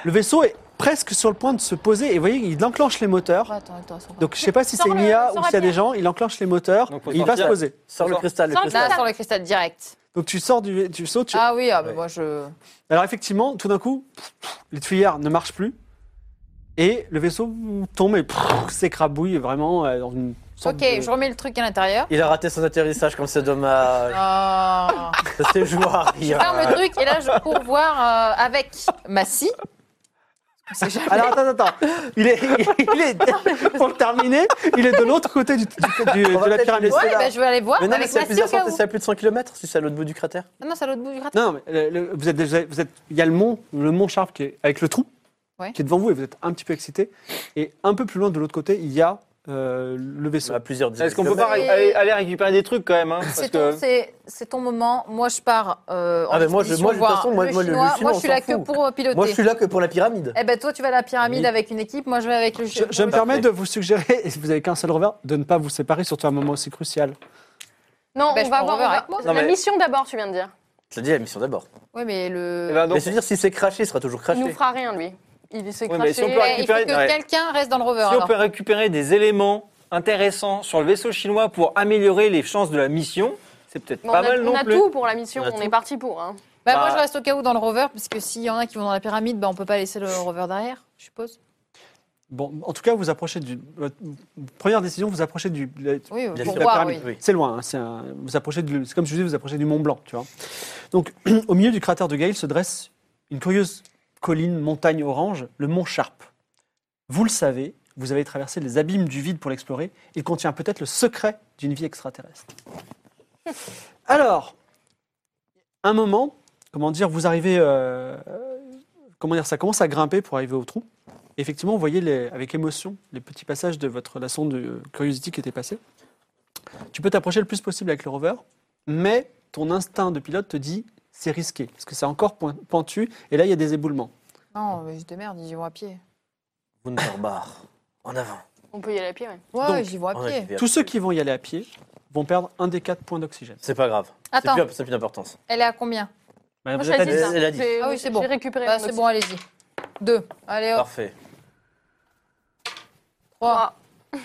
le vaisseau est presque sur le point de se poser et vous voyez, il enclenche les moteurs. Oh, Attends, attends, attends. Donc je sais pas si Sors c'est une le- IA sors ou la s'il y a des pierre. gens, il enclenche les moteurs, Donc, faut et il va se sortir. poser. Sors le Sors. cristal, le Sors le cristal. Là, sur le cristal direct. Donc tu sors du tu sautes. tu- Ah oui, ah, mais Ouais. moi je. Alors effectivement, tout d'un coup, les tuyards ne marchent plus et le vaisseau tombe et s'écrabouille vraiment euh, dans une sorte Ok, de- je remets le truc à l'intérieur. Il a raté son atterrissage, comme c'est dommage. Ah. Ça c'est joué à Je rien. ferme le truc et là je cours voir euh, avec ma scie. Alors attends attends, il est il est pour le terminer, il est de l'autre côté du, du- On va de la peut-être pyramide. le laisser Ouais, là. bah, je vais aller voir Mais non, mais avec c'est à ma scie au plusieurs cas centaines, où. c'est à plus de 100 km si c'est à l'autre bout du cratère. Ah non, c'est à l'autre bout du gratte. Non, non, mais le- le- vous êtes déjà- vous êtes il y a le mont le mont Sharp qui est avec le trou Ouais. qui est devant vous et vous êtes un petit peu excité et un peu plus loin de l'autre côté, il y a euh, le vaisseau. À Bah, plusieurs dizaines. Est-ce qu'on peut de kilomètres. pas ré- aller, aller récupérer des trucs quand même hein, Parce C'est que ton, c'est- c'est ton moment. Moi, je pars euh, en Ah, mais moi, je- expédition moi, de toute voir façon, moi, le moi, le- le chinois. chinois, Moi, on je suis là s'en que fout. pour euh, piloter. Moi je suis là que pour la pyramide. Eh ben, toi, tu vas à la pyramide Oui. avec une équipe. Moi, je vais avec le Je, chinois. je me Parfait. permets de vous suggérer, si vous avez qu'un seul revers, de ne pas vous séparer, surtout à un moment aussi crucial. Non, Bah, on je va prends voir. le rover on va- avec moi. La Non, mais- mission d'abord, tu viens de dire. Je te dis la mission d'abord. Oui, mais le. Eh ben, donc, Mais se dire, si c'est craché, il sera toujours Il craché. nous fera rien, lui. Il s'est Oui, mais craché. si on peut il Eh, il- faut récupérer- que ouais. quelqu'un reste dans le rover. si on alors. peut récupérer des éléments intéressants sur le vaisseau chinois pour améliorer les chances de la mission, c'est peut-être Mais on pas a- mal non on a plus. tout pour la mission, On a on tout. est parti pour. hein. Bah, Bah. Moi, je reste au cas où dans le rover, parce que s'il y en a qui vont dans la pyramide, bah, on peut pas laisser le rover derrière, je suppose. Bon, en tout cas, vous approchez du. votre première décision, vous approchez du. la- Oui, Bien pour sûr. voir, oui. pyramide. C'est loin, hein, c'est un- vous approchez de- c'est comme je vous dis, vous approchez du Mont Blanc, tu vois. Donc, au milieu du cratère de Gale se dresse une curieuse colline, montagne orange, le Mont Sharp. Vous le savez, vous avez traversé les abîmes du vide pour l'explorer. Il contient peut-être le secret d'une vie extraterrestre. Alors, un moment, comment dire, vous arrivez, euh, euh, comment dire, ça commence à grimper pour arriver au trou. Effectivement, vous voyez les- avec émotion les petits passages de votre la sonde de Curiosity qui était passée. Tu peux t'approcher le plus possible avec le rover, mais ton instinct de pilote te dit c'est risqué, parce que c'est encore point- pentu, et là il y a des éboulements. Non, mais je te merde, ils y vont à pied. Wunderbar. En avant. On peut y aller à pied, ouais. Ouais, Donc, ouais, j'y vais à En pied. arrière. Tous ceux qui vont y aller à pied vont perdre un des quatre points d'oxygène. C'est pas grave. C'est Attends, plus- C'est plus d'importance. elle est à combien Bah, Moi, vous je êtes à choisis dix. ça. elle a dit. J'ai- Ah oui, c'est j'ai bon. récupéré Bah, mon C'est oxygène. bon, allez-y. Deux. Allez, hop, Parfait. trois. Ah.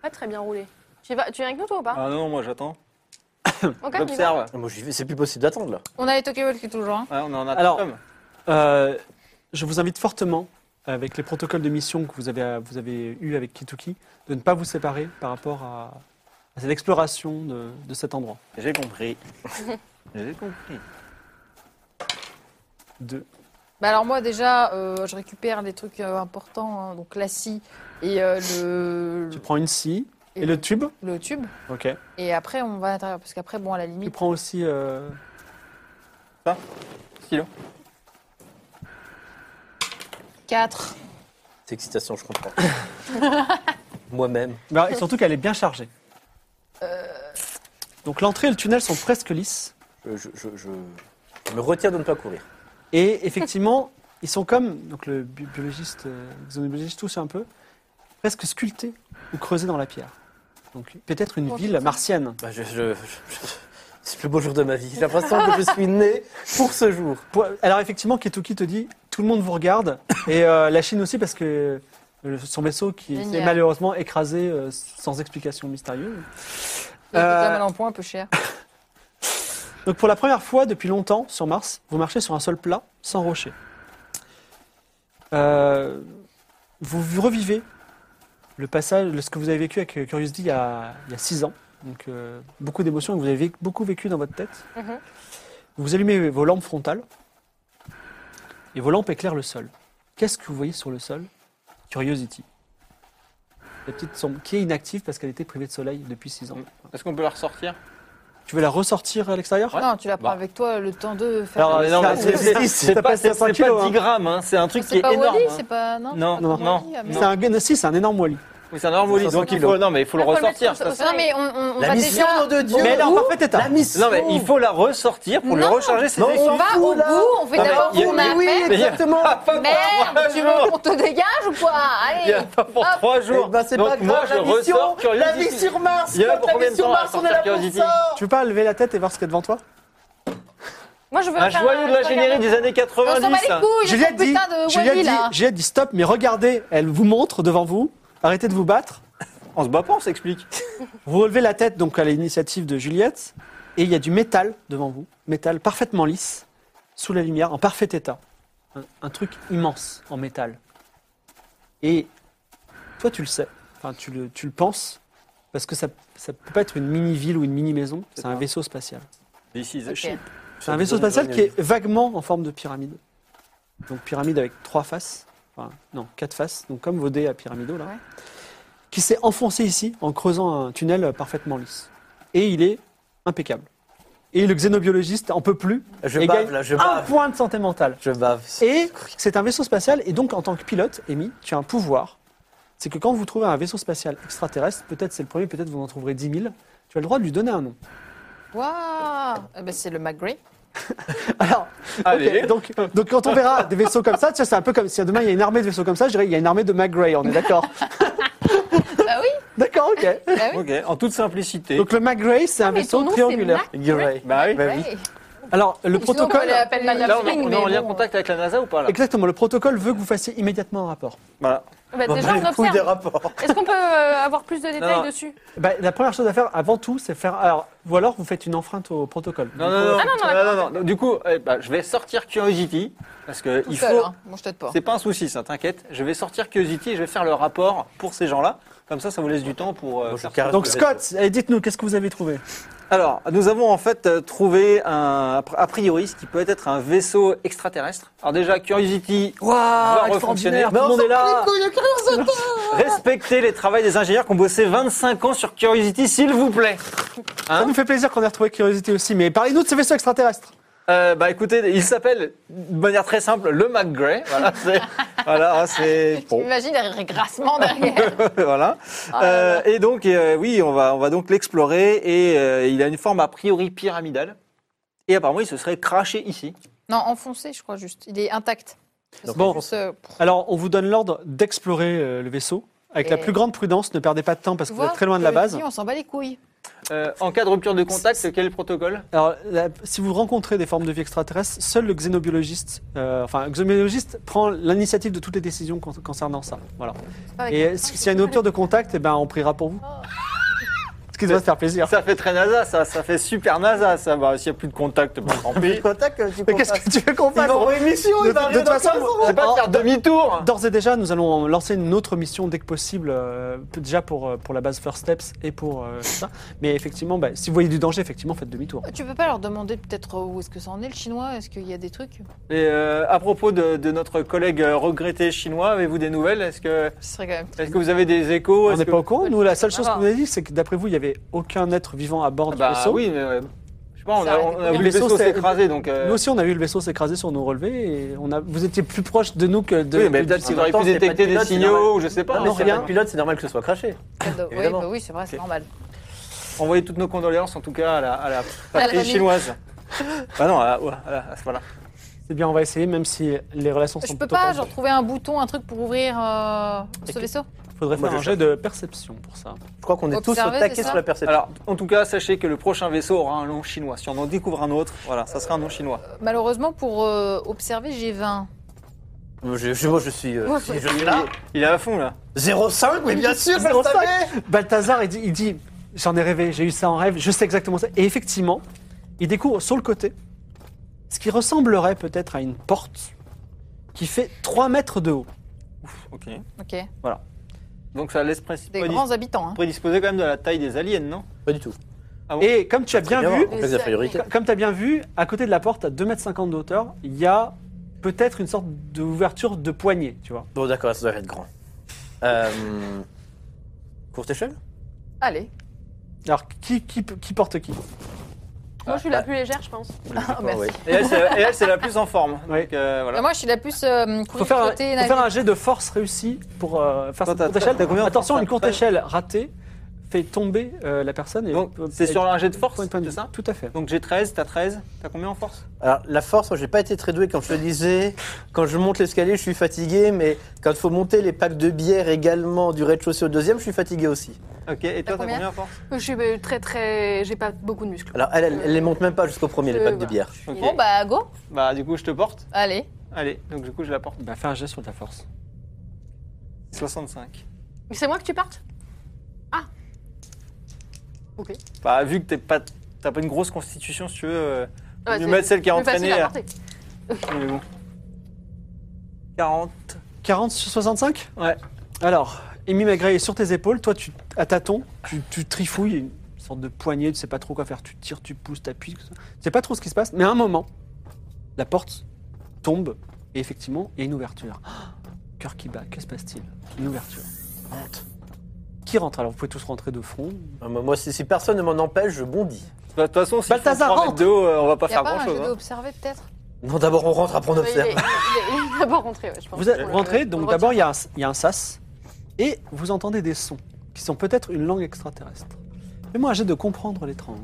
Pas très bien roulé. Tu, y vas- tu viens avec nous, toi, ou pas Ah non, moi j'attends. Ok, on y va. J'observe. Ah, Moi, j'y vais. C'est plus possible d'attendre là. On a les Tokyo Walkie toujours. hein. Ouais, on en a Alors, comme. Euh, je vous invite fortement, avec les protocoles de mission que vous avez, vous avez eu avec Kituki, de ne pas vous séparer par rapport à, à cette exploration de, de cet endroit. J'ai compris. J'ai compris. De, Bah alors moi déjà, euh, je récupère des trucs euh, importants, hein, donc la scie et euh, le, tu prends une scie et le tube. le tube. Ok. Et après, on va à l'intérieur, parce qu'après, bon, à la Tu limite, prends aussi. euh, Stylo. 4. C'est excitation, je comprends. Moi-même. bah, et surtout qu'elle est bien chargée. Donc l'entrée et le tunnel sont presque lisses. Je, je- je- je- je me retire de ne pas courir. Et effectivement, ils sont comme donc le bi- biologiste, euh, xénobiologiste, tous un peu, presque sculptés ou creusés dans la pierre. Donc peut-être une Oh, ville putain. martienne. Bah, je- je- je- je- c'est le plus beau jour de ma vie. J'ai l'impression que je suis né pour ce jour. Pour- alors effectivement, Ketuki te dit, tout le monde vous regarde, et euh, la Chine aussi parce que euh, son vaisseau qui Génial. s'est malheureusement écrasé euh, sans explication mystérieuse. Il était Euh, mal en point, un peu cher. Donc pour la première fois depuis longtemps sur Mars, vous marchez sur un sol plat, sans rocher. Euh, vous revivez le passage, le- ce que vous avez vécu avec euh, Curiosity il y a, il y a six ans. Donc euh, beaucoup d'émotions que vous avez vécu- beaucoup vécu dans votre tête. Mhm. Vous allumez vos lampes frontales et vos lampes éclairent le sol. Qu'est-ce que vous voyez sur le sol Curiosity. La petite sombre qui est inactive parce qu'elle était privée de soleil depuis six ans. Est-ce qu'on peut la ressortir Tu veux la ressortir à l'extérieur Non, tu la prends Bah. avec toi le temps de faire... Alors, Mais non, ça, mais c'est- c'est- c'est- ça C'est pas, passe à c'est- 100 c'est kilos, pas hein. 10 grammes, hein, c'est un truc qui C'est est pas énorme. Wally, hein. c'est pas... Non, Non, c'est pas non, euh, Wally, ah, C'est merde. un gun- si, c'est un énorme Wally. Oui, c'est un énorme Wally, donc il faut, non, mais il faut le Ah, faut le ressortir. mettre sur- ça, au ça- Non, sol. mais on, on, on La va mission Bah, déjà... de Dieu. Mais elle est en parfait état. La mission. non, mais il faut la ressortir pour le Non. recharger ses Non, effets. On va fout, au là. bout, on fait Non, mais d'abord il y ce a- qu'on a à Oui, faire. Mais il y a- exactement. Ah, pas pour trois Merde, tu veux jours. qu'on te dégage ou quoi Il y a Allez pas pour trois jours. Eh ben, c'est Donc pas moi, grave, je la mission, ressors La Curiosity. vie sur Mars. Il y en a comme pour la combien vie de sur temps à Mars, on est là sortir pour Curiosity ça. Tu veux pas lever la tête et voir ce qu'il y a devant toi Moi, je veux Un faire joyau de la générique des années On s'en bat 90. les couilles, il y a Juliette ce dit, putain de Juliette Wally, dit, là Juliette dit stop, mais regardez, elle vous montre devant vous. Arrêtez de vous battre. On se bat pas, on s'explique. Vous relevez la tête donc à l'initiative de Juliette et il y a du métal devant vous, métal parfaitement lisse, sous la lumière, en parfait état. Un, un truc immense en métal. Et toi tu le sais, enfin tu le, tu le penses, parce que ça ça peut pas être une mini-ville ou une mini-maison, c'est un vaisseau spatial. This is a Ok. ship. C'est un vaisseau spatial qui est vaguement en forme de pyramide. Donc pyramide avec trois faces, enfin non, quatre faces, donc comme vos dés à pyramido là, Ouais. qui s'est enfoncé ici en creusant un tunnel parfaitement lisse. Et il est impeccable. Et le xénobiologiste en peut plus, Je et bave gagne là, je un bave. point de santé mentale. Je bave. Et c'est un vaisseau spatial, et donc en tant que pilote, Amy, tu as un pouvoir. C'est que quand vous trouvez un vaisseau spatial extraterrestre, peut-être c'est le premier, peut-être vous en trouverez 10 000, tu as le droit de lui donner un nom. Waouh Eh ben, C'est le McGree. Alors, Allez. ok, donc, donc quand on verra des vaisseaux comme ça, tu sais, c'est un peu comme si demain il y a une armée de vaisseaux comme ça, je dirais il y a une armée de McGray, on est d'accord Bah oui D'accord, ok. Bah oui Ok, en toute simplicité. Donc le McGray, c'est un Ah, mais vaisseau son nom, c'est triangulaire. Mac. You're right. Bah oui. Bah oui. Ouais. Alors, le Sinon, on peut protocole. aller appeler Madame la Là, on, est- Spring, Spring, on est mais en lien bon, contact avec la NASA ou pas là Exactement, le protocole veut que vous fassiez immédiatement un rapport. Voilà. Bah, On déjà, a les on couilles des observe. rapports. Est-ce qu'on peut euh, avoir plus de détails non. dessus Bah, la première chose à faire avant tout, c'est faire. Alors, ou alors vous faites une enfreinte au protocole. Non, non, non. Ah, non, non, d'accord. non. Du coup, eh ben, je vais sortir Curiosity parce que Tout il seul, faut. hein. Moi, je t'aide pas. C'est pas un souci, ça, t'inquiète. Je vais sortir Curiosity et je vais faire le rapport pour ces gens-là. Comme ça, ça vous laisse du temps pour. euh, Moi, je faire caresse ce que Donc, vous Vous Scott, allez, dites-nous, qu'est-ce que vous avez trouvé Alors, nous avons en fait euh, trouvé un, a priori, ce qui peut être un vaisseau extraterrestre. Alors déjà, Curiosity va refonctionner. Ah, extraordinaire, tout le monde est là. Respectez les travaux des ingénieurs qui ont bossé 25 ans sur Curiosity, s'il vous plaît. Hein Ça nous fait plaisir qu'on ait retrouvé Curiosité aussi, mais parlez-nous de ces vaisseaux extraterrestres. Euh, bah écoutez, il s'appelle de manière très simple le McGray. Voilà, c'est voilà, c'est bon. Imagine un régrassement derrière. voilà. Euh, et donc, euh, oui, on va, on va donc l'explorer. Et euh, il a une forme a priori pyramidale. Et apparemment, il se serait craché ici. non, enfoncé, je crois juste. Il est intact. Parce que Bon. juste, euh, pff, Alors, on vous donne l'ordre d'explorer euh, le vaisseau avec la Et- plus grande prudence. Ne perdez pas de temps parce tu que vous vois, êtes très loin de la je le base. dis, on s'en bat les couilles. Euh, en cas de rupture de contact, quel est le protocole Alors, la- si vous rencontrez des formes de vie extraterrestres, seul le xénobiologiste, euh, enfin, le xénobiologiste prend l'initiative de toutes les décisions con- concernant ça. Voilà. pas avec Et euh, s'il y a une rupture de contact, eh ben, on priera pour vous. Oh. Ce qui devrait se faire plaisir. Ça fait très NASA, ça, ça fait super NASA, ça. Bah, s'il n'y a plus de contact, bah, tant pis. Contact, tu Mais qu'est-ce que tu veux qu'on fasse mission, De- de- de toute façon, On va pas faire demi-tour D'ores et déjà, nous allons lancer une autre mission dès que possible, euh, déjà pour, euh, pour la base First Steps et pour euh, ça. Mais effectivement, bah, si vous voyez du danger, effectivement, faites demi-tour. Tu peux pas leur demander peut-être euh, où est-ce que ça en est le chinois Est-ce qu'il y a des trucs Et euh, à propos de, de notre collègue euh, regretté chinois, avez-vous des nouvelles Est-ce que, Ce serait quand même. est que vous avez des échos On Est-ce n'est que- pas au courant. Nous, la seule chose Ah. qu'on nous a dit, c'est que d'après vous, il n'y avait aucun être vivant à bord Ah du Bah vaisseau. oui, mais euh, je sais pas, on Ça a, aurait on été a cool. vu le Le vaisseau vaisseau s'est- s'écraser, donc... euh, Nous aussi, on a vu le vaisseau s'écraser sur nos relevés. Et on a... Vous étiez plus proche de nous que de. oui, mais que- peut-être en qu'ils même auraient temps, pu c'est pas de détecter des pilote, c'est signaux, normal. je sais pas. Non, mais hein, c'est rien. pas un pilote, c'est normal que ce soit craché. Oui, Évidemment. bah oui, c'est vrai, c'est normal. Envoyez toutes nos condoléances, en tout cas, à la, à la patrie famille. chinoise. bah non, à, la- ouais, à la- à ce- voilà. C'est bien, on va essayer, même si les relations sont Je peux plutôt pas, tendues. genre, trouver un bouton, un truc pour ouvrir euh, Ok. ce vaisseau Faudrait Moi, faire un je jet de perception pour ça. Je crois qu'on est tous au Observer, c'est taquet ça sur la perception. Alors, en tout cas, sachez que le prochain vaisseau aura un nom chinois. Si on en découvre un autre, voilà, ça sera un nom chinois. Malheureusement, pour euh, observer, j'ai 20. Moi, je, je- moi, je suis, euh, Moi, je, je- je suis là. Il est à fond, là. 0,5, mais bien sûr, je le 0,5. savais. Balthazar, il dit, il dit, j'en ai rêvé, j'ai eu ça en rêve, je sais exactement ça. Et effectivement, il découvre sur le côté ce qui ressemblerait peut-être à une porte qui fait 3 mètres de haut. Ok. Ok. Donc ça laisse prédis- Des prédis- grands habitants. Hein. prédisposer quand même de la taille des aliens, non Pas du tout. Oh. Et comme tu as bien hein. vu, En fait, la priorité. comme tu as bien vu, à côté de la porte, à 2,50 m de hauteur, il y a peut-être une sorte d'ouverture de poignée, tu vois. Bon, d'accord, ça doit être grand. Euh, courte échelle Allez. Alors, qui, qui, qui porte qui Moi, je suis la plus légère, je pense. D'accord, Ah, merci. ouais. Et elle, c'est la- et elle, c'est la plus en forme. Oui. Donc euh, Bah, voilà. moi, je suis la plus euh, Il faut courir, faire, un- sauter, faut nager. faire un jet de force réussi pour euh, faire Toi, cette t'as- courte échelle. t'as combien en Attention, force, une courte t'as- échelle ratée fait tomber euh, la personne. Et Donc c'est sur un jet de force, Point de point de c'est vue. ça Tout à fait. Donc j'ai 13, t'as 13, t'as combien en force Alors, la force, moi, j'ai pas été très doué quand je le disais. Quand je monte l'escalier, je suis fatigué, mais quand il faut monter les packs de bière également du rez-de-chaussée au deuxième, je suis fatigué aussi. Ok, et toi t'as combien en force Je suis euh, très, très. J'ai pas beaucoup de muscles. Alors, elle, elle, elle les monte même pas jusqu'au premier, les Euh, packs de voilà. bière. Ok. Bon, bah, go. Bah du coup je te porte. Allez. Allez, donc du coup je la porte. Bah, fais un jet sur ta force. 65. Mais C'est moi que tu partes Bah vu que t'es pas, t'as pas une grosse constitution si tu veux, euh, Ah bah, mieux c'est mettre celle qui a plus facile entraîné. à euh, porter. mais bon. 40. 40 sur 65 Ouais. Alors, Amy Magray est sur tes épaules, toi tu à tâtons, tu, tu trifouilles une sorte de poignée, tu sais pas trop quoi faire, tu tires, tu pousses, t'appuies, tout ça. tu sais pas trop ce qui se passe, mais à un moment, la porte tombe et effectivement, il y a une ouverture. Ah, Cœur qui bat, que se passe-t-il Une ouverture. Rentre. Qui rentre Alors vous pouvez tous rentrer de front. Euh, Moi, si, si personne ne m'en empêche, je bondis. Bah, De toute façon, si Balthazar, on rentre de haut, euh, on va pas Il a faire pas grand un jeu hein. chose. d'observer, peut-être Non, d'abord on rentre, après on Ouais, il est- observe. il est- il est d'abord rentré, ouais, je pense. Vous êtes Pour le- rentrez, pour le donc retirer. d'abord il y, a un- il y a un sas, et vous entendez des sons, qui sont peut-être une langue extraterrestre. Mais moi j'ai de comprendre l'étrange.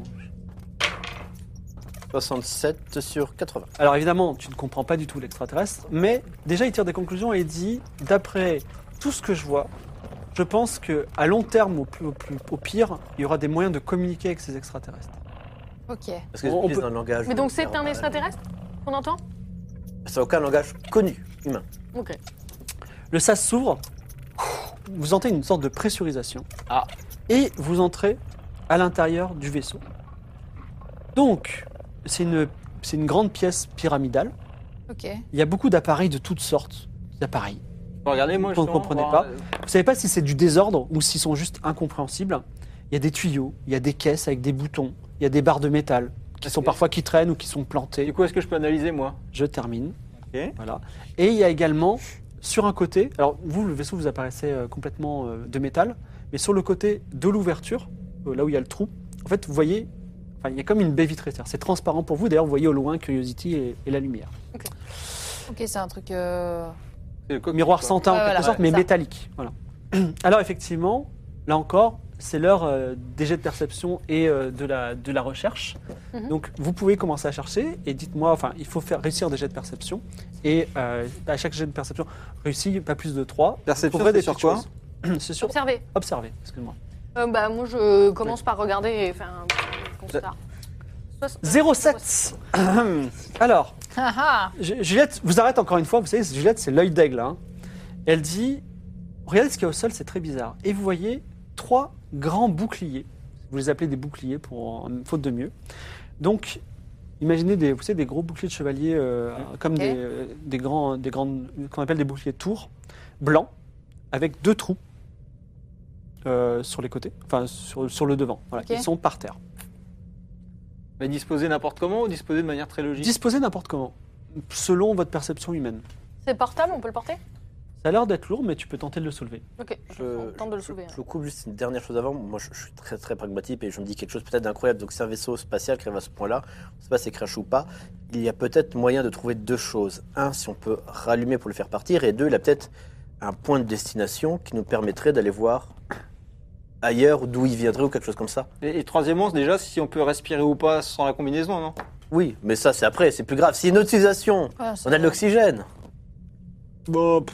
67 sur 80. Alors évidemment, tu ne comprends pas du tout l'extraterrestre, mais déjà il tire des conclusions et il dit, d'après tout ce que je vois, je pense que à long terme, au, plus, au, plus- au pire, il y aura des moyens de communiquer avec ces extraterrestres. Ok. Parce que On- on j'utilise peut- un langage. Mais donc c'est normal. un extraterrestre qu'on entend C'est aucun langage connu, humain. Ok. Le sas s'ouvre. Vous sentez une sorte de pressurisation. Ah. Et vous entrez à l'intérieur du vaisseau. Donc, c'est une, c'est une grande pièce pyramidale. Ok. Il y a beaucoup d'appareils de toutes sortes d'appareils. Regardez, moi, Vous je ne comprenez pas. euh, Vous savez pas si c'est du désordre ou s'ils sont juste incompréhensibles. Il y a des tuyaux, il y a des caisses avec des boutons, il y a des barres de métal qui sont parfois qui traînent ou qui sont plantées. Du coup, est-ce que je peux analyser, moi Je termine. Ok. Voilà. Et il y a également sur un côté, alors vous le vaisseau vous apparaissez euh, complètement euh, de métal, mais sur le côté de l'ouverture, euh, là où il y a le trou, en fait vous voyez, enfin, il y a comme une baie vitrée, c'est-à-dire, c'est transparent pour vous. D'ailleurs vous voyez au loin Curiosity et, et la lumière. Ok, c'est un truc. euh, C'est le cockpit, Miroir quoi. sentin en Ouais, quelque voilà, sorte, ouais, mais ça. métallique. Voilà. Alors effectivement, là encore, c'est l'heure euh, des jets de perception et euh, de, la, de la recherche. Mhm. Donc vous pouvez commencer à chercher et dites-moi, enfin il faut faire réussir des jets de perception et euh, à chaque jet de perception réussi, pas plus de 3. Perception, Vous trouverez c'est des sur petites quoi choses. C'est sur Observez. observer, excuse-moi. Euh, bah, moi, je commence par regarder et faire un petit constat. Soix- 07 Alors, Ah ah Ju- Juliette vous arrête encore une fois, vous savez, Juliette c'est l'œil d'aigle. hein. Elle dit, regardez ce qu'il y a au sol, c'est très bizarre. Et vous voyez trois grands boucliers. Vous les appelez des boucliers pour en- faute de mieux. Donc, imaginez des, vous savez, des gros boucliers de chevaliers euh, comme Ok. des, euh, des grands, des grandes, qu'on appelle des boucliers de tour, blancs, avec deux trous euh, sur les côtés, enfin sur, sur le devant. Voilà, Ok. Ils sont par terre. Mais disposer n'importe comment ou disposer de manière très logique Disposés n'importe comment, selon votre perception humaine. C'est portable, on peut le porter Ça a l'air d'être lourd, mais tu peux tenter de le soulever. Ok, Je, on tente de le je- soulever. hein. je le coupe juste une dernière chose avant. Moi, je, je suis très très pragmatique et je me dis quelque chose peut-être d'incroyable. Donc, c'est un vaisseau spatial qui arrive à ce point-là. On ne sait pas si c'est crash ou pas. Il y a peut-être moyen de trouver deux choses. Un, si on peut rallumer pour le faire partir. Et deux, il a peut-être un point de destination qui nous permettrait d'aller voir ailleurs d'où il viendrait ou quelque chose comme ça. Et, et troisièmement, c'est déjà, si on peut respirer ou pas sans la combinaison, non Oui, mais ça, c'est après. C'est plus grave. C'est une autre utilisation. Ah, c'est On a de vrai. l'oxygène. Bon,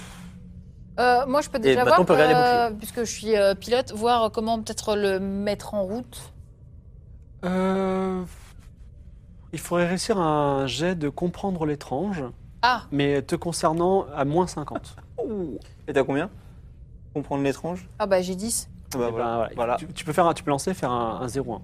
Euh, moi, je peux déjà maintenant, voir, on peut regarder les euh, puisque je suis euh, pilote, voir comment peut-être le mettre en route. Euh, il faudrait réussir un jet de comprendre l'étrange, Ah, mais te concernant à moins 50. Et t'as combien Comprendre l'étrange ah bah j'ai 10. Ah bah Eh ben, voilà. Voilà. Tu, tu peux faire, un- tu peux lancer, faire un, un 0-1.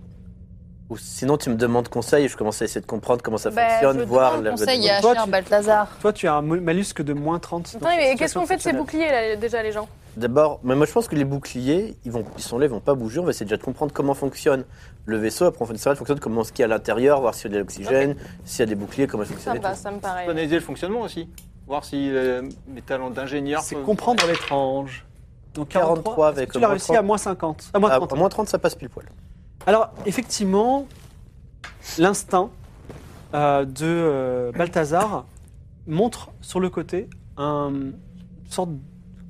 Ou sinon, tu me demandes conseil et je commence à essayer de comprendre comment ça Bah, fonctionne, je voir demande la- conseil à Toi, Cher tu- Balthazar. Toi, tu as un mo- malus que de moins 30. dans Attendez, mais cette qu'est-ce situation qu'on fait de ces exceptionnelle. boucliers, là, déjà, les gens D'abord, mais moi je pense que les boucliers, ils, vont, ils sont là, ils vont pas bouger. On va essayer déjà de comprendre comment fonctionne le vaisseau. Après, on fait de savoir fonctionne, comment ce qu'il y a à l'intérieur, voir s'il y a de l'oxygène, s'il y a des boucliers, comment Ça fonctionne. me et va, tout. ça me paraît. On peut analyser le fonctionnement aussi. Voir si euh, mes talents d'ingénieur. C'est peuvent- comprendre l'étrange. Donc 43, 43, avec tu l'as moins réussi 30. à moins 50. À moins À, 30. à moins 30, Ah, ça passe pile poil. Alors, effectivement, l'instinct euh, de euh, Balthazar montre sur le côté un une sorte.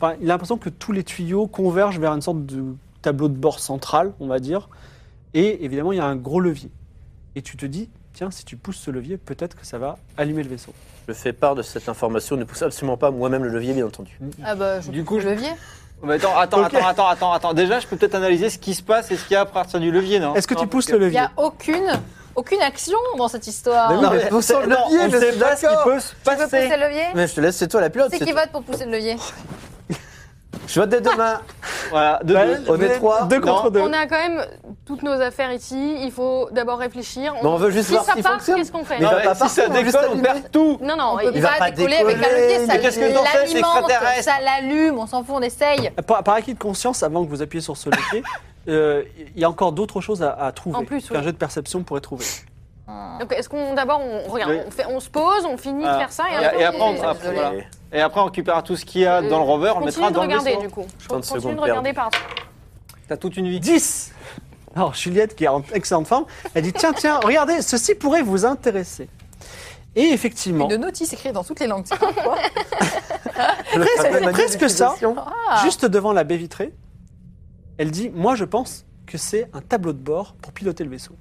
enfin, il a l'impression que tous les tuyaux convergent vers une sorte de tableau de bord central, on va dire. Et évidemment, il y a un gros levier. Et tu te dis, tiens, si tu pousses ce levier, peut-être que ça va allumer le vaisseau. Je fais part de cette information, ne pousse absolument pas moi-même le levier, bien entendu. Ah bah je Du coup, je- le levier. Mais attends, attends, Ok. attends, attends, attends, attends. Déjà, je peux peut-être analyser ce qui se passe et ce qu'il y a à partir du levier, non Est-ce que tu pousses le Il n'y levier a aucune, aucune action dans cette histoire. Mais oui, Non, mais mais poussons le non, levier, on je sait suis pas ce qui d'accord. peut se Tu veux pousser passer. le levier Mais je te laisse, c'est toi la pilote. C'est c'est qui toi. vote pour pousser le levier Je vote dès demain. Voilà, de Ouais, deux. on est vous êtes trois. Deux Non. contre deux. On a quand même toutes nos affaires ici. Il faut d'abord réfléchir. Mais on veut juste si voir ça s'il part, fonctionne. qu'est-ce qu'on fait Mais Non, va mais pas si ça partir, on va juste décolle, on allumer. perd tout. Non, non. On peut il- Oh, va pas pas décoller avec un décoller. levier, ça Mais qu'est-ce que t'en sais, c'est l'alimente, extraterrestre. ça l'allume, on s'en fout, on essaye. Par, par acquis de conscience, avant que vous appuyiez sur ce levier, euh, il y a encore d'autres choses à, à trouver. En plus, qu'un oui. jeu de perception pourrait trouver. Donc, est-ce qu'on d'abord on regarde, Oui. on, fait- on se pose, on finit Ah. de faire ça et, Et- après, et après, on- fait- après, désolé. voilà. Et après, on récupérera tout ce qu'il y a dans le rover, on le Euh, continue mettra de dans le regarder vaisseau. du coup. Je 30 continue secondes de regarder par. T'as toute une vie. 10 Alors Juliette, qui est en excellente forme, elle dit Tiens, tiens, regardez, ceci pourrait vous intéresser. Et effectivement, Une notice écrite dans toutes les langues. Le presque, manuel presque ça, Ah. juste devant la baie vitrée, elle dit Moi, je pense que c'est un tableau de bord pour piloter le vaisseau.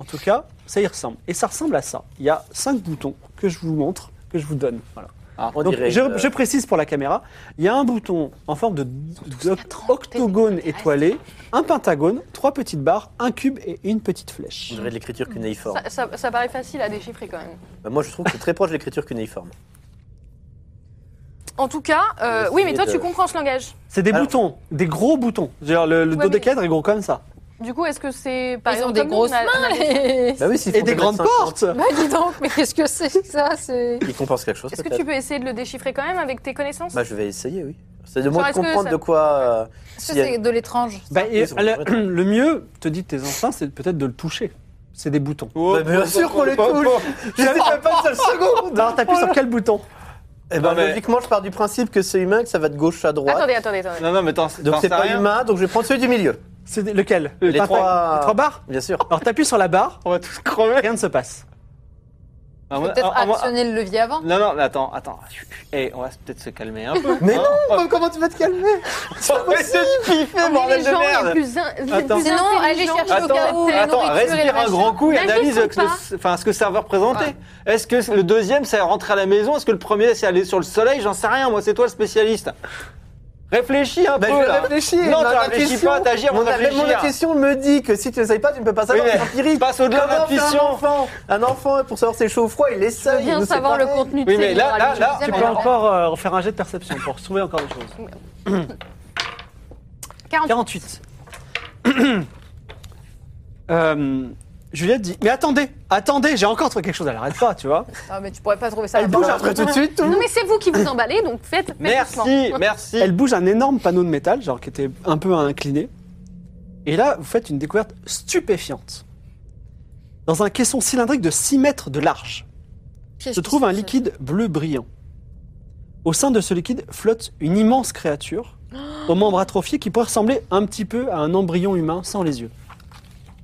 En tout cas, ça y ressemble. Et ça ressemble à ça. Il y a cinq boutons que je vous montre, que je vous donne. Voilà. Ah, on Donc, dirait, je, euh, je précise pour la caméra, il y a un bouton en forme de, de octogone étoilé, un pentagone, trois petites barres, un cube et une petite flèche. on dirait de l'écriture cunéiforme. Ça, ça- ça paraît facile à déchiffrer quand même. Bah, moi, je trouve que c'est très proche de l'écriture cunéiforme. En tout cas, Je euh, vais oui, mais essayer toi, de- tu comprends ce langage. C'est des Alors- boutons, des gros boutons. C'est-à-dire le, le Ouais, dodécaèdre est gros comme ça. Du coup, est-ce que c'est. par Ils ont exemple, des comme nous, grosses on a- on a des- mains. Bah oui, s'ils Et font des 2,50 grandes portes Bah dis donc, mais qu'est-ce que c'est que ça C'est Ils compensent quelque chose, Est-ce que peut-être. tu peux essayer de le déchiffrer quand même avec tes connaissances Bah, je vais essayer, oui. C'est de Genre, moi de est-ce que comprendre ça- de quoi. euh, Est-ce s'il que y a- c'est de l'étrange Bah, et- ils ont le, compris. le mieux, te dit tes enfants, c'est peut-être de le toucher. C'est des boutons. Oh, Bah, bien sûr qu'on les touche Je ne fait Oh, pas une seule seconde Alors t'appuies sur quel bouton Eh ben, Non, mais- logiquement, je pars du principe que c'est humain, que ça va de gauche à droite. Attendez, attendez, attendez. Non, non, mais t'en Donc t'en sais c'est pas rien. humain, donc je vais prendre celui du milieu. C'est des- lequel Le Les pentagone. trois- Les trois barres Bien sûr. Alors t'appuies sur la barre, On va tous crever. rien ne se passe. Ah, moi- Peut-être ah, moi- actionner le levier avant. Non, non, mais attends, attends. Eh, on va peut-être se calmer un peu. Mais Hein non Comment tu vas te calmer On est bordel Oh, Ah, les de gens merde. les plus, in- les Attends. plus Sinon, allez intelligents. chercher au cas Attends, où la attends, nourriture et le respire un machin. grand coup et N'agissons analyse ce que, pas. le- enfin, ce que ça va représenter. Est-ce que le deuxième, c'est rentrer à la maison Est-ce que le premier, c'est aller sur le soleil J'en sais rien, moi, c'est toi le spécialiste. Réfléchis un Bah, peu, je vais là. réfléchir. Non, ma tu réfléchis intuition- pas, t'agis avant Mon de mon réfléchir. intuition me dit que si tu n'essayes pas, tu ne peux pas Oui, savoir. mais c'est empirique. passe au-delà de Comment fait l'intuition. Un enfant, un enfant, pour savoir c'est chaud ou froid, il Je veux essaye. bien Nous, c'est savoir le pareil. contenu de Oui, ces mais livres, là, là, allez, là, je Tu Mais peux alors- encore euh, faire un jet de perception pour trouver encore des choses. 48. Euh, Juliette dit Mais attendez, attendez, j'ai encore trouvé quelque chose, elle arrête pas, tu vois. Non, mais tu pourrais pas trouver ça. Elle là-bas. bouge après tout de suite, tout. Non mais c'est vous qui vous emballez, donc faites, faites doucement. Merci, merci. Elle bouge un énorme panneau de métal, genre qui était un peu incliné. Et là, vous faites une découverte stupéfiante. Dans un caisson cylindrique de 6 mètres de large, se trouve un liquide bleu brillant. Au sein de ce liquide flotte une immense créature aux membres atrophiés qui pourrait ressembler un petit peu à un embryon humain sans les yeux.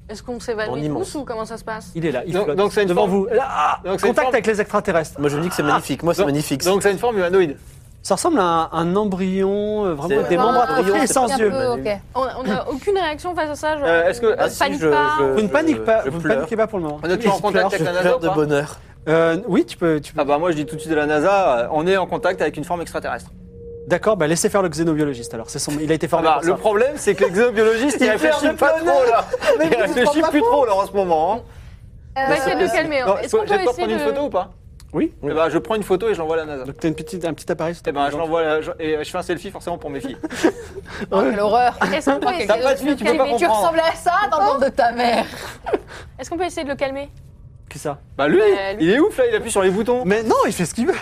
Est-ce qu'on En s'évalue immense. tous ou comment ça se passe Il est là, il Donc- flotte donc c'est une devant forme- vous. Là, ah, Donc c'est une contact forme- avec les extraterrestres. Moi, je me dis que c'est magnifique. Moi, c'est Donc- magnifique. Donc, c'est une forme humanoïde. Ça ressemble à un, un embryon, euh, vraiment C'est- des Ah, Ouais, membres un atrophiés et embryon, sans Un yeux. peu, ok. Oh, On n'a aucune réaction face à ça. genre, Euh, est-ce que- on ah, ne si, panique je- pas. je- on- Vous ne paniquez pas, je vous ne pleure. paniquez pas pour le moment. On est toujours Ah, en contact avec la Je NASA pleure ou de pas bonheur. Euh, oui, tu peux. Tu peux. Ah bah moi je dis tout de suite à la NASA, euh, on est en contact avec une forme extraterrestre. D'accord, bah laissez faire le xénobiologiste alors. C'est son, il a été Ah formé bah, pour le ça. problème c'est que l'exobiologiste il Il perd réfléchit de pas planète. trop là. Il vous prends réfléchit pas plus trop là en ce moment. hein. On va Euh, essayer de le calmer. hein. Non, Est-ce faut- qu'on j'ai peut le temps de essayer prendre une de... photo ou pas Oui. Eh ben, je prends une photo et je l'envoie à la NASA. Donc t'as une petite, un petit appareil. Eh ben, je l'envoie à la- je- et je fais un selfie forcément pour mes filles. Oh, quelle horreur Est-ce qu'on peut essayer T'as pas de de fille, le tu peux pas calmer Tu comprendre. ressembles à ça dans le monde de ta mère Est-ce qu'on peut essayer de le calmer Qui ça Bah lui, Bah, lui. il est ouf là, il appuie sur les boutons. Mais non, il fait ce qu'il veut.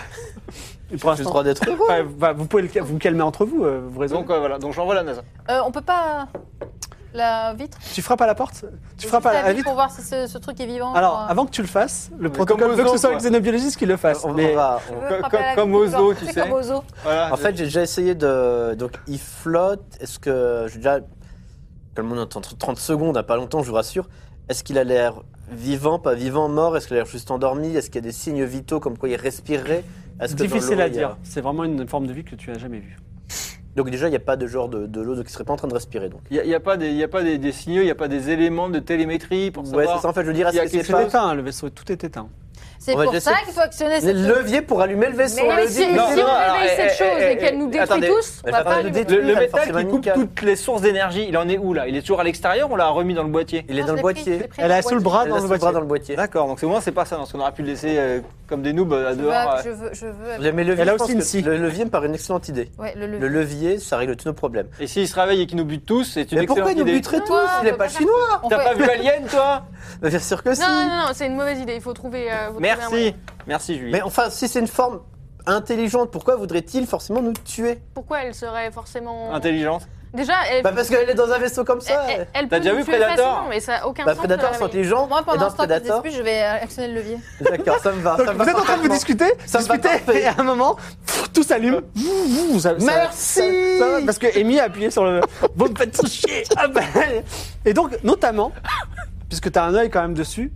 Et pour J'ai le l'instant, droit d'être heureux. bah, bah, vous pouvez le, cal- vous calmer entre vous. euh, vous raisonnez. Donc euh, voilà, donc je l'envoie à la NASA. Euh, On peut pas la vitre tu frappes à la porte. Tu frappes à Juste la vitre. pour voir si ce, ce truc est vivant. Alors, quoi. avant que tu le fasses, le Mais protocole comme veut que Ozone, ce soit le quoi. xénobiologiste qui le fasse. On- on mais va- Je on- veux comme- frapper à la comme vitre, Ozo, genre, tu c'est sais. Comme Ozo. Voilà, En fait, j'ai déjà essayé de. Donc, il flotte. Est-ce que. J'ai déjà. Comme on entend 30 secondes, à pas longtemps, je vous rassure. Est-ce qu'il a l'air vivant, pas vivant, mort Est-ce qu'il a l'air juste endormi Est-ce qu'il y a des signes vitaux comme quoi il respirerait Est-ce que dans difficile l'eau, à il y a- dire. C'est vraiment une forme de vie que tu as jamais vue. Donc, déjà, il n'y a pas de genre de, de l'eau, donc il serait pas en train de respirer. Donc. il n'y a, pas des, il y a pas des, des signaux, il n'y a pas des éléments de télémétrie pour Ouais, savoir. c'est ça. En fait, je veux dire, Il y est-ce a que c'est quelque C'est pas. éteint, hein, le vaisseau, tout est éteint. C'est On va pour déjà ça qu'il faut actionner Le cette. levier pour allumer le vaisseau. on Mais le si, dit. si non, on non, alors, réveille eh, cette eh, chose eh, et qu'elle nous eh, détruit attendez. tous, Mais on va j'attends pas de allumer. détruire. Le, Oui, le la force métal qui coupe hémanique. toutes les sources d'énergie, il en est où là Il est toujours à l'extérieur ou on l'a remis dans le boîtier Il est dans le boîtier. Elle a sous le bras Elle Ah, dans a le sous le bras boîtier. dans le boîtier. D'accord, donc c'est au moins c'est pas ça, hein, parce qu'on aurait pu le laisser euh, comme des noobs à Je veux- dehors. euh. Je veux, je veux. Mais le levier, Elle a je pense aussi une que scie. Le levier me paraît une excellente idée. Ouais, le Le levier. levier, ça règle tous nos problèmes. Et s'il se réveille et qu'il nous bute tous, c'est une Mais pourquoi il excellente nous idée. buterait tous Non, Il est on pas peut pas chinois On T'as fait- pas vu Alien, toi Mais Bien Bah, sûr que si Non, non, non, c'est une mauvaise idée. Il faut trouver. euh, faut trouver un moyen. Merci, merci Julie. Mais enfin, si c'est une forme intelligente, pourquoi voudrait-il forcément nous tuer Pourquoi elle serait forcément. Intelligence. Déjà, elle. Bah parce qu'elle est dans un vaisseau comme ça elle- elle- elle T'as peut déjà nous vu tuer Predator facilement, mais ça a aucun Bah sens. de la Predator, c'est réveiller. intelligent, Moi, et pendant dans ce temps qu'ils Predator... discutent, je vais actionner le levier. D'accord, ça me va, Donc, ça me vous va êtes en train de vous parfaitement. discuter, Ça me va discuter, parfait. et à un moment, pff, tout s'allume. Vous, vous, ça- ça- Merci ça- ça- Parce que Amy a appuyé sur le. Vous me faites tout chier Ah ben. Et donc, notamment, puisque t'as un œil quand même dessus,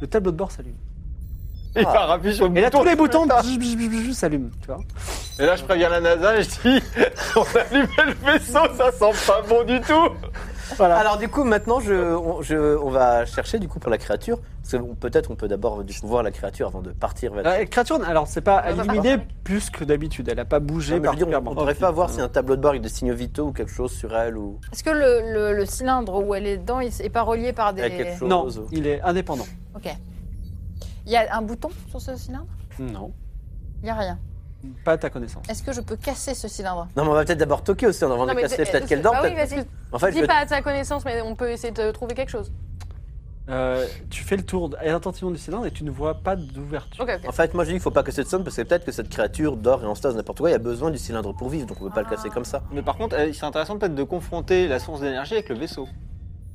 le tableau de bord s'allume. Il va rappuyer sur le Et là, tous bouton. les boutons Ah. bzz, bzz, bzz, bzz, s'allument, tu vois. Et là, je préviens la NASA et je dis on a allumé le vaisseau, ça sent pas bon du tout. Voilà. Alors du coup, maintenant, je, on, je- on va chercher du coup pour la créature. Parce que bon, peut-être on peut d'abord du coup voir la créature avant de partir. Vers... La créature, Euh, alors c'est pas On va pas illuminée parler. plus que d'habitude. Elle n'a pas bougé. Non, mais je veux dire, on particulièrement. ne devrait pas voir s'il y a un tableau de bord avec des signaux vitaux ou quelque chose sur elle ou Est-ce que le, le- le cylindre où elle est dedans, il n'est pas relié par des. avec quelque chose. Non, ou- il est indépendant. Ok. Il y a un bouton sur ce cylindre Non, Il n'y a rien. pas à ta connaissance. Est-ce que je peux casser ce cylindre Non, mais on va peut-être d'abord toquer aussi. On va Non, mais casser c'est- peut-être qu'elle c'est- dort. Bah oui, peut-être. vas-y. En fait, Dis je- pas à ta connaissance, mais on peut essayer de trouver quelque chose. Euh, tu fais le tour et attentivement du cylindre et tu ne vois pas d'ouverture. Ok, ok. en fait, moi je dis qu'il faut pas casser de somme parce que peut-être que cette créature dort et en stase n'importe quoi. Il y a besoin du cylindre pour vivre, donc on peut pas le casser comme ça. Mais par contre, euh, c'est intéressant peut-être de confronter la source d'énergie avec le vaisseau.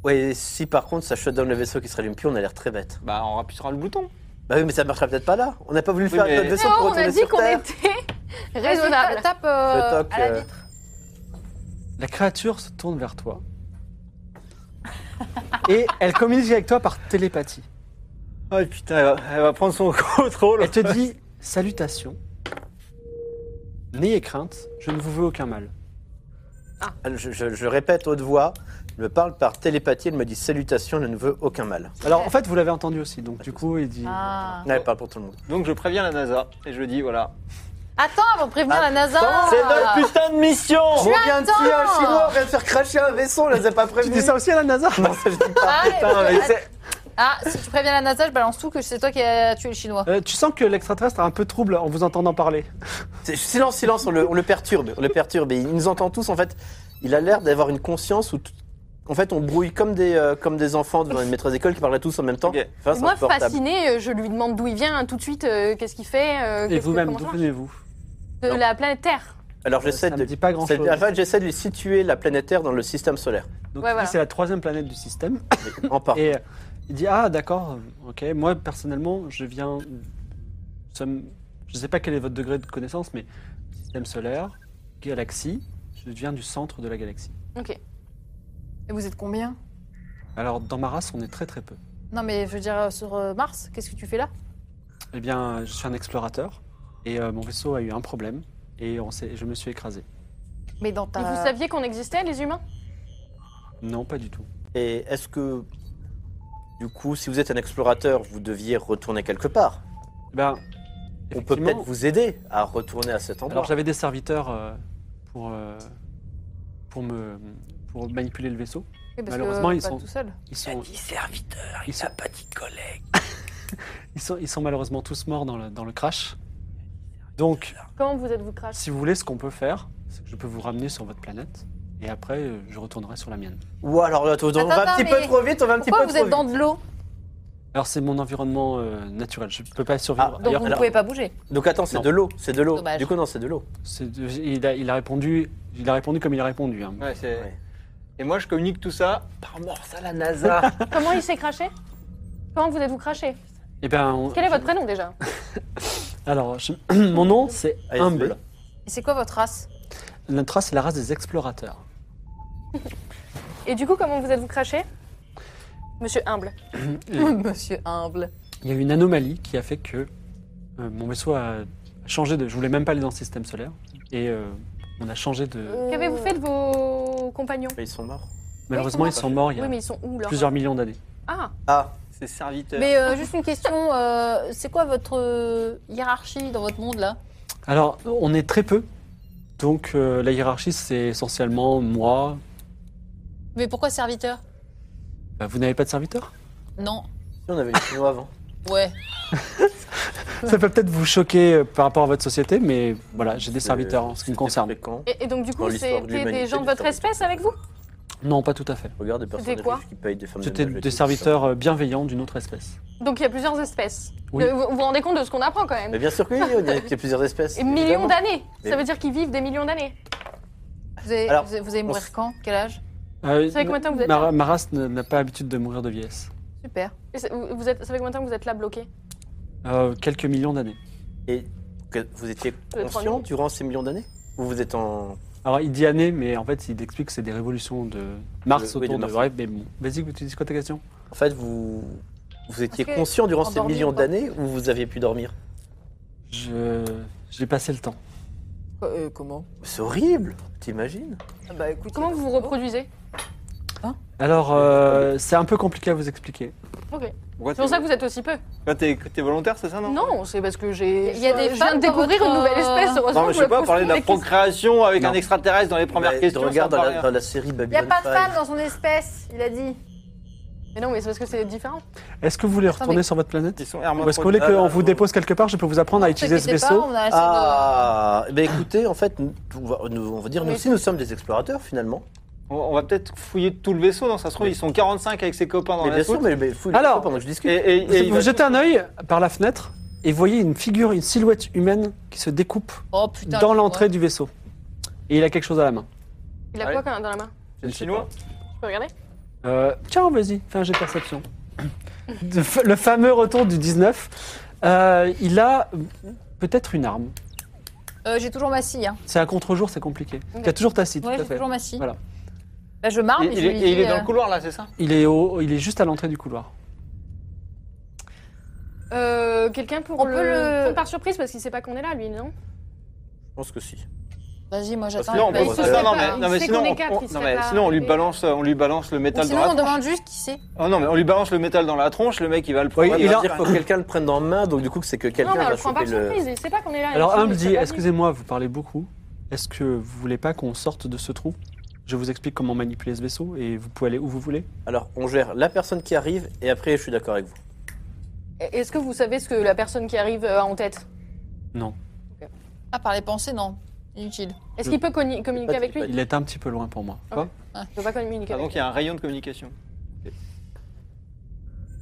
Ouais, si par contre ça shutdown le vaisseau qui se rallume plus, on a l'air très bête. Bah, on rappuiera le bouton. Bah oui, mais ça marchera peut-être pas là. On n'a pas voulu Oui, faire mais- notre vaisseau pour Non, on a retourner dit sur qu'on Terre. était Vas-y, raisonnable. ta- tape euh, Je toque, à la euh, vitre. La créature se tourne vers toi et elle communique avec toi par télépathie. Oh putain, elle va, elle va prendre son contrôle. Elle te dit salutations. N'ayez crainte, je ne vous veux aucun mal. Je, je- je répète haute voix. Elle me parle par télépathie. Elle me dit salutations. Elle ne veut aucun mal. Alors en fait, vous l'avez entendu aussi, donc du coup, il dit. Ah. Ouais, elle parle pour tout le monde. Donc je préviens la NASA et je dis voilà. Attends avant de prévenir la NASA Ah. C'est Ah. notre putain de mission On vient de tuer un chinois. On vient de faire cracher un vaisseau. On les a pas Tu prévenus. dis ça aussi à la NASA Non, ça, je dis pas. Ah, Putain, mais ah, c'est- ah, si tu préviens la NASA, je balance tout que c'est toi qui as tué le chinois. Euh, Tu sens que l'extraterrestre a un peu de trouble en vous entendant parler. C'est- Silence, silence, on le, on le perturbe, on le perturbe. Et il nous entend tous, en fait. Il a l'air d'avoir une conscience où, tout- en fait, on brouille comme des, euh, comme des enfants devant une maîtresse d'école qui parlent à tous en même temps. Ok. Enfin, c'est Moi, insupportable. fascinée, euh, je lui demande d'où il vient hein, tout de suite, euh, qu'est-ce qu'il fait, euh, Et qu'est-ce que- vous-même, comment d'où ça marche. venez-vous de la planète Terre. Alors, Ça j'essaie de. ne dit pas c'est- grand-chose. En fait, j'essaie de lui situer la planète Terre dans le système solaire. Donc il Ouais, dit, voilà. c'est la troisième planète du système. En part. Et euh, il dit ah d'accord, ok. Moi personnellement, je viens. nous sommes- je ne sais pas quel est votre degré de connaissance, mais système solaire, galaxie. Je viens du centre de la galaxie. Ok. Et vous êtes combien Alors dans ma race, on est très très peu. Non mais je veux dire euh, sur euh, Mars, qu'est-ce que tu fais là Eh bien, je suis un explorateur et euh, mon vaisseau a eu un problème et on s'est- je me suis écrasé. Mais dans ta. Et vous saviez qu'on existait, les humains Non, pas du tout. Et est-ce que, du coup, si vous êtes un explorateur, vous deviez retourner quelque part Eh Ben, On peut effectivement, peut-être vous aider à retourner à cet endroit. Alors j'avais des serviteurs euh, pour euh, pour me pour manipuler le vaisseau. Oui, parce malheureusement, que, ils pas sont- tout seul. Ils sont serviteurs, ils sont pas de ils sont, ils sont malheureusement tous morts dans le, dans le crash. Donc, Comment vous êtes-vous crash si vous voulez, ce qu'on peut faire, c'est que je peux vous ramener sur votre planète et après, euh, je retournerai sur la mienne. Ou alors, attends, on va attends, un petit mais peu trop vite, on va un petit peu Pourquoi trop vous êtes vite. dans de l'eau Alors, c'est mon environnement euh, naturel. Je ne peux pas Ah, survivre Donc ailleurs. vous ne alors- pouvez pas bouger. Donc attends, c'est Non. de l'eau, c'est de l'eau. Dommage. Du coup, non, c'est de l'eau. C'est- il, a, il a répondu, il a répondu comme il a répondu. hein. Ouais, c'est- Ouais. Et moi je communique tout ça par Oh, morse à la NASA. Comment il s'est craché Comment vous êtes-vous craché Eh ben, on- Quel est votre prénom déjà alors, je- mon nom, c'est ASB. Humble. Et c'est quoi votre race Notre race, c'est la race des explorateurs. Et du coup, comment vous êtes-vous craché Monsieur Humble. Monsieur humble. Il y a eu une anomalie qui a fait que euh, mon vaisseau a changé de. Je voulais même pas aller dans le système solaire. Et euh, on a changé de. Qu'avez-vous fait de vos compagnons Mais ils sont morts. Malheureusement, Oui, ils sont morts Oh, il y a Oui, mais ils sont où là plusieurs millions d'années. Ah, Ah, Ces serviteurs. Mais euh, juste une question, euh, c'est quoi votre euh, hiérarchie dans votre monde là Alors, on est très peu. Donc, euh, la hiérarchie, c'est essentiellement moi. Mais pourquoi serviteur Bah, vous n'avez pas de serviteur Non. si on avait les Chinois avant. Ouais. Ça peut peut-être vous choquer euh, par rapport à votre société, mais voilà, j'ai des serviteurs en ce qui me C'était concerne. fréquent. et, et donc du Dans coup, l'histoire c'était de des l'humanité, gens de votre l'histoire de- espèce avec vous Non, pas tout à fait. Regarde des personnes C'était quoi riches qui payent des femmes de C'était ménage et des tout, serviteurs euh, bienveillants d'une autre espèce. Donc il y a plusieurs espèces. Oui. Euh, Vous vous vous rendez compte de ce qu'on apprend quand ça. même Mais bien sûr que oui, il y a, il y a plusieurs espèces. Et millions évidemment. d'années Mais- Ça veut dire qu'ils vivent des millions d'années. Vous allez, Alors, vous allez- vous allez s- mourir quand Quel âge Euh, Vous savez combien de temps que vous êtes ma, là ma race n'a n'a pas l'habitude de mourir de vieillesse. Super. Et c'est- vous, vous êtes, ça fait combien de temps que vous êtes là bloqué Euh, quelques millions d'années. Et que vous étiez prendre conscient une- durant ces millions d'années Ou vous êtes en. Alors, il dit année, mais en fait, il explique que c'est des révolutions de Mars Euh, oui, autour de de. Mars. Ouais, mais bon. Vas-y, tu dis quoi ta question En fait, vous. Vous étiez Parce que conscient durant ces endormi millions ou pas d'années ou vous aviez pu dormir Je. J'ai passé le temps. comment C'est horrible, t'imagines Bah écoute, Comment vous vous reproduisez Hein Alors, euh, c'est un peu compliqué à vous expliquer. Pourquoi C'est pour ça t'es- que vous êtes aussi peu. pourquoi t'es t'es volontaire, c'est ça, non Non, c'est parce que j'ai. Il y a des je viens femmes de découvrir dans une votre, nouvelle espèce. Heureusement Non, mais je que vous sais pas, posez parler de la des procréation avec Non. un extraterrestre dans les premières Mais questions. ça Regarde me dans paraît la, rien. dans la série Il n'y a Babylon pas de 5. femme dans son espèce, il a dit. questions. Mais non, mais c'est parce que c'est différent. Est-ce que vous voulez retourner Attendez. sur votre planète Ils sont Ou est-ce hermaphrodites. qu'on voulez Ah, qu'on bah, vous faut- dépose quelque part Je peux vous apprendre à utiliser ce T'inquiétez pas, vaisseau. on a essayé Ah, ben écoutez, en fait, nous- on va, nous- on va dire, nous Oui. aussi, nous sommes des explorateurs finalement. On- On va peut-être fouiller tout le vaisseau, non Ça se trouve, ils sont 45 avec ses copains dans mais la bien soute. sûr, mais, mais fouille Alors, le pendant que je discute. Et, et- et il Vous va- jetez un œil par la fenêtre et voyez une figure, une silhouette humaine qui se découpe Oh putain. dans je- l'entrée du vaisseau. Et il a quelque chose à la main. Il a Ouais. quoi quand même dans la main c'est le chinois. Je peux regarder Euh, tiens, vas-y, fais un jet de perception. De f- Le fameux retour du 19. Euh, il a peut-être une arme. Euh, j'ai toujours ma scie. Hein. C'est à contre-jour, c'est compliqué. Tu as toujours ta scie, Ouais, tout à j'ai fait. toujours ma scie. Voilà. Bah, je marre, Et- mais il, je est, lui et il dis, est dans euh, le couloir, là, c'est ça Il est, au- il est juste à l'entrée du couloir. Euh, Quelqu'un pour On le... peut le- prendre par surprise parce qu'il sait pas qu'on est là, lui, non Je pense que si. Vas-y, moi Parce que j'attends. là, on bah, pense il que se ça, sait non, pas. mais, Il non, mais sait sinon, qu'on est on, quatre, on- il non, serait mais pas sinon, on lui arrivé. balance, on lui balance le Ou métal dans sinon, la on tronche. demande juste qui c'est. Oh non, mais on lui balance le métal dans la tronche, le mec, il va le prendre. Oui, Il il va a- dire, dire, faut que quelqu'un le prenne dans la main, donc du coup, c'est que Non, quelqu'un mais on va le prend choper par le. surprise. Il sait pas qu'on est Ah, là. Alors, Il un me sait dit pas Excusez-moi, vous parlez beaucoup. Est-ce que vous voulez pas qu'on sorte de ce trou Je vous explique comment manipuler ce vaisseau et vous pouvez aller où vous voulez. Alors, on gère la personne qui arrive, et après, je suis d'accord avec vous. Est-ce que vous savez ce que la personne qui arrive euh, a en tête Ah, par les pensées, non. Inutile. Est-ce qu'il peut conni- communiquer Pas- avec lui pas- Il est un petit peu loin pour moi. Quoi Je peux pas communiquer Ah, avec donc, il y a un rayon de communication.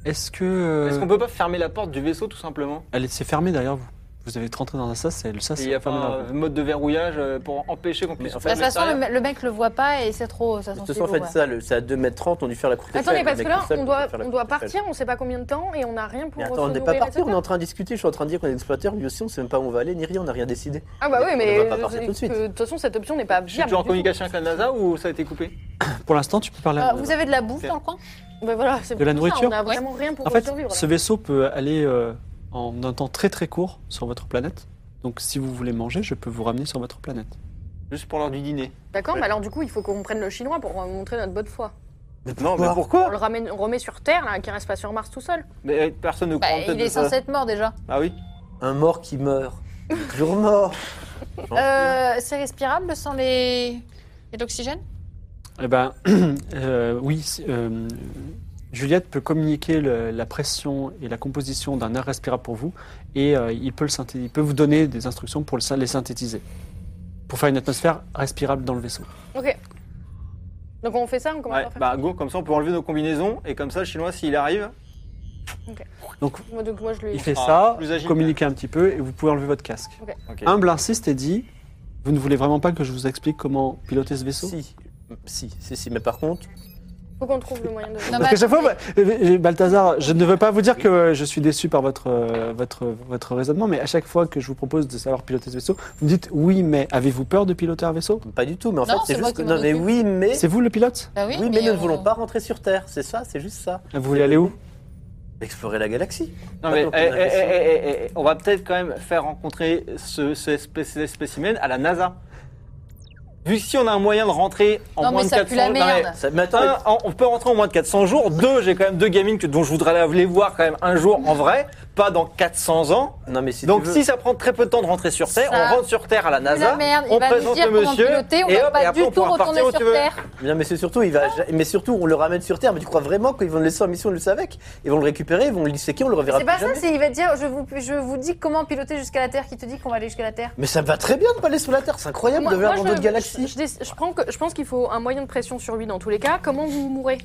Est-ce que. euh, Est-ce qu'on peut pas fermer la porte du vaisseau, tout simplement Elle s'est fermée derrière vous. Vous avez rentré dans un sas et le Ah, sas Et Il y est a pas fermé derrière un vous. mode de verrouillage euh, pour empêcher qu'on puisse en en fait, De faire toute façon, l'extérieur le, le mec le voit pas et c'est trop. euh, Ça De sent toute façon, en fait, ça, le- c'est à 2m30, on dû faire la courte Attendez, échelle, parce le que mec là, tout seul on peut doit, faire la on doit courte échelle. partir, on sait pas combien de temps et on n'a rien pour. Mais attends, on se n'est pas nourrir, parti, on est etc. en train de discuter, je suis en train de dire qu'on est explorateur, lui aussi, on sait même pas où on va aller, ni rien, on n'a rien décidé. Ah, bah oui, On mais va pas partir euh, tout de suite. que- de toute façon, cette option n'est pas Je suis viable. toujours en du tout. communication avec la NASA ou ça a été coupé Pour l'instant, tu peux parler à Euh, vous avez de la bouffe dans le coin Bah voilà, c'est De la pour ça, nourriture On a vraiment rien pour En fait, survivre. là. ce vaisseau peut aller euh, en un temps très très court sur votre planète. Donc, si vous voulez manger, je peux vous ramener sur votre planète. Juste pour l'heure du dîner. D'accord, mais alors du coup, il faut qu'on prenne le chinois pour euh, montrer notre bonne foi. Non, mais On pourquoi le ramène, on remet sur Terre, là, qu'il reste pas sur Mars tout seul. Mais euh, personne ne Bah, croit en tête Il de est ça. censé être mort déjà. Ah oui Un mort qui meurt. Il est Toujours mort. Euh, c'est respirable sans les. Et l'oxygène Eh ben, euh, oui. si- euh, Juliette peut communiquer le- la pression et la composition d'un air respirable pour vous, et euh, il peut le synthé- il peut vous donner des instructions pour le syn- les synthétiser, pour faire une atmosphère respirable dans le vaisseau. Ok. Donc on fait ça, on commence Ouais, à faire. bah go, comme ça on peut enlever nos combinaisons et comme ça le chinois s'il arrive, Donc, Moi, donc, moi, je lui. il fait sera ça, Ah, plus agile. communiquer un petit peu, et vous pouvez enlever votre casque. Ok. Humble insiste et dit Vous ne voulez vraiment pas que je vous explique comment piloter ce vaisseau Si. Si, si, si, mais par contre, Faut qu'on trouve le moyen de. Non, Parce mais que chaque fois, bah, euh, Balthazar, je ne veux pas vous dire que euh, je suis déçu par votre, euh, votre, votre raisonnement, mais à chaque fois que je vous propose de savoir piloter ce vaisseau, vous me dites oui, mais avez-vous peur de piloter un vaisseau pas du tout, mais en Non, fait, c'est c'est moi juste que. qui m'en Non, mais occupe. oui, mais. C'est vous le pilote Bah oui, Oui, mais nous ne on- voulons pas rentrer sur Terre, c'est ça, c'est juste ça. Vous voulez aller où Explorer la galaxie. Non mais Attends, eh, on a eh, question. eh, eh, eh, eh, on va peut-être quand même faire rencontrer ce, ce spé- ces spécimens à la NASA. Vu que si on a un moyen de rentrer en Non, moins mais de ça 400 pue la non, mais- Ah. merde. Ça- mais attends, Un, mais- en- on peut rentrer en moins de 400 jours. Deux, j'ai quand même deux gamines que, dont je voudrais aller les voir quand même un jour en vrai, pas dans 400 ans. non, mais si Donc tu veux- si ça prend très peu de temps de rentrer sur Terre, Ça- on rentre sur Terre à la C'est la NASA, merde, il on va nous présente dire le comment monsieur piloter, on et va hop, et pas après du on tout pourra retourner partir où sur tu veux. Terre. Non, mais c'est surtout, il va. Mais surtout, on le ramène sur Terre. Mais tu crois vraiment qu'ils vont le laisser en mission, le avec Ils vont le récupérer, ils vont le disséquer, on le reverra C'est plus pas ça, jamais. c'est il va te dire je vous, je vous dis comment piloter jusqu'à la Terre, qui te dit qu'on va aller jusqu'à la Terre Mais ça va très bien de pas aller sur la Terre, c'est incroyable de venir dans d'autres je, galaxies. je, déc- je prends que- je pense qu'il faut un moyen de pression sur lui dans tous les cas. Comment vous mourrez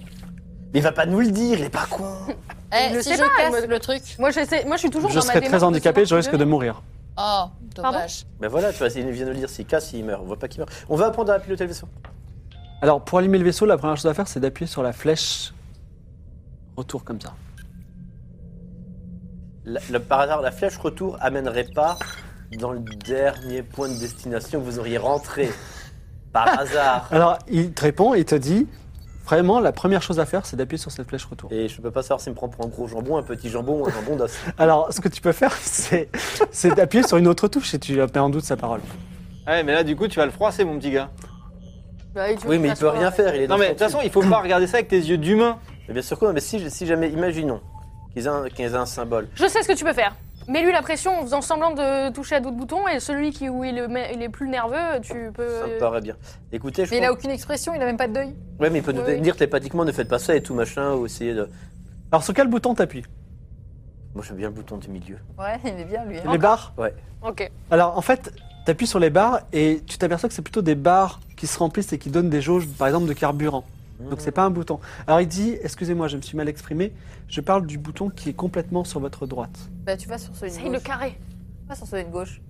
Mais il va pas nous le dire, il est pas con. Eh, Je le si sais je pas, casse moi, le truc. Moi, j'essaie- moi, je suis toujours Je dans ma serai démarche très handicapé, savoir je risque de devenir. mourir. Oh, dommage. Ben voilà, tu vois, il vient de le dire, s'il casse, il meurt, on voit pas qu'il meurt. On va apprendre à piloter le vaisseau. Alors, pour allumer le vaisseau, la première chose à faire, c'est d'appuyer sur la flèche retour comme ça. La- la- par hasard, la flèche retour amènerait pas dans le dernier point de destination que vous auriez rentré. Par hasard. Alors, il te répond et te dit Vraiment, la première chose à faire, c'est d'appuyer sur cette flèche retour. Et je peux pas savoir s'il me prend pour un gros jambon, un petit jambon ou un jambon d'os. Alors, ce que tu peux faire, c'est c'est d'appuyer sur une autre touche et tu mets en doute sa parole. Ouais, mais là du coup tu vas le froisser mon petit gars. Bah, il- tu veux Oui, qu'il mais il fasse peut quoi, rien ouais. faire, il est dans Non mais de son toute façon, il faut pas regarder ça avec tes yeux d'humain. Mais bien sûr que non, mais si, si jamais, imaginons qu'ils aient un, qu'ils aient un symbole. Je sais ce que tu peux faire. Mets-lui la pression en faisant semblant de toucher à d'autres boutons et celui qui, où il est, me- il est plus nerveux, tu Ça me peux. paraît bien. Écoutez, je Mais il a pense... aucune expression, il a même pas de deuil. Ouais, mais il peut nous Oui. dire télépathiquement ne faites pas ça et tout machin, ou essayez de. Alors, sur quel bouton t'appuies Moi j'aime bien le bouton du milieu. Ouais, il est bien lui. Les barres Ok. Alors, en fait, t'appuies sur les barres et tu t'aperçois que c'est plutôt des barres qui se remplissent et qui donnent des jauges, par exemple, de carburant. Donc, c'est pas un bouton. Alors, il dit Excusez-moi, je me suis mal exprimé, je parle du bouton qui est complètement sur votre droite. Bah tu vas sur celui de Essaye le gauche. carré. Tu vas sur celui de gauche.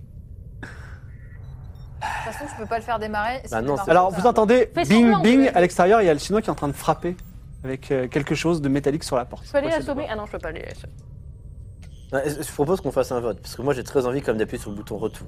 De toute façon, je peux pas le faire démarrer. Bah non, c'est- Alors, vous entendez Fais bing semblant, bing mais- à l'extérieur, il y a le chinois qui est en train de frapper avec euh, quelque chose de métallique sur la porte. Je peux aller Ouais, c'est l'assommer Ah non, je peux pas aller l'assommer. Ouais, Ben, Je propose qu'on fasse un vote, parce que moi j'ai très envie quand même d'appuyer sur le bouton retour.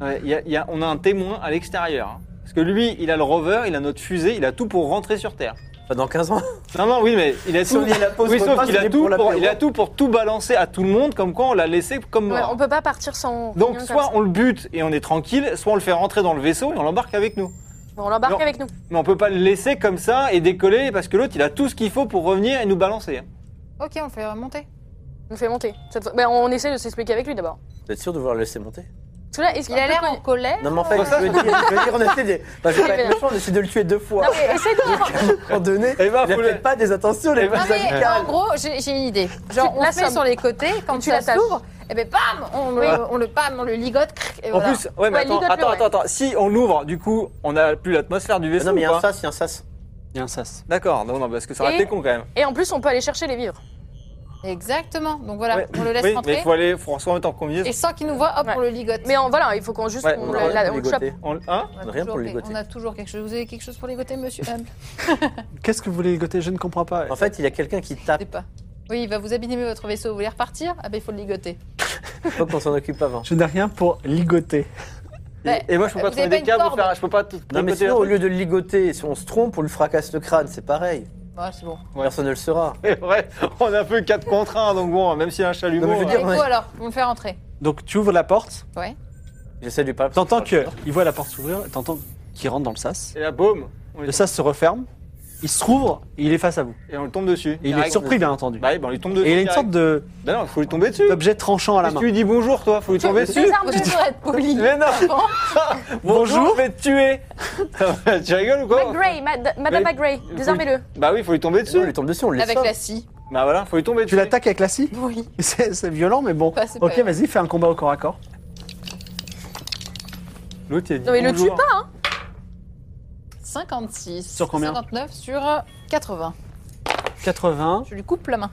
Ouais, il y a- il y a- on a un témoin à l'extérieur. hein. Parce que lui, il a le rover, il a notre fusée, il a tout pour rentrer sur Terre. Enfin, dans 15 ans. Non, non, oui, mais il a tout. la pause Oui, sauf repas, qu'il a c'est tout pour pour, l'apéro. il a tout pour tout balancer à tout le monde, comme quoi on l'a laissé comme Ouais, mort. on peut pas partir sans. Donc, rien soit comme on le bute et on est tranquille, soit on le fait rentrer dans le vaisseau et on l'embarque avec nous. ça. Bon, on l'embarque Non. avec nous. Mais on peut pas le laisser comme ça et décoller parce que l'autre, il a tout ce qu'il faut pour revenir et nous balancer. hein. Ok, on le fait remonter. On le fait monter. Cette fois- ben, on essaie de s'expliquer avec lui d'abord. Vous êtes sûr de vouloir le laisser monter Parce que là, est-ce Il a qu'on peut- l'air en colère. Non, mais en fait, je veux dire, je veux dire, on essaie de. Enfin, je veux pas être méchant, on essaie de le tuer deux fois. Non, mais essaye de l'avoir. En donné, Eh ben, il a faut fait le- pas des attentions les Eh ben, plus Non mais en amicales. gros, j'ai j'ai une idée. Genre Tu on la le met sommes. sur les côtés, quand tu ça l'attaches. s'ouvre, et ben bam, on le, Oui. on le bam, on le ligote. cric, Et En voilà. plus, ouais, mais Ouais, attends, ligote-le, attends, ouais. attends, attends. Si on l'ouvre, du coup, on a plus l'atmosphère du vaisseau. Non, mais il y a ou un pas sas, il y a un sas. Il y a un sas. D'accord, non, non, parce que ça aurait Et- été con quand même. Et en plus, on peut aller chercher les vivres. Exactement. Donc voilà, Ouais. on le laisse oui, mais rentrer. il faut aller, faut en mettre en combinaison. Et sans qu'il nous voit, hop, Ouais. on le ligote. Mais en- voilà, il faut qu'on juste Ouais, on on la- a la- rien on pour le chope. ligoter. On- hein On a on a rien toujours pour le quelque- ligoter. On a toujours quelque chose. Vous avez quelque chose pour ligoter, monsieur Ham Qu'est-ce que vous voulez ligoter Je ne comprends pas. En fait, il y a quelqu'un qui tape. Je sais pas. Oui, il va vous abîmer votre vaisseau. Vous voulez repartir Ah ben il faut le ligoter. Faut qu'on s'en occupe avant. Je n'ai rien pour ligoter. Bah, Et moi, je peux pas vous trouver avez pas des une câbles pour corde faire. Je peux pas. Non, mais sinon, au lieu de le ligoter, si on se trompe, on le fracasse le crâne, c'est pareil. Ah, c'est bon. Personne ne le saura. Ouais, on a peu 4 contre 1, donc bon, même s'il y a un chalumeau. hein. Non, mais je veux Allez, dire, go ouais. alors, on le fait rentrer. Donc, tu ouvres la porte, J'essaie de lui parler. t'entends que il voit la porte s'ouvrir, t'entends qu'il rentre dans le sas. Et la baume, on Le est- sas se referme, il se rouvre et il est face à vous. et on le tombe dessus. Et il est Direct. surpris, bien entendu. Bah, oui, bah, on lui tombe dessus. Et il a une sorte direct. de- Bah non, faut lui tomber dessus. d'objet tranchant à la Si main. tu lui dis bonjour, toi, faut lui tomber dessus. Faut toujours être poli. Mais non Bonjour, Bonjour. je vais te tuer Tu rigoles ou quoi McGray, Mad- Madame oh. Mais- McGray, Oui. désarmez-le. Bah oui, faut lui tomber Non, on lui dessus. tombe dessus, on le laisse. Avec la scie. Bah voilà, faut lui tomber Tu dessus. l'attaques avec la scie Oui. C'est c'est violent, mais bon. Bah, c'est pas ok, grave. vas-y, fais un combat au corps à corps. L'autre, il a dit Non, mais le tue bonjour. pas, hein. 56. Sur combien 59 sur 80. 80. Je lui coupe la main.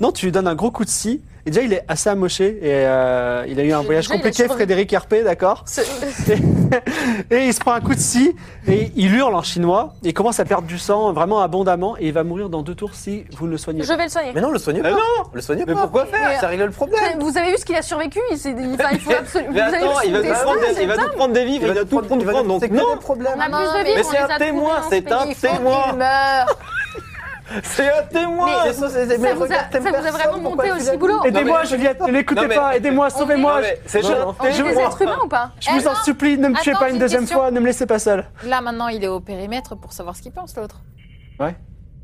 Non, tu lui donnes un gros coup de scie. Et déjà, il est assez amoché. Et euh, il a eu un Déjà, voyage il a compliqué, survécu. Frédéric Herpé, d'accord Et il se prend un coup de scie. Et il hurle en chinois. Il commence à perdre du sang vraiment abondamment. Et il va mourir dans deux tours si vous ne le soignez Je pas. vais le soigner. Mais non, le soigne pas. Mais Non le soigne Bah Mais pas. pourquoi faire Ça règle le problème. Vous avez vu ce qu'il a survécu Il, s'est- enfin, il faut absolument. Mais attends, il va, vous nous avez prendre vu des, il va nous prendre des vivres, il va tout prendre, il va nous- donc c'est que non des problèmes. On a Non, plus de mais vivres, Mais on c'est les un a témoin, trouvés c'est dans ce un pays. témoin Meurt. C'est un témoin Mais ça, c'est- mais Ça vous a- regarde, t'aimes ça vous a personne, vraiment pourquoi monté tu aussi l'as le boulot. dit Aidez-moi, Juliette, ne l'écoutez Non, mais- pas. Aidez-moi, sauvez-moi. Non, mais C'est Non, non. On gentil est Oh, des êtres humains ou pas Je vous en supplie, ne me tuez Attends, pas j'ai une une deuxième question. fois. Ne me laissez pas seul. Là, maintenant, il est au périmètre pour savoir ce qu'il pense, l'autre. Ouais.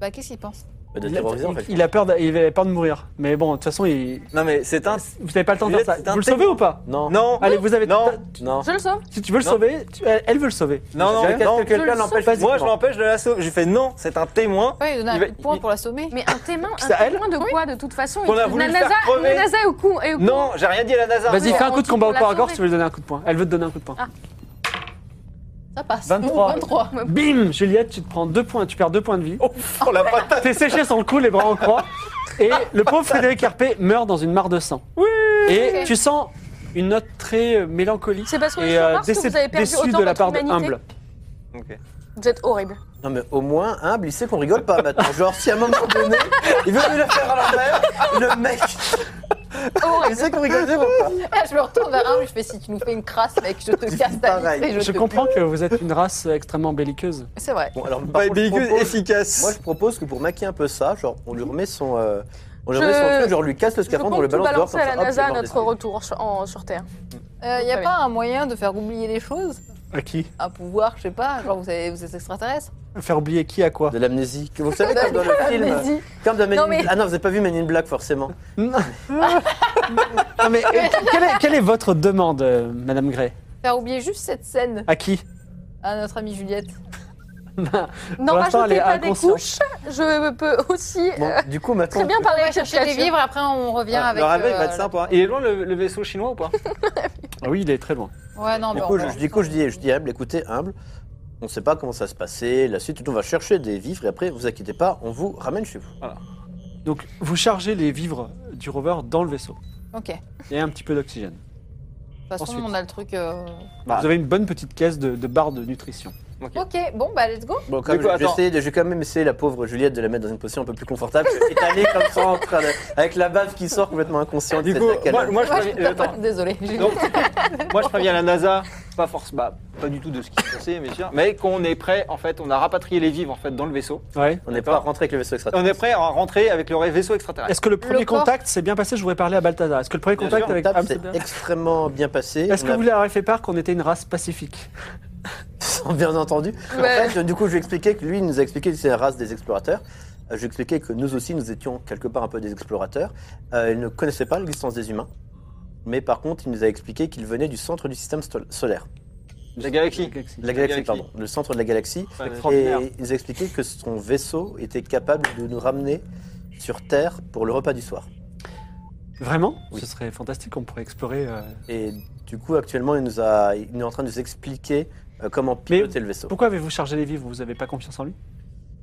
Bah, qu'est-ce qu'il pense Bah, de Il terroriser, en a, fait. il a peur de, il avait peur de mourir. Mais bon, de toute façon, il- Non mais c'est Ah, un... vous n'avez pas le temps de faire Juliette, ça. c'est un Vous le sauvez témoin. ou pas Non. Non Allez, vous avez. Non. Non. Je le sauve. Si tu veux le Non. sauver, tu- elle, elle veut le sauver. Non, non, Jusqu'à ce non. que Je quelqu'un le l'empêche. sens. Moi je physiquement. l'empêche de la sauver. J'ai fait non, c'est un témoin. Ouais, il lui donner un Il va- coup de poing il- pour l'assommer. Mais un témoin, C'est à un elle témoin de quoi de toute façon Qu'on a il- voulu la le faire NASA, crever. la NASA est au coup. est au Non, courant. j'ai rien dit à la NASA. Vas-y, Oui, fais un Ah, on coup de dit combat qu'on au l'a corps à corps sauvé. si tu veux lui donner un coup de poing. Elle veut te donner un coup de poing. Ça passe. 23. 23. Bim Juliette, tu te prends deux points, tu perds deux points de vie. Oh la patate T'es séché sur le cou, les bras en croix. Et le pauvre Frédéric Herpé meurt dans une mare de sang. Et tu sens une note très euh, mélancolique C'est parce qu'on est et sur euh, Mars que déce- vous avez perdu déçue autant de la votre part de humanité. Humble. Vous êtes horrible. Non, mais au moins, humble, il sait qu'on rigole pas maintenant. Genre, si à un moment donné, il veut nous la faire à l'envers, le mec, il sait qu'on rigole zéro. quoi. Ah, je me retourne vers un, je fais si tu nous fais une crasse, mec, je te casse ta pareil. liste et Je te- comprends que vous êtes une race extrêmement belliqueuse. C'est vrai. Bon, alors, par Pas contre, je dégueu, propose- efficace. Moi, je propose que pour maquiller un peu ça, genre, on lui remet son. euh, on lui Mhm. Je- remet son truc, genre, on lui casse le Je scaphandre, on compte le tout balance dehors. balancer comme à ça, la hop, il NASA est à mort notre d'esprit. retour sur, en- sur Terre. Il n'y Très Euh, a bien. pas un moyen de faire oublier les choses À qui Un pouvoir, je sais pas, genre vous, avez, vous êtes extraterrestre Faire oublier qui à quoi De l'amnésie. Vous savez, comme dans le film. Vas-y. Comme dans Men Non, in- mais- Ah non, vous n'avez pas vu Men in Black, forcément. Non, Non, mais euh, quelle est, quelle est votre demande, euh, Madame Gray Faire oublier juste cette scène À qui à notre amie Juliette. N'en Pour l'instant, elle rajoutez est pas des inconsciente. couches. Je peux aussi Bon, du coup, très maintenant. bien parler On va avec chercher des vivres, après on revient avec. Ah, le rabais euh, va être sympa. Il est loin le, le vaisseau chinois ou pas Ah Oui, il est très loin. Ouais, non, Du mais coup, on- je, du coup, je dis, je dis à Humble, écoutez, Humble, on ne sait pas comment ça se passait, la suite, on va chercher des vivres et après, vous inquiétez pas, on vous ramène chez vous. Donc, vous chargez les vivres du rover dans le vaisseau. Ok. Et un petit peu d'oxygène. De toute façon, Ensuite. on a le truc. euh, Vous avez une bonne petite caisse de, de barres de nutrition. Ok, bon, bah let's go. Bon, quand même, Du coup, j'ai- j'ai attends. essayé de- j'ai quand même essayé la pauvre Juliette de la mettre dans une position un peu plus confortable, étalée comme ça, en train de- avec la bave qui sort complètement inconsciente. Du c'est coup, ça qu'elle moi, a. moi, je Moi, je préviens, préfère attends. pas- Désolée. Juliette. Donc, moi je préviens la NASA, pas force, bah, pas du tout de ce qui se passait, mais sûr, mais qu'on est prêt, en fait, on a rapatrié les vivres en fait dans le vaisseau. Ouais. on n'est pas rentré avec le vaisseau On extraterrestre. est prêt à rentrer avec le vaisseau extraterrestre. Est-ce que le premier corps- contact s'est bien passé Je voudrais parler à Balthazar. Est-ce que le premier Bien contact sûr, avec Table, Ham s'est bien- c'est extrêmement bien passé. Est-ce On que a- vous leur avez fait part qu'on était une race pacifique bien entendu. En fait, du coup, je lui ai expliqué que lui, il nous a expliqué que c'est la race des explorateurs. Euh, Je lui ai expliqué que nous aussi, nous étions quelque part un peu des explorateurs. Euh, il ne connaissait pas l'existence des humains. Mais par contre, il nous a expliqué qu'il venait du centre du système stol- solaire. La galaxie. De la galaxie, pardon. Le centre de la galaxie. Ouais, Et Extraordinaire. il nous a expliqué que son vaisseau était capable de nous ramener sur Terre pour le repas du soir. Vraiment Oui. Ce serait fantastique, on pourrait explorer. euh, Et du coup, actuellement, il, nous a, il est en train de nous expliquer euh, comment piloter le vaisseau. Pourquoi avez-vous chargé les vivres Vous n'avez pas confiance en lui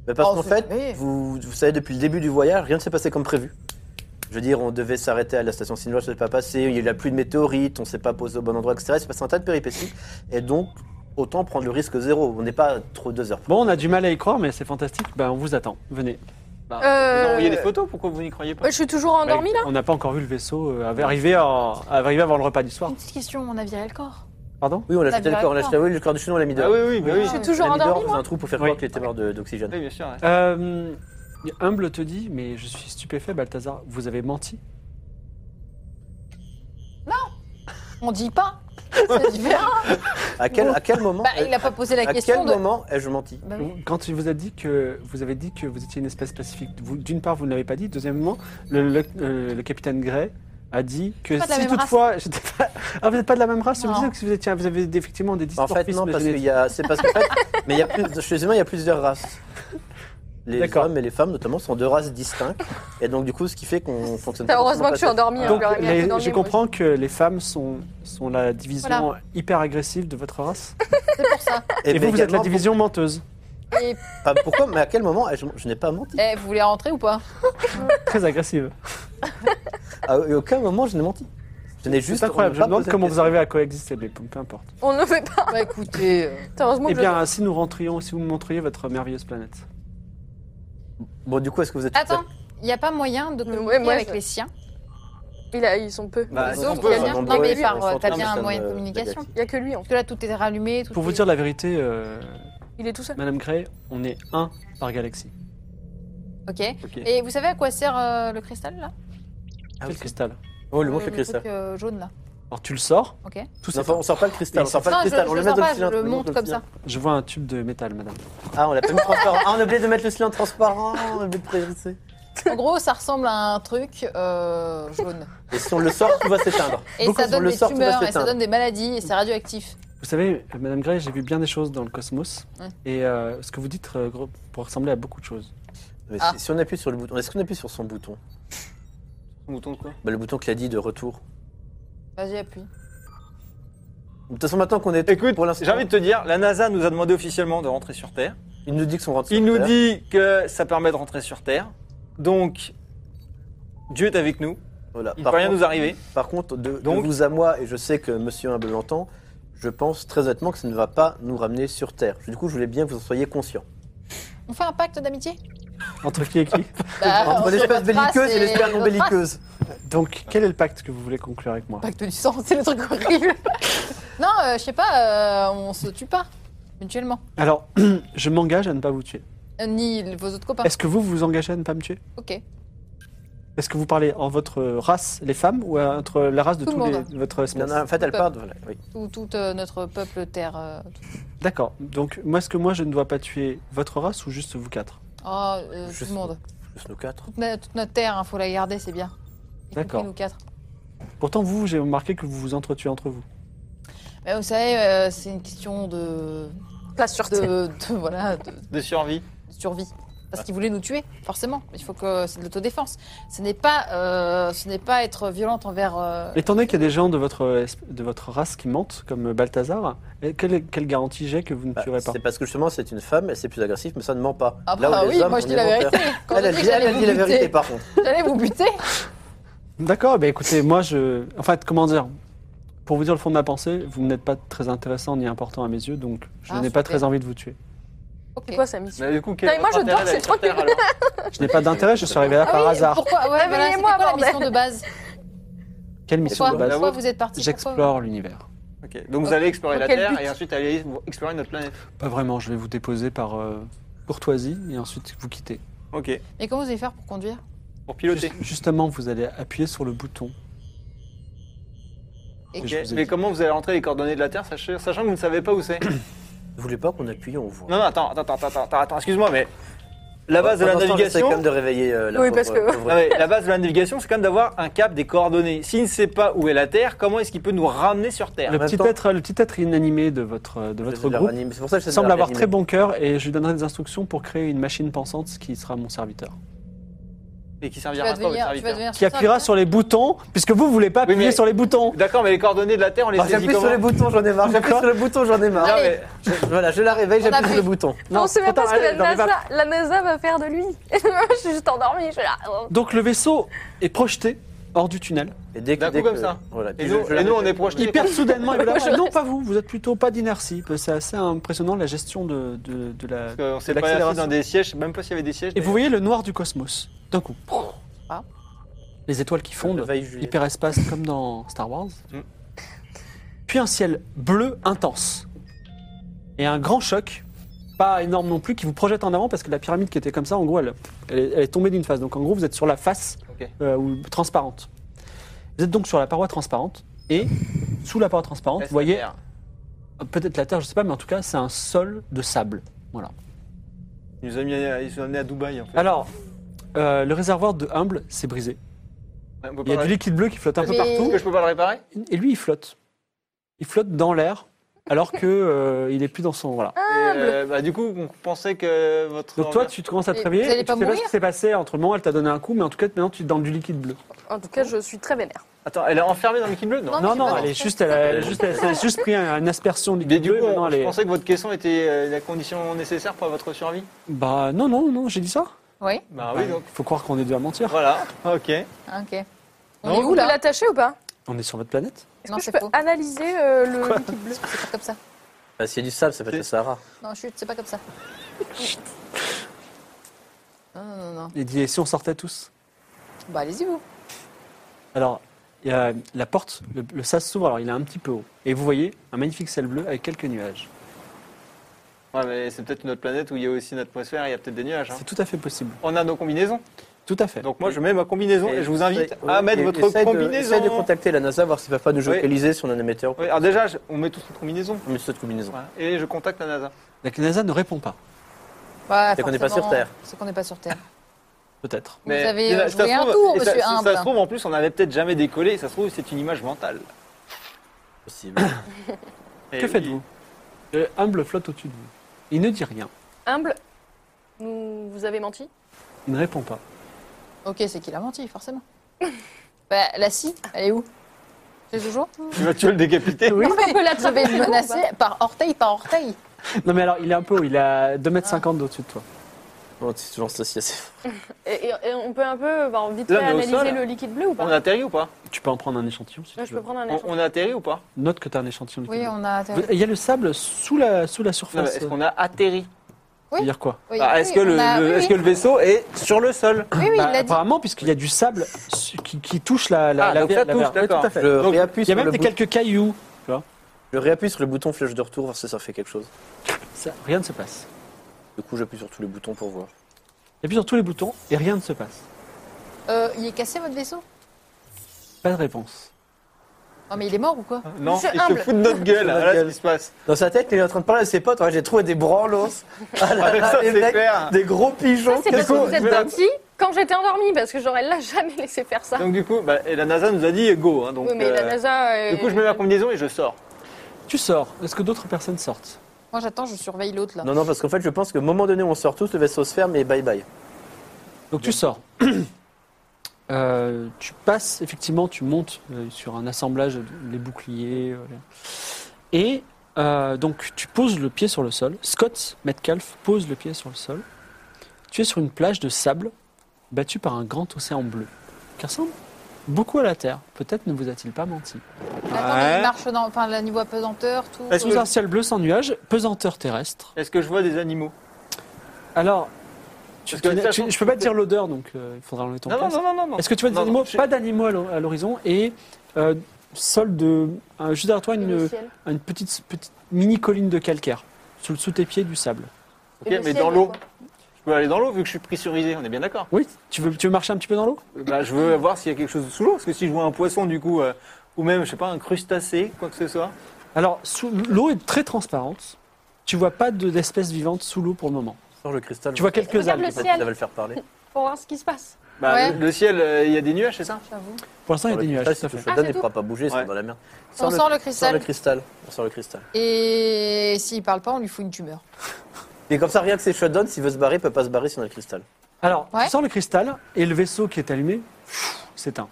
Bah, parce Oh, qu'en c'est- fait, oui. vous, vous savez, depuis le début du voyage, rien ne s'est passé comme prévu. Je veux dire, on devait s'arrêter à la station Sinwar, ça s'est pas passé, il y a eu la pluie de météorites, on s'est pas posé au bon endroit, etc. Il s'est passé un tas de péripéties. Et donc, autant prendre le risque zéro. On n'est pas trop deux heures. Bon, on a du mal à y croire, mais c'est fantastique. Ben, on vous attend. Venez. Bah, Euh, Vous envoyez des photos, pourquoi vous n'y croyez pas Je suis toujours endormie là Bah, On n'a pas encore vu le vaisseau euh, arriver, en- arriver avant le repas du soir. Une petite question, on a viré le corps. Pardon Oui, on Bah, l'a La jeté le virée corps, on de l'a corps. jeté, oui, le corps du chenon, on l'a mis Ah dehors. oui, oui, bah oui. Je suis On l'a mis dehors, toujours on endormie faisait moi un trou pour faire Oui. croire qu'il était mort de- d'oxygène. Oui, bien sûr. ouais. Euh, Humble te dit, mais je suis stupéfait, Balthazar, vous avez menti. On dit pas C'est différent À quel, à quel moment, Bah, il a pas posé la à quel question de. moment ai-je menti Bah oui. Quand il vous a dit que vous avez dit que vous étiez une espèce pacifique, vous- d'une part, vous ne l'avez pas dit. Deuxièmement, le, le- euh, le capitaine Gray a dit que pas de la si même race. toutefois... j'étais pas- Ah, vous n'êtes pas de la même race Je me Non. disais que si vous, étiez, vous avez effectivement des En fait, dysmorphismes non, parce qu'il génétiques. y a. C'est parce qu'en fait. mais il y a plus, chez les humains, il y a plusieurs races. Les D'accord. hommes et les femmes, notamment, sont deux races distinctes. Et donc, du coup, ce qui fait qu'on fonctionne pas. Heureusement que je suis forcément endormie. hein, Donc, je Ah, l'aurais mis les- assez dans le je nez, comprends que les femmes sont, sont la division hyper agressive de votre race. pas Et, mais vous, vous êtes la également, division menteuse. Ah, pourquoi Mais à quel moment ah, Je, je n'ai pas menti. Eh, vous voulez rentrer ou pas Très agressive. À Ah, aucun moment, je n'ai menti. Je n'ai juste. C'est incroyable. on Je me n'a pas demande posé comment de vous arrivez à coexister, mais peu peu importe. moi aussi. On ne le fait pas. Bah écoutez, euh, Heureusement Eh que je- bien, si nous rentrions, si vous me montriez votre merveilleuse planète. question. Bon, du coup, est-ce que vous êtes. Attends, il n'y a pas moyen de communiquer Ouais, moi, avec je- les siens Il a- ils sont peu. Bah, Ils si sont on tous peut, très euh, bien. nombreux, Non, mais ils sont- par- ils sont t'as tous bien un dans moyen de le- communication. Il n'y a que lui en Parce fait. que là, tout est rallumé. Tout Pour vous est- dire la vérité, euh, Il est tout seul. Madame Gray, on est un par galaxie. Ok. Ok. Et vous savez à quoi sert euh, le cristal là Ah, Quel oui. cristal Oh, il lui manque Le- le le cristal. truc, euh, jaune là. Alors, tu le sors. Ok. Tout Non, enfin, on sort pas le cristal, on sort pas Non, le je, cristal, je on le le met sors dans le pas, je cylindre. le on montre le comme cylindre. ça. Je vois un tube de métal, madame. Ah, on l'a pas mis transparent. Ah, on a oublié de mettre le cylindre transparent, on a oublié de préciser. en gros, ça ressemble à un truc euh, jaune. Et si on le sort, tout va s'éteindre. Et Beaucoup ça vont donne le des sort, tout va tumeurs, et ça s'éteindre. donne des maladies, et c'est radioactif. Vous savez, euh, madame Gray, j'ai vu bien des choses dans le cosmos. Mm. Et euh, ce que vous dites euh, gros, pourrait ressembler à beaucoup de choses. Mais Ah. si, si on appuie sur le bouton, est-ce qu'on appuie sur son bouton Mouton de quoi bah, Le bouton qu'il a dit de retour. Vas-y, appuie. De toute façon, maintenant qu'on est. Écoute, pour l'instant, j'ai envie de te dire, la NASA nous a demandé officiellement de rentrer sur Terre. il nous dit que son rentre sur Il nous Terre. dit que ça permet de rentrer sur Terre. Donc, Dieu est avec nous. Voilà. Il ne par, peut rien contre, nous arriver. par contre, de, de Donc- vous à moi, et je sais que monsieur Humble l'entend, je pense très honnêtement que ça ne va pas nous ramener sur Terre. Du coup, je voulais bien que vous en soyez conscient. On fait un pacte d'amitié Entre qui et qui Bah, Entre on se l'espèce repassera, belliqueuse et c'est l'espèce non notre race. belliqueuse. Donc, quel est le pacte que vous voulez conclure avec moi Pacte du sang, c'est le truc horrible. non, euh, je sais pas, euh, on se tue pas mutuellement. Alors, je m'engage à ne pas vous tuer. Euh, Ni vos autres copains. Est-ce que vous vous engagez à ne pas me tuer Ok. Est-ce que vous parlez en votre race, les femmes, ou entre la race de Tout le tous les, monde. votre Non, espèce non, en fait, elle Pas- part. de- voilà, oui. Tout, tout, euh, notre peuple terre. euh, tout. D'accord. Donc, moi, est-ce que moi, je ne dois pas tuer votre race ou juste vous quatre Oh, euh, Je tout sais. le monde. Juste nous quatre. Toute, na- toute notre terre, il faut la garder, c'est bien. Y compris D'accord. Nous quatre. Pourtant, vous, j'ai remarqué que vous vous entretuez entre vous. Mais vous savez, euh, c'est une question de, Place sur de, terre. de- voilà, de de survie. survie. Parce qu'ils voulaient nous tuer, forcément. Il faut que c'est de l'autodéfense. Ce n'est pas, euh, ce n'est pas être violente envers. euh, Étant donné qu'il y a des gens de votre, esp- de votre race qui mentent, comme Balthazar, et quelle, quelle garantie j'ai que vous ne Bah, tuerez pas c'est parce que justement, c'est une femme, elle c'est plus agressif, mais ça ne ment pas. Ah Là où bah les oui, hommes moi je sont dis la volontaires. vérité. Quand Elle, j'ai elle dit dit, que j'allais elle a vous dit la buter, vérité, par contre. J'allais vous buter. D'accord, bah écoutez, moi, je. En fait, comment dire Pour vous dire le fond de ma pensée, vous n'êtes pas très intéressant ni important à mes yeux, donc je Ah, n'ai pas super. très envie de vous tuer. Ok. C'est quoi sa mission Mais du coup, quel Non, mais moi, je intérêt dors, c'est d'aller sur trop Terre, alors Je n'ai pas d'intérêt, je suis arrivé là Ah par oui, hasard. Pourquoi ouais, voilà, C'était Réveillez-moi, quoi la bordel. mission de base Quelle mission Pourquoi, de base pourquoi vous êtes parti J'explore l'univers. Ok, Donc vous allez explorer la Dans quel Terre but et ensuite allez explorer notre planète. Pas vraiment, je vais vous déposer par euh, courtoisie et ensuite vous quitter. Ok, Et comment vous allez faire pour conduire pour piloter. Juste- justement, vous allez appuyer sur le bouton. Et que Ok, je vous ai Mais dit. comment vous allez rentrer les coordonnées de la Terre, sachant, sachant que vous ne savez pas où c'est Vous voulez pas qu'on appuie, on voit. Non, non, attends, attends, attends, attends, attends, attends, excuse-moi, mais la base de la Pendant ce temps, j'essaie navigation, quand même de réveiller euh, la Oui, pauvre- parce que- pauvre- Ah ouais, la base de la navigation, c'est quand même d'avoir un cap des coordonnées. S'il ne sait pas où est la Terre, comment est-ce qu'il peut nous ramener sur Terre Le même petit, temps- être, le petit être inanimé de votre, de j'essaie votre de la groupe réanimer. C'est pour ça que j'essaie de semble la avoir réanimer. très bon cœur et je lui donnerai des instructions pour créer une machine pensante qui sera mon serviteur. Et qui Tu servira vas à quoi votre devenir, tu vas serviteur devenir Qui appuiera sur les boutons, puisque vous, vous voulez pas Oui, appuyer mais- sur les boutons. D'accord, mais les coordonnées de la Terre, on les Ah, saisit J'appuie sur comment le bouton, j'en ai marre. J'appuie sur le bouton, j'en ai marre. Non, mais- Je- Voilà, je la réveille, j'appuie appuie. sur le bouton. On sait même attends, pas ce que la allez, j'en ai marre. NASA, la NASA va faire de lui. je suis juste endormie, je suis là. Donc le vaisseau est projeté hors du tunnel. Et dès que- D'un dès coup, comme que- ça. Voilà, puis Et je- nous, je la et nous, on est réveille. projetés. Il perd soudainement. et voilà. non, pas vous. Vous êtes plutôt pas d'inertie. C'est assez impressionnant la gestion de, de- de la. Parce qu'on de s'est pas l'accélération. assis dans des sièges, je sais même pas s'il y avait des sièges. Et vous voyez le noir du cosmos, d'un coup. Ah. Les étoiles qui Je fondent, réveille Juliette. l'hyperespace comme dans Star Wars. Mm. Puis un ciel bleu intense. Et un grand choc, pas énorme non plus, qui vous projette en avant parce que la pyramide qui était comme ça, en gros, elle, elle est, elle est tombée d'une face. Donc en gros, vous êtes sur la face Ok. euh, ou transparente. Vous êtes donc sur la paroi transparente et sous la paroi transparente, Laisse vous voyez la Terre. peut-être la Terre, je sais pas, mais en tout cas, c'est un sol de sable. Ils nous ont mis à- ils nous ont amenés à Dubaï, en fait. Alors, euh, le réservoir de Humble s'est brisé. On peut Il y a pas du le- liquide bleu qui flotte un peu Mais- partout. que je peux pas le réparer Et lui, il flotte. Il flotte dans l'air, alors que euh, il est plus dans son. Voilà. Ah. Et, euh, bah, du coup, on pensait que votre. Donc toi, tu te commences à te Et réveiller. vous allez et tu pas sais pas ce qui mourir s'est passé entre le moment où elle t'a donné un coup, mais en tout cas, maintenant, tu es dans du liquide bleu. En tout cas, je suis très vénère. Attends, elle est enfermée dans le liquide bleu Non. non, Oh, mais non, c'est pas elle est grave. juste, elle a, elle a juste, elle s'est juste pris un- une aspersion de Mais liquide du bleu. coup, maintenant, elle je est- pensais que votre question était euh, la condition nécessaire pour votre survie. Bah non, non, non, j'ai dit ça. Oui, Bah oui, donc. Faut croire qu'on est dû à mentir. Voilà, ok. ah, ok. On Non, est où peut là l'attacher ou pas On est sur votre planète. Est-ce Non, que je c'est peux faux. analyser euh, le liquide bleu C'est pas comme ça. Bah, S'il y a du sable, ça peut être le Sahara. Non, chut, c'est pas comme ça. Non, non, non, non. Et dit, et si on sortait tous Bah allez-y vous. Alors, il y a la porte, le, le sas s'ouvre, alors il est un petit peu haut. Et vous voyez un magnifique ciel bleu avec quelques nuages. Ouais, mais c'est peut-être une autre planète où il y a aussi une atmosphère, il y a peut-être des nuages. hein. C'est tout à fait possible. On a nos combinaisons. Tout à fait. Donc moi, je mets ma combinaison et, je vous invite Essaye- à oui, mettre et- votre essaye de- combinaison. Essaye de contacter la NASA, voir s'ils peuvent pas nous Oui. localiser sur un émetteur. Oui, alors déjà, je- on met tous notre combinaison. hein, Mais c'est cette combinaison. Et je contacte la NASA. La NASA ne répond pas, Bah, C'est qu'on n'est pas forcément, sur Terre. C'est qu'on n'est pas sur Terre. peut-être. Vous avez, euh, ça se joué un trouve- tour, et ça- monsieur ça- Humble. Ça se trouve, en plus, on n'avait peut-être jamais décollé. et Ça se trouve, c'est une image mentale. Possible. Et que oui. faites-vous Le Euh, humble flotte au-dessus de vous. Il ne dit rien. Humble, nous- vous avez menti Il ne répond pas. Ok, c'est qu'il a menti, forcément. bah la scie, elle est où C'est toujours Tu vas tuer le décapité Oui. On peut l'attraper et le menacer par orteil par orteil. Non, mais alors, il est un peu haut. Il a Ah. 2,50 m au-dessus de toi. Bon, tu te lances aussi assez fort. et, et- et on peut un peu, bah, vite Là, fait, on est au analyser sol. le liquide bleu ou pas On atterrit ou pas Tu peux en prendre un échantillon si Là, tu je peux veux. prendre un on, échantillon. on atterrit ou pas Note que tu as un échantillon. du Oui, cadeau. on a. Vous- Il y a le sable sous la, sous la Non, mais surface. Est-ce qu'on a atterri C'est-à-dire quoi Oui, Ah, Est-ce oui, que, on le, a- le- oui, est-ce que oui. le vaisseau est sur le sol Oui, oui, Bah, il l'a dit. Apparemment, puisqu'il y a du sable su- qui, qui touche la, la, Ah, la donc ver- ça la touche, verre. Oui, d'accord. tout à fait. Je Donc, Il réappuie y a sur même le des bouton. quelques cailloux. Je réappuie sur le bouton flèche de retour, voir si ça fait quelque chose. Ça, rien ne se passe. Du coup, j'appuie sur tous les boutons pour voir. Il appuie sur tous les boutons et rien ne se passe. Euh, il est cassé votre vaisseau Pas de réponse. Non mais il est mort ou quoi Non, Monsieur il se humble. fout de notre gueule. hein, Notre Voilà ce gueule. qui se passe. Dans sa tête, il est en train de parler à ses potes. Ouais, j'ai trouvé des branlos, Ah là Ouais, là, ça, des c'est mecs, clair. des gros pigeons. Ça, c'est parce qu'est-ce que qu'on- vous êtes je vais- parti quand j'étais endormie, parce que j'aurais là jamais laissé faire ça. Donc du coup, bah, et la NASA nous a dit go. hein, donc, oui, mais la euh, NASA. euh, Du coup, je mets ma combinaison et je sors. Tu sors. Est-ce que d'autres personnes sortent Moi j'attends, je surveille l'autre là. Non, non, parce qu'en fait, je pense que moment donné, on sort tous, le vaisseau se ferme et bye bye. Donc tu sors. Euh, tu passes, effectivement, tu montes euh, sur un assemblage, de- les boucliers. euh, les- Et euh, donc tu poses le pied sur le sol. Scott Metcalf pose le pied sur le sol. Tu es sur une plage de sable battue par un grand océan bleu qui ressemble beaucoup à la Terre. Peut-être ne vous a-t-il pas menti. Attends, Ouais. mais il marche dans, enfin, la niveau apesanteur, tout. Est-ce Sous que- un ciel bleu sans nuages, pesanteur terrestre. Est-ce que je vois des animaux Alors, tu Parce que connais- de toute tu- façon, je peux pas tu te dire l'odeur, donc euh, il faudra en mettre en Non, non, place. non, non, non, non. Est-ce que tu vois des Non, non, animaux j'ai- Pas d'animaux à l'ho- à l'horizon et euh, sol de euh, juste derrière toi le une, ciel. une petite, petite mini colline de calcaire sous, sous tes pieds du sable. Ok, Et le mais ciel, dans l'eau. quoi. Je peux aller dans l'eau vu que je suis pressurisé. On est bien d'accord. Oui, tu veux, tu veux marcher un petit peu dans l'eau Bah, je veux voir s'il y a quelque chose sous l'eau parce que si je vois un poisson du coup. euh, ou même, je sais pas, un crustacé, quoi que ce soit. Alors sous- l'eau est très transparente. Tu vois pas de- d'espèces vivantes sous l'eau pour le moment. Sors le cristal. Tu vois quelques regarde algues. le Ça ciel. va le faire parler. Pour voir ce qui se passe. Bah, Ouais. le, le ciel, euh, il y a des nuages, c'est ça Pour l'instant, il y a Sors des le nuages. cristal, Tout à Si fait. tu le donnes, il pourra pas bouger, Ouais. c'est dans la merde. On sort le Sors le cristal. cristal. On sort le cristal. Et s'il parle pas, on lui fout une tumeur. Et comme ça, rien que c'est shutdown, s'il veut se barrer, il peut pas se barrer si on a le cristal. Alors, Ouais. tu sors le cristal et le vaisseau qui est allumé pff, s'éteint.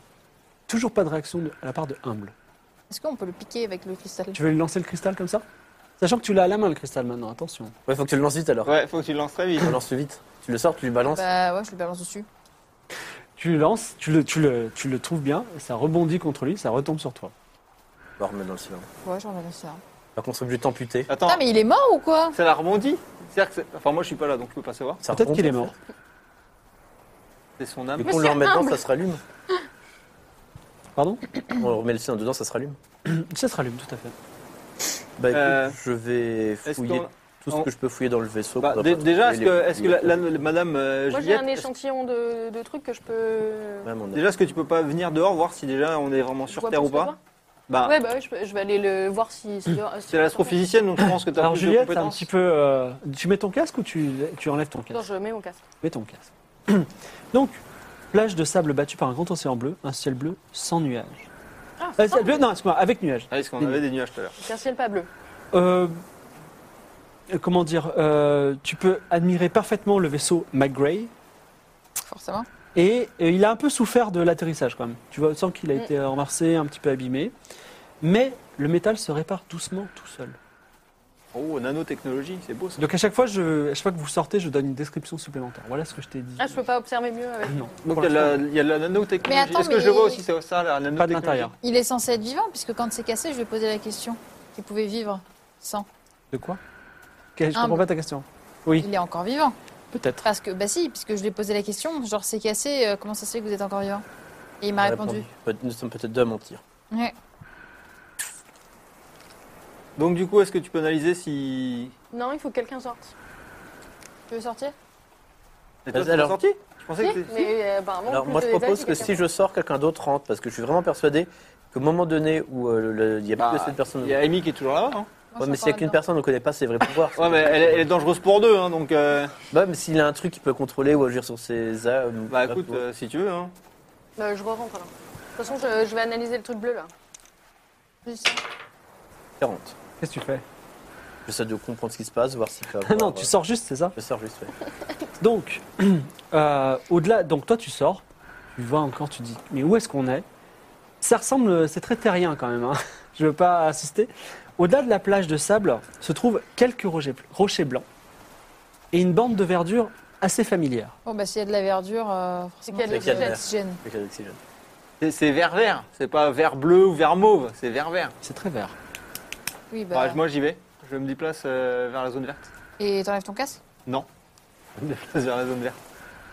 Toujours pas de réaction de- à la part de Humble. Est-ce qu'on peut le piquer avec le cristal Tu veux lui lancer le cristal comme ça Sachant que tu l'as à la main le cristal maintenant, attention. Ouais, faut que tu le lances vite alors. Ouais, faut que tu le lances très vite. Tu le lances vite. Tu le sors, tu lui balances. Bah ouais, je le balance dessus. Tu le lances, tu le, tu le, tu le trouves bien, ça rebondit contre lui, ça retombe sur toi. On va remettre dans le silence. Ouais, je remets ça. Par contre, on est obligé de t'amputer. Attends, Putain, Ah, mais il est mort ou quoi ça l'a rebondi C'est-à-dire que c'est- Enfin, moi, je suis pas là, donc je peux pas savoir. Ça Peut-être retombe, qu'il est ça. mort. C'est son âme. Du coup, on le remet dedans, ça se rallume. Pardon On remet le silence dedans, ça se rallume. Ça se rallume, tout à fait. Bah écoute, Euh, je vais Est-ce fouiller qu'on- tout ce on- que je peux fouiller dans le vaisseau. Bah, qu'on doit dé- pas déjà, est-ce trouver, que, les- est-ce que la, la- la- madame euh, Moi, j'ai Juliette, un est-ce- échantillon de, de trucs que je peux. Ouais, mais on a- déjà, est-ce que tu peux pas venir dehors voir si déjà on est vraiment Je sur vois Terre pour ou ce pas soir. Bah, Ouais, bah ouais, je, peux- je vais aller le voir si. si- si- c'est l'astrophysicienne, donc je pense que tu as Alors plus Juliette, de un compétences. petit peu... euh, tu mets ton casque ou tu, tu enlèves ton Non, casque je mets mon casque. Mets ton casque. Donc, plage de sable battue par un grand océan bleu, un ciel bleu sans nuages. Euh, ciel bleu, non, excuse-moi, avec nuages. Ah, est-ce qu'on avait des nuages tout à l'heure C'est un ciel pas bleu. Euh, euh, comment dire euh, Tu peux admirer parfaitement le vaisseau McGray. Forcément. Et, euh, il a un peu souffert de l'atterrissage quand même. Tu vois, sens qu'il a Mm. été renversé, un petit peu abîmé. Mais le métal se répare doucement tout seul. Oh, nanotechnologie, c'est beau ça. Donc à chaque fois, je, à chaque fois que vous sortez, je donne une description supplémentaire. Voilà ce que je t'ai dit. Ah, je peux pas observer mieux avec. Non. Donc Pour il y, a la- l'instant, il y a la nanotechnologie. Mais attends, est-ce que je le mais- vois aussi, c'est ça, la nanotechnologie Pas de l'intérieur. Il est censé être vivant, puisque quand c'est cassé, je lui ai posé la question. Il pouvait vivre sans. De quoi Je Ah, comprends bon. pas ta question. Oui, Il est encore vivant. peut-être. Parce que, bah si, puisque je lui ai posé la question, genre c'est cassé, euh, comment ça se fait que vous êtes encore vivant Et il m'a on a répondu. Peut- Nous sommes peut-être deux à mentir. Ouais. Donc du coup, est-ce que tu peux analyser si. Non, il faut que quelqu'un sorte. Tu veux sortir Et toi, Vas-y, t'es pas alors. sorti Je pensais que t'es- Mais euh, apparemment, Alors plus moi, de je détails, propose c'est que quelqu'un si je sors, quelqu'un d'autre rentre, parce que je suis vraiment persuadé qu'au moment donné où euh, le- il n'y a Bah, plus que cette personne. Il y a Amy qui est toujours là-bas. hein. Ouais, mais s'il n'y a qu'une personne, on ne connaît pas ses vrais pouvoirs. Ouais, mais elle, est- elle est dangereuse pour deux, hein, donc. euh, Bah, mais s'il a un truc qu'il peut contrôler ou agir sur ses âmes. Bah écoute, euh, si tu veux. Hein. d'autre. Euh, je re-rentre alors. De toute façon, je, je vais analyser le truc bleu là. euh, différente. Qu'est-ce que tu fais J'essaie de comprendre ce qui se passe, voir s'il peut. Ah Avoir, Non, tu euh, sors juste, c'est ça Je sors juste, ouais. Donc, euh, au-delà, donc toi tu sors, tu vois encore, tu dis, mais où est-ce qu'on est Ça ressemble, c'est très terrien quand même, hein. je veux pas insister. Au-delà de la plage de sable se trouvent quelques rochers, rochers blancs et une bande de verdure assez familière. Bon, bah s'il y a de la verdure, euh, forcément, qu'il y a de c'est l'oxygène. l'oxygène. Avec l'oxygène. C'est- C'est vert vert, c'est pas vert bleu ou vert mauve, c'est vert vert. C'est très vert. Oui, Bah, bah. moi j'y vais, je me déplace euh, vers la zone verte. Et t'enlèves ton casque Non, je me déplace vers la zone verte.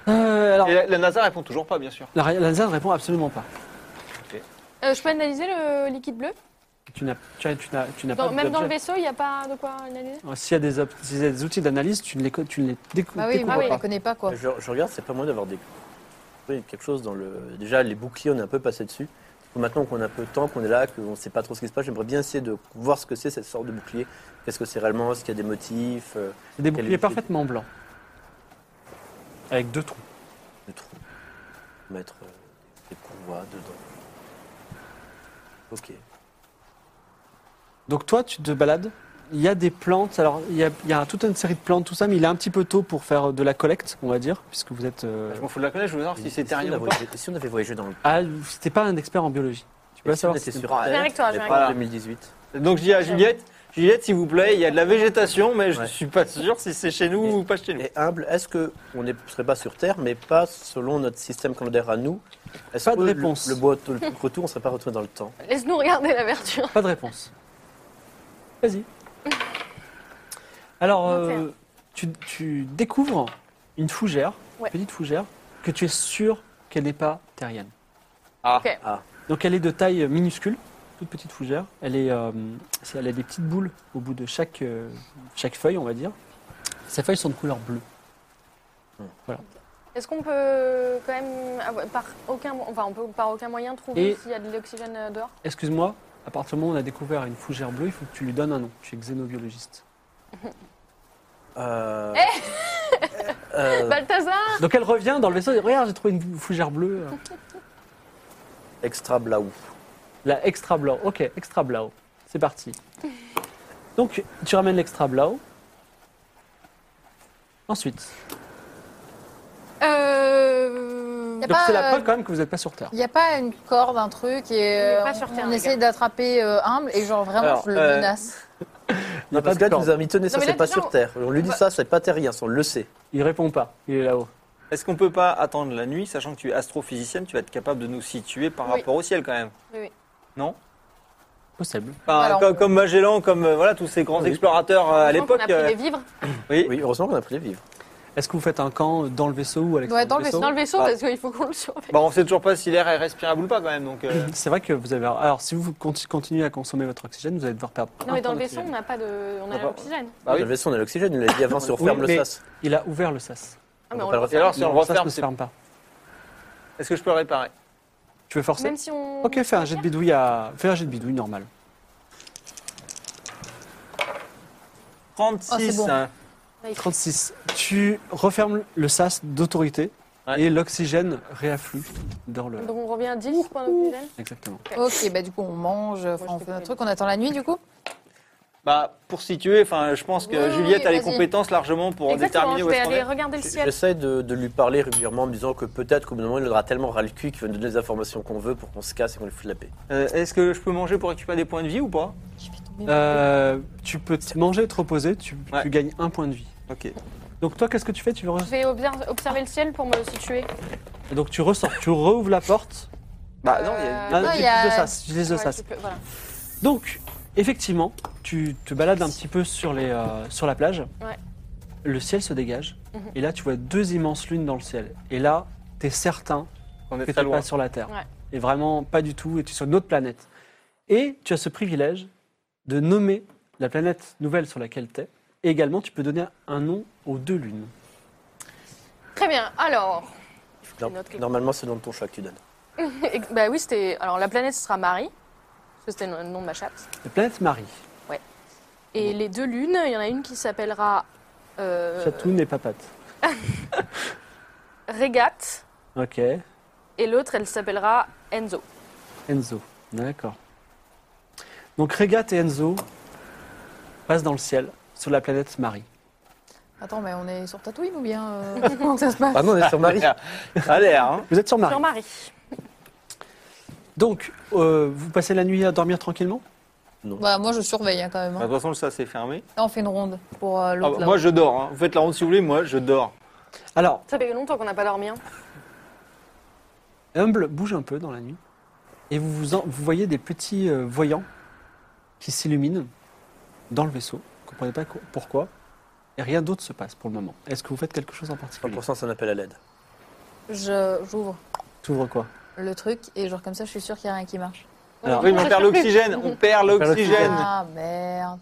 Euh, alors, Et la, la NASA répond toujours pas, bien sûr. la, la NASA ne répond absolument pas. Euh, je peux analyser le liquide bleu Tu n'as, tu as- tu n'as, tu n'as Dans- pas. Même dans le d'objet. vaisseau, il n'y a pas de quoi analyser S'il y a des, op- s'il y a des outils d'analyse, tu ne les, co- tu ne les décou- Bah oui, découvres bah oui, on pas. la connaît pas quoi. Je, je regarde, c'est pas moyen d'avoir des. construit quelque chose dans le. Déjà, les boucliers, on est un peu passé dessus. Du coup, Maintenant qu'on a un peu de temps, qu'on est là, qu'on ne sait pas trop ce qui se passe, j'aimerais bien essayer de voir ce que c'est cette sorte de bouclier. Qu'est-ce que c'est réellement Est-ce qu'il y a des motifs euh, C'est des Quel boucliers est- parfaitement blancs. Avec deux trous. de trous Mettre euh, des courroies dedans. Ok. Donc toi, tu te balades. Il y a des plantes. Alors, il y a, il y a toute une série de plantes, tout ça, mais il est un petit peu tôt pour faire de la collecte, on va dire, puisque vous êtes. euh, Je m'en fous de la connaître, je veux savoir si c'est Et on terrible a ou pas. voyagé- et si on avait voyagé dans le Ah, c'était pas un expert en biologie. Tu peux et pas si on savoir. était si- sur Je viens Terre, avec toi, je viens mais avec pas toi. en 2018. Donc je dis à Juliette, Juliette, s'il vous plaît, il y a de la végétation, mais je Ouais. suis pas sûr si c'est chez nous Et- ou pas chez nous. Et humble, est-ce qu'on ne serait pas sur Terre, mais pas selon notre système calendaire à nous Est-ce Pas que de le- réponse. Le, bois- le retour, on ne serait pas retourné dans le temps Laisse-nous regarder la verdure. Pas de réponse. Vas-y. Alors, euh, tu, tu découvres une fougère, Ouais. une petite fougère, que tu es sûr qu'elle n'est pas terrienne. Ah. Ok. Ah. Donc elle est de taille minuscule, toute petite fougère. Elle, est, euh, c'est- elle a des petites boules au bout de chaque, euh, chaque feuille, on va dire. Ces feuilles sont de couleur bleue. Est-ce qu'on peut quand même, avoir- par aucun, enfin, on peut par aucun moyen trouver Et- s'il y a de l'oxygène euh, dehors Excuse-moi, à partir du moment où on a découvert une fougère bleue, il faut que tu lui donnes un nom. Tu es xénobiologiste. Euh, euh, Bah, Balthazar Donc elle revient dans le vaisseau et regarde, j'ai trouvé une fougère bleue. euh, Extra blaou. La extra blau. Ok, extra blau. C'est parti. Donc, tu ramènes l'extra blau. Ensuite. Euh... Y a Donc, pas, c'est la euh, preuve quand même que vous n'êtes pas sur Terre. Il n'y a pas une corde, un truc, et est euh, pas sur Terre, on les essaye d'attraper euh, Humble, et genre vraiment, Alors, je le euh, menace. Il n'y Non, a pas parce de que là, tu corde. nous as mitonné, ça, mais c'est là, pas déjà, sur on- Terre. On lui dit on va- ça, c'est pas terrien, on le sait. Il répond pas. Il est là-haut. Est-ce qu'on peut pas attendre la nuit, sachant que tu es astrophysicienne, tu vas être capable de nous situer par Oui. rapport au ciel quand même Possible. Enfin, Alors, comme, comme Magellan, comme euh, voilà tous ces grands explorateurs euh, à Bah Heureusement qu'on l'époque. a pris euh, des vivres oui. Oui, heureusement qu'on a pris les vivres. Est-ce que vous faites un camp dans le vaisseau ou à l'extérieur Ouais, dans du le vaisseau. dans le vaisseau Ah. parce qu'il faut qu'on le surveille. Bah, on sait toujours pas si l'air est respirable ou pas quand même. Donc, euh, C'est vrai que vous avez. Alors, si vous conti- continuez à consommer votre oxygène, vous allez devoir perdre. Non un mais dans point le vaisseau on d'oxygène. n'a pas de, on a Ah bah. l'oxygène. bah Dans oui. le vaisseau, on a l'oxygène, il l'a dit avant, si on referme Oui, le mais- sas. Il a ouvert le sas. Ah, On mais peut on pas le le- Et alors si on Non, le le sas referme, ne se c'est- ferme pas. est-ce que je peux le réparer Tu veux forcer Même si on. Ok, fais un jet de bidouille à. Fais un jet de bidouille normal. Oh, 36. bon. hein. 36. Tu refermes le sas d'autorité Ouais. et l'oxygène réafflue dans le. Donc on revient à 10 points d'oxygène. Exactement. Ok, bah du coup, on mange, enfin, je on fais fait notre plus. truc, on attend la nuit, du coup Bah pour situer, enfin je pense que Oui, oui, Juliette a les vas-y. compétences largement pour Exactement, déterminer je où vais est-ce qu'on aller est. regarder le ciel. J'essaie de, de lui parler régulièrement en me disant que peut-être qu'au bout d'un moment, il aura tellement ras le cul qu'il va nous donner les informations qu'on veut pour qu'on se casse et qu'on lui foute la paix. Euh, Est-ce que je peux manger pour récupérer des points de vie ou pas Euh, tu peux te manger, te reposer, tu, Ouais. tu gagnes un point de vie. Ok. Donc toi, qu'est-ce que tu fais Tu veux re- Je vais obser- observer le ciel pour me situer. donc tu ressors, tu rouvres la porte. Bah non, il y a- Euh, Ah, ouais, j'utilise il y a- le sas, j'utilise le tu sas. peux- voilà. Donc effectivement, tu te balades un petit peu sur les euh, sur la plage. Ouais. Le ciel se dégage Mhm. et là tu vois deux immenses lunes dans le ciel. Et là, tu es certain on que est tu très loin. pas sur la Terre. Ouais. Et vraiment pas du tout, et tu es sur une autre planète. Et tu as ce privilège de nommer la planète nouvelle sur laquelle tu es. Et également, tu peux donner un nom aux deux lunes. Très bien. Alors. Je Non, fais note quelque normalement, c'est dans ton choix que tu donnes. Et- Bah oui, c'était. Alors la planète ce sera Marie, parce que c'était le nom de ma chatte. La planète Marie. Et les deux lunes, il y en a une qui s'appellera euh, Chatoun et Papate. Régate, Ok. et l'autre elle s'appellera Enzo. Enzo. D'accord. Donc Régate et Enzo passent dans le ciel sur la planète Marie. Attends, mais on est sur Tatooine ou bien euh, Comment ça se passe Ah non, on est sur Marie. Ça a l'air. Hein. Vous êtes sur Marie. Sur Marie. Donc, euh, vous passez la nuit à dormir tranquillement Bah moi, je surveille hein, quand même. Bah, hein. De toute façon, le sas est fermé. Là, on fait une ronde pour euh, Ah, l'autre. bah, là. moi, je dors. hein. Vous faites la ronde si vous voulez. Moi, je dors. Alors, Ça fait longtemps qu'on n'a pas dormi. hein. Humble bouge un peu dans la nuit et vous, vous, en- vous voyez des petits euh, voyants qui s'illuminent dans le vaisseau. Vous ne comprenez pas co- pourquoi. Et rien d'autre se passe pour le moment. Est-ce que vous faites quelque chose en particulier 100% c'est un appel à l'aide. Je- J'ouvre T'ouvres quoi le truc et genre comme ça, je suis sûr qu'il n'y a rien qui marche. Ah. Alors, Oui, mais on perd l'oxygène. On perd l'oxygène. Ah merde.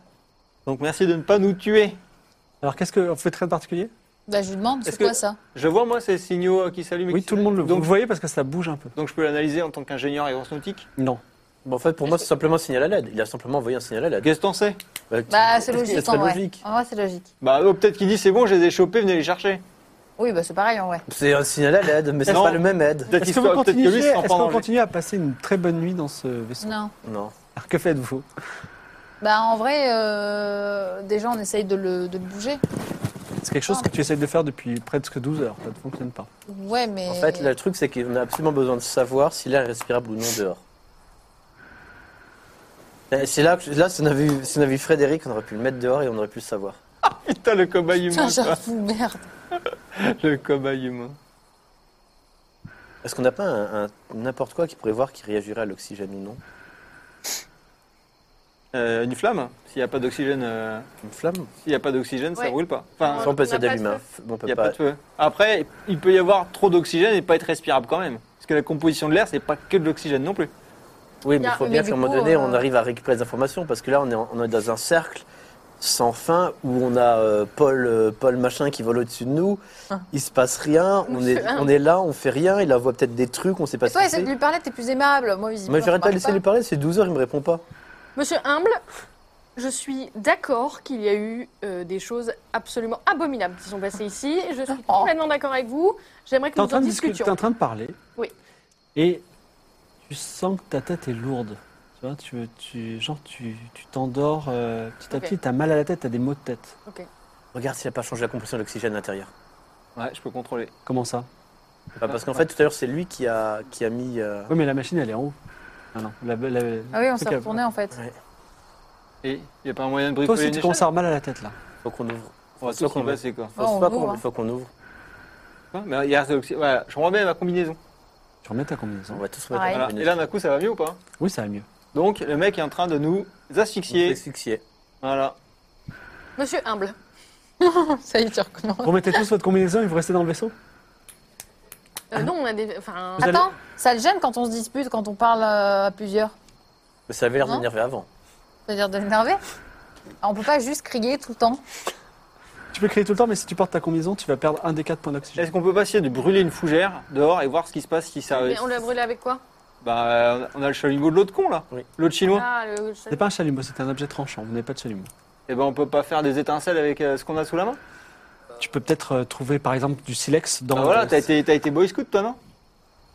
Donc, merci de ne pas nous tuer. alors qu'est-ce que vous faites rien de particulier Bah, je lui demande, Est-ce c'est que- quoi ça Je vois, moi, ces signaux euh, qui s'allument. et Oui, qui tout le monde le voit. s'allument. vous le Donc, voyez parce que ça bouge un peu. donc je peux l'analyser en tant qu'ingénieur aéronautique. Non. Bon, en fait, pour moi, c'est simplement un signal à l'aide. Il a simplement envoyé un signal à l'aide. Qu'est-ce que t'en sais Bah, c'est logique, C'est très en vrai. logique. En vrai, c'est logique. Bah, eux, peut-être qu'il dit c'est bon, je les ai chopés, venez les chercher. Oui, bah, c'est pareil, en vrai. C'est un signal à l'aide, mais c'est Non. pas le même aide. Peut-être Est-ce qu'il que vous peut- peut-être continuez, que lui, il se sent est-ce pas en qu'on danger. continue à passer une très bonne nuit dans ce vaisseau Non. Non. Alors, que faites-vous Bah, en vrai, euh, déjà, on essaye de le, de le bouger. C'est quelque chose que tu essayes de faire depuis presque 12 heures. Ça ne fonctionne pas. Ouais, mais. En fait, le truc, c'est qu'on a absolument besoin de savoir si l'air est respirable ou non dehors. Et C'est là, que- là si, on avait eu, si on avait eu Frédéric, on aurait pu le mettre dehors et on aurait pu le savoir. Putain, le cobaye Putain, humain. j'avoue, merde. quoi. Le cobaye humain. Est-ce qu'on n'a pas un- un- n'importe quoi qui pourrait voir qui réagirait à l'oxygène ou non Euh, une flamme S'il n'y a pas d'oxygène, euh, Une flamme s'il y a pas d'oxygène, ça Ouais. roule pas. Enfin, Ouais. Ça, on peut on essayer n'a pas d'allumer. de un feu, mais On il n'y peut a pas. pas de feu. Après, il peut y avoir trop d'oxygène et pas être respirable quand même. Parce que la composition de l'air, c'est pas que de l'oxygène non plus. Oui, mais Y il a- faut mais bien du qu'à un moment coup, donné, euh, on arrive à récupérer des informations parce que là, on est, en- on est dans un cercle sans fin où on a euh, Paul, euh, Paul machin qui vole au-dessus de nous. Ah. Il se passe rien. On est, on est là, on fait rien. Il envoie peut-être des trucs, on sait pas Et ce toi, que essaie de c'est. lui parler, t'es plus aimable. Moi, visiblement. Moi, ça j'arrête pas marche de laisser lui parler. C'est 12 heures, il me répond pas. Monsieur Humble, je suis d'accord qu'il y a eu euh, des choses absolument abominables qui sont passées ici. Je suis complètement d'accord avec vous. J'aimerais que Oh. T'es en nous en train de discuter, discutions. t'es en train de parler. Oui. Et tu sens que ta tête est lourde. Tu vois, tu, tu- genre, tu tu t'endors euh, petit à Ok. petit, t'as mal à la tête, t'as des maux de tête. Regarde s'il a pas changé la composition de l'oxygène à l'intérieur. Ouais, je peux contrôler. Comment ça Bah, parce qu'en fait, tout à l'heure, c'est lui qui a, qui a mis. euh, Oui, mais la machine, elle est en haut. Ah non, la- la- Ah oui, on le s'est truc, retourné, en fait. Et il n'y a pas un moyen de Toi bricoler aussi, une tu échelle commences à avoir mal à la tête là. Faut qu'on ouvre. On va Faut tous qu'on y ouvre. passer, quoi. Faut Oh, on pas ouvre, qu'on- hein. faut qu'on ouvre. Ouais, mais il y a de l'oxy- voilà, je remets ma combinaison. Tu remets ta On combinaison. va tous remettre Pareil. la Voilà. Et là, d'un coup, ça va mieux ou pas Oui, ça va mieux. Donc, le mec est en train de nous asphyxier. asphyxier. Voilà. Monsieur Humble, euh, hein. Ça y est, tu recommences. Vous remettez tous votre combinaison et vous restez dans le vaisseau euh, non, on a des. Enfin, Ah. Vous allez- Attends, ça le gêne quand on se dispute, quand on parle euh, à plusieurs. Mais ça avait l'air de Non m'énerver avant. C'est-à-dire de l'énerver. Ah, On peut pas juste crier tout le temps. Tu peux crier tout le temps, mais si tu portes ta combinaison, tu vas perdre un des quatre points d'oxygène. Est-ce qu'on peut pas essayer de brûler une fougère dehors et voir ce qui se passe si ça. mais on l'a brûlé avec quoi Bah, euh, on a le chalumeau de l'autre con là, Oui. l'autre chinois. Ah, le- C'est pas un chalumeau, c'est un objet tranchant. Vous n'avez pas de chalumeau. Et ben, on peut pas faire des étincelles avec euh, ce qu'on a sous la main. Tu peux peut-être euh, trouver par exemple du silex dans. Ah, voilà, t'as été, t'as été boy scout toi, non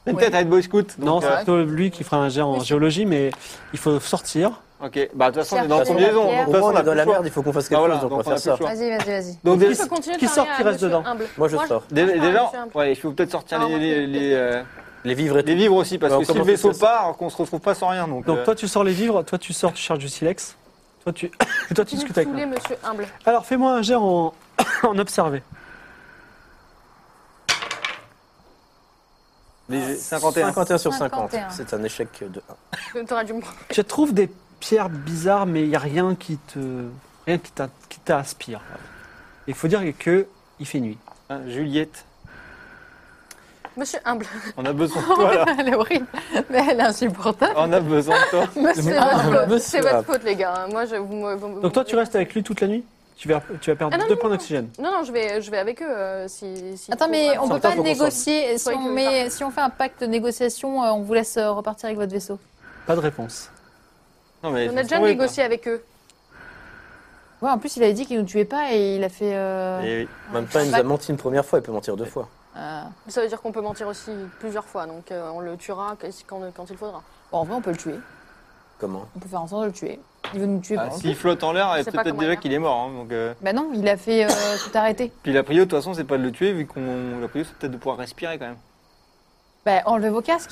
T'as une Ouais. tête à être boy scout. Non, donc, euh, c'est plutôt lui qui fera un jet en géologie, mais il faut sortir. euh, Ok, bah, de toute façon, on est dans la Chercher la combinaison. pierre. Au donc, de toute moins, on façon, on a est dans plus la le choix. merde, il faut qu'on fasse quelque Ah, voilà, chose, donc on donc va on a faire plus le ça. choix. Vas-y, vas-y, vas-y. Donc, Qui des- sort- continue de qui parler sort, qui à reste monsieur dedans Humble. Moi, je Moi, Ah, je- sors. des- Moi, déjà, je suis un peu- ouais, il faut peut-être sortir Ah, les, moi, les, je- les, euh, Les vivres et les tout. livres aussi, parce Bah, on que si le commence à vaisseau faire ça. part, qu'on se retrouve pas sans rien. Donc, Donc euh, toi tu sors les vivres, toi tu sors, tu cherches du silex. Toi tu, et toi tu Vous discutes avec saoulez, nous. monsieur Humble. Alors fais-moi un jet en, en observer. les 51. 51 sur 50. 51. C'est un échec de 1. T'aurais dû me prendre. Tu trouves des pierres bizarres, mais il n'y a rien qui te, rien qui t'a- qui t'aspire. Il faut dire que il fait nuit. Hein, Juliette, Monsieur Humble. on a besoin de toi là. Elle est horrible. Mais elle est insupportable. On a besoin de toi. Monsieur Humble. Bah, C'est monsieur votre Humble. faute, les gars. Moi, je vous. me- vous- vous- Donc toi tu restes avec lui toute la nuit tu vas, tu vas perdre Ah non, deux non, points non. d'oxygène. Non, non, je vais, je vais avec eux. euh, si, si- Attends, mais on Sans peut retard, pas faut qu'on sorte. négocier. Si Faut on, que- met, si on fait un pacte de négociation, euh, on vous laisse euh, repartir avec votre vaisseau. Pas de réponse. Non, mais On faut a déjà trouver, négocié avec eux. Ouais, en plus, il avait dit qu'il nous tuait pas et il a fait. euh, quoi. Eh oui. Même pas, il nous a menti une première fois, il peut mentir deux fois. euh, Ça veut dire qu'on peut mentir aussi plusieurs fois, donc euh, on le tuera que- quand, quand il faudra. Bon, en vrai, on peut le tuer. Comment On peut faire en sorte de le tuer. Il veut nous tuer. Ah, par S'il flotte en l'air, Je c'est sais pas peut-être comment déjà il a. qu'il est mort. hein, donc, euh, Bah non, il a fait euh, tout arrêter. Puis la prio, de toute façon, c'est pas de le tuer, vu qu'on la prio, c'est peut-être de pouvoir respirer quand même. Bah, enlevez vos casques.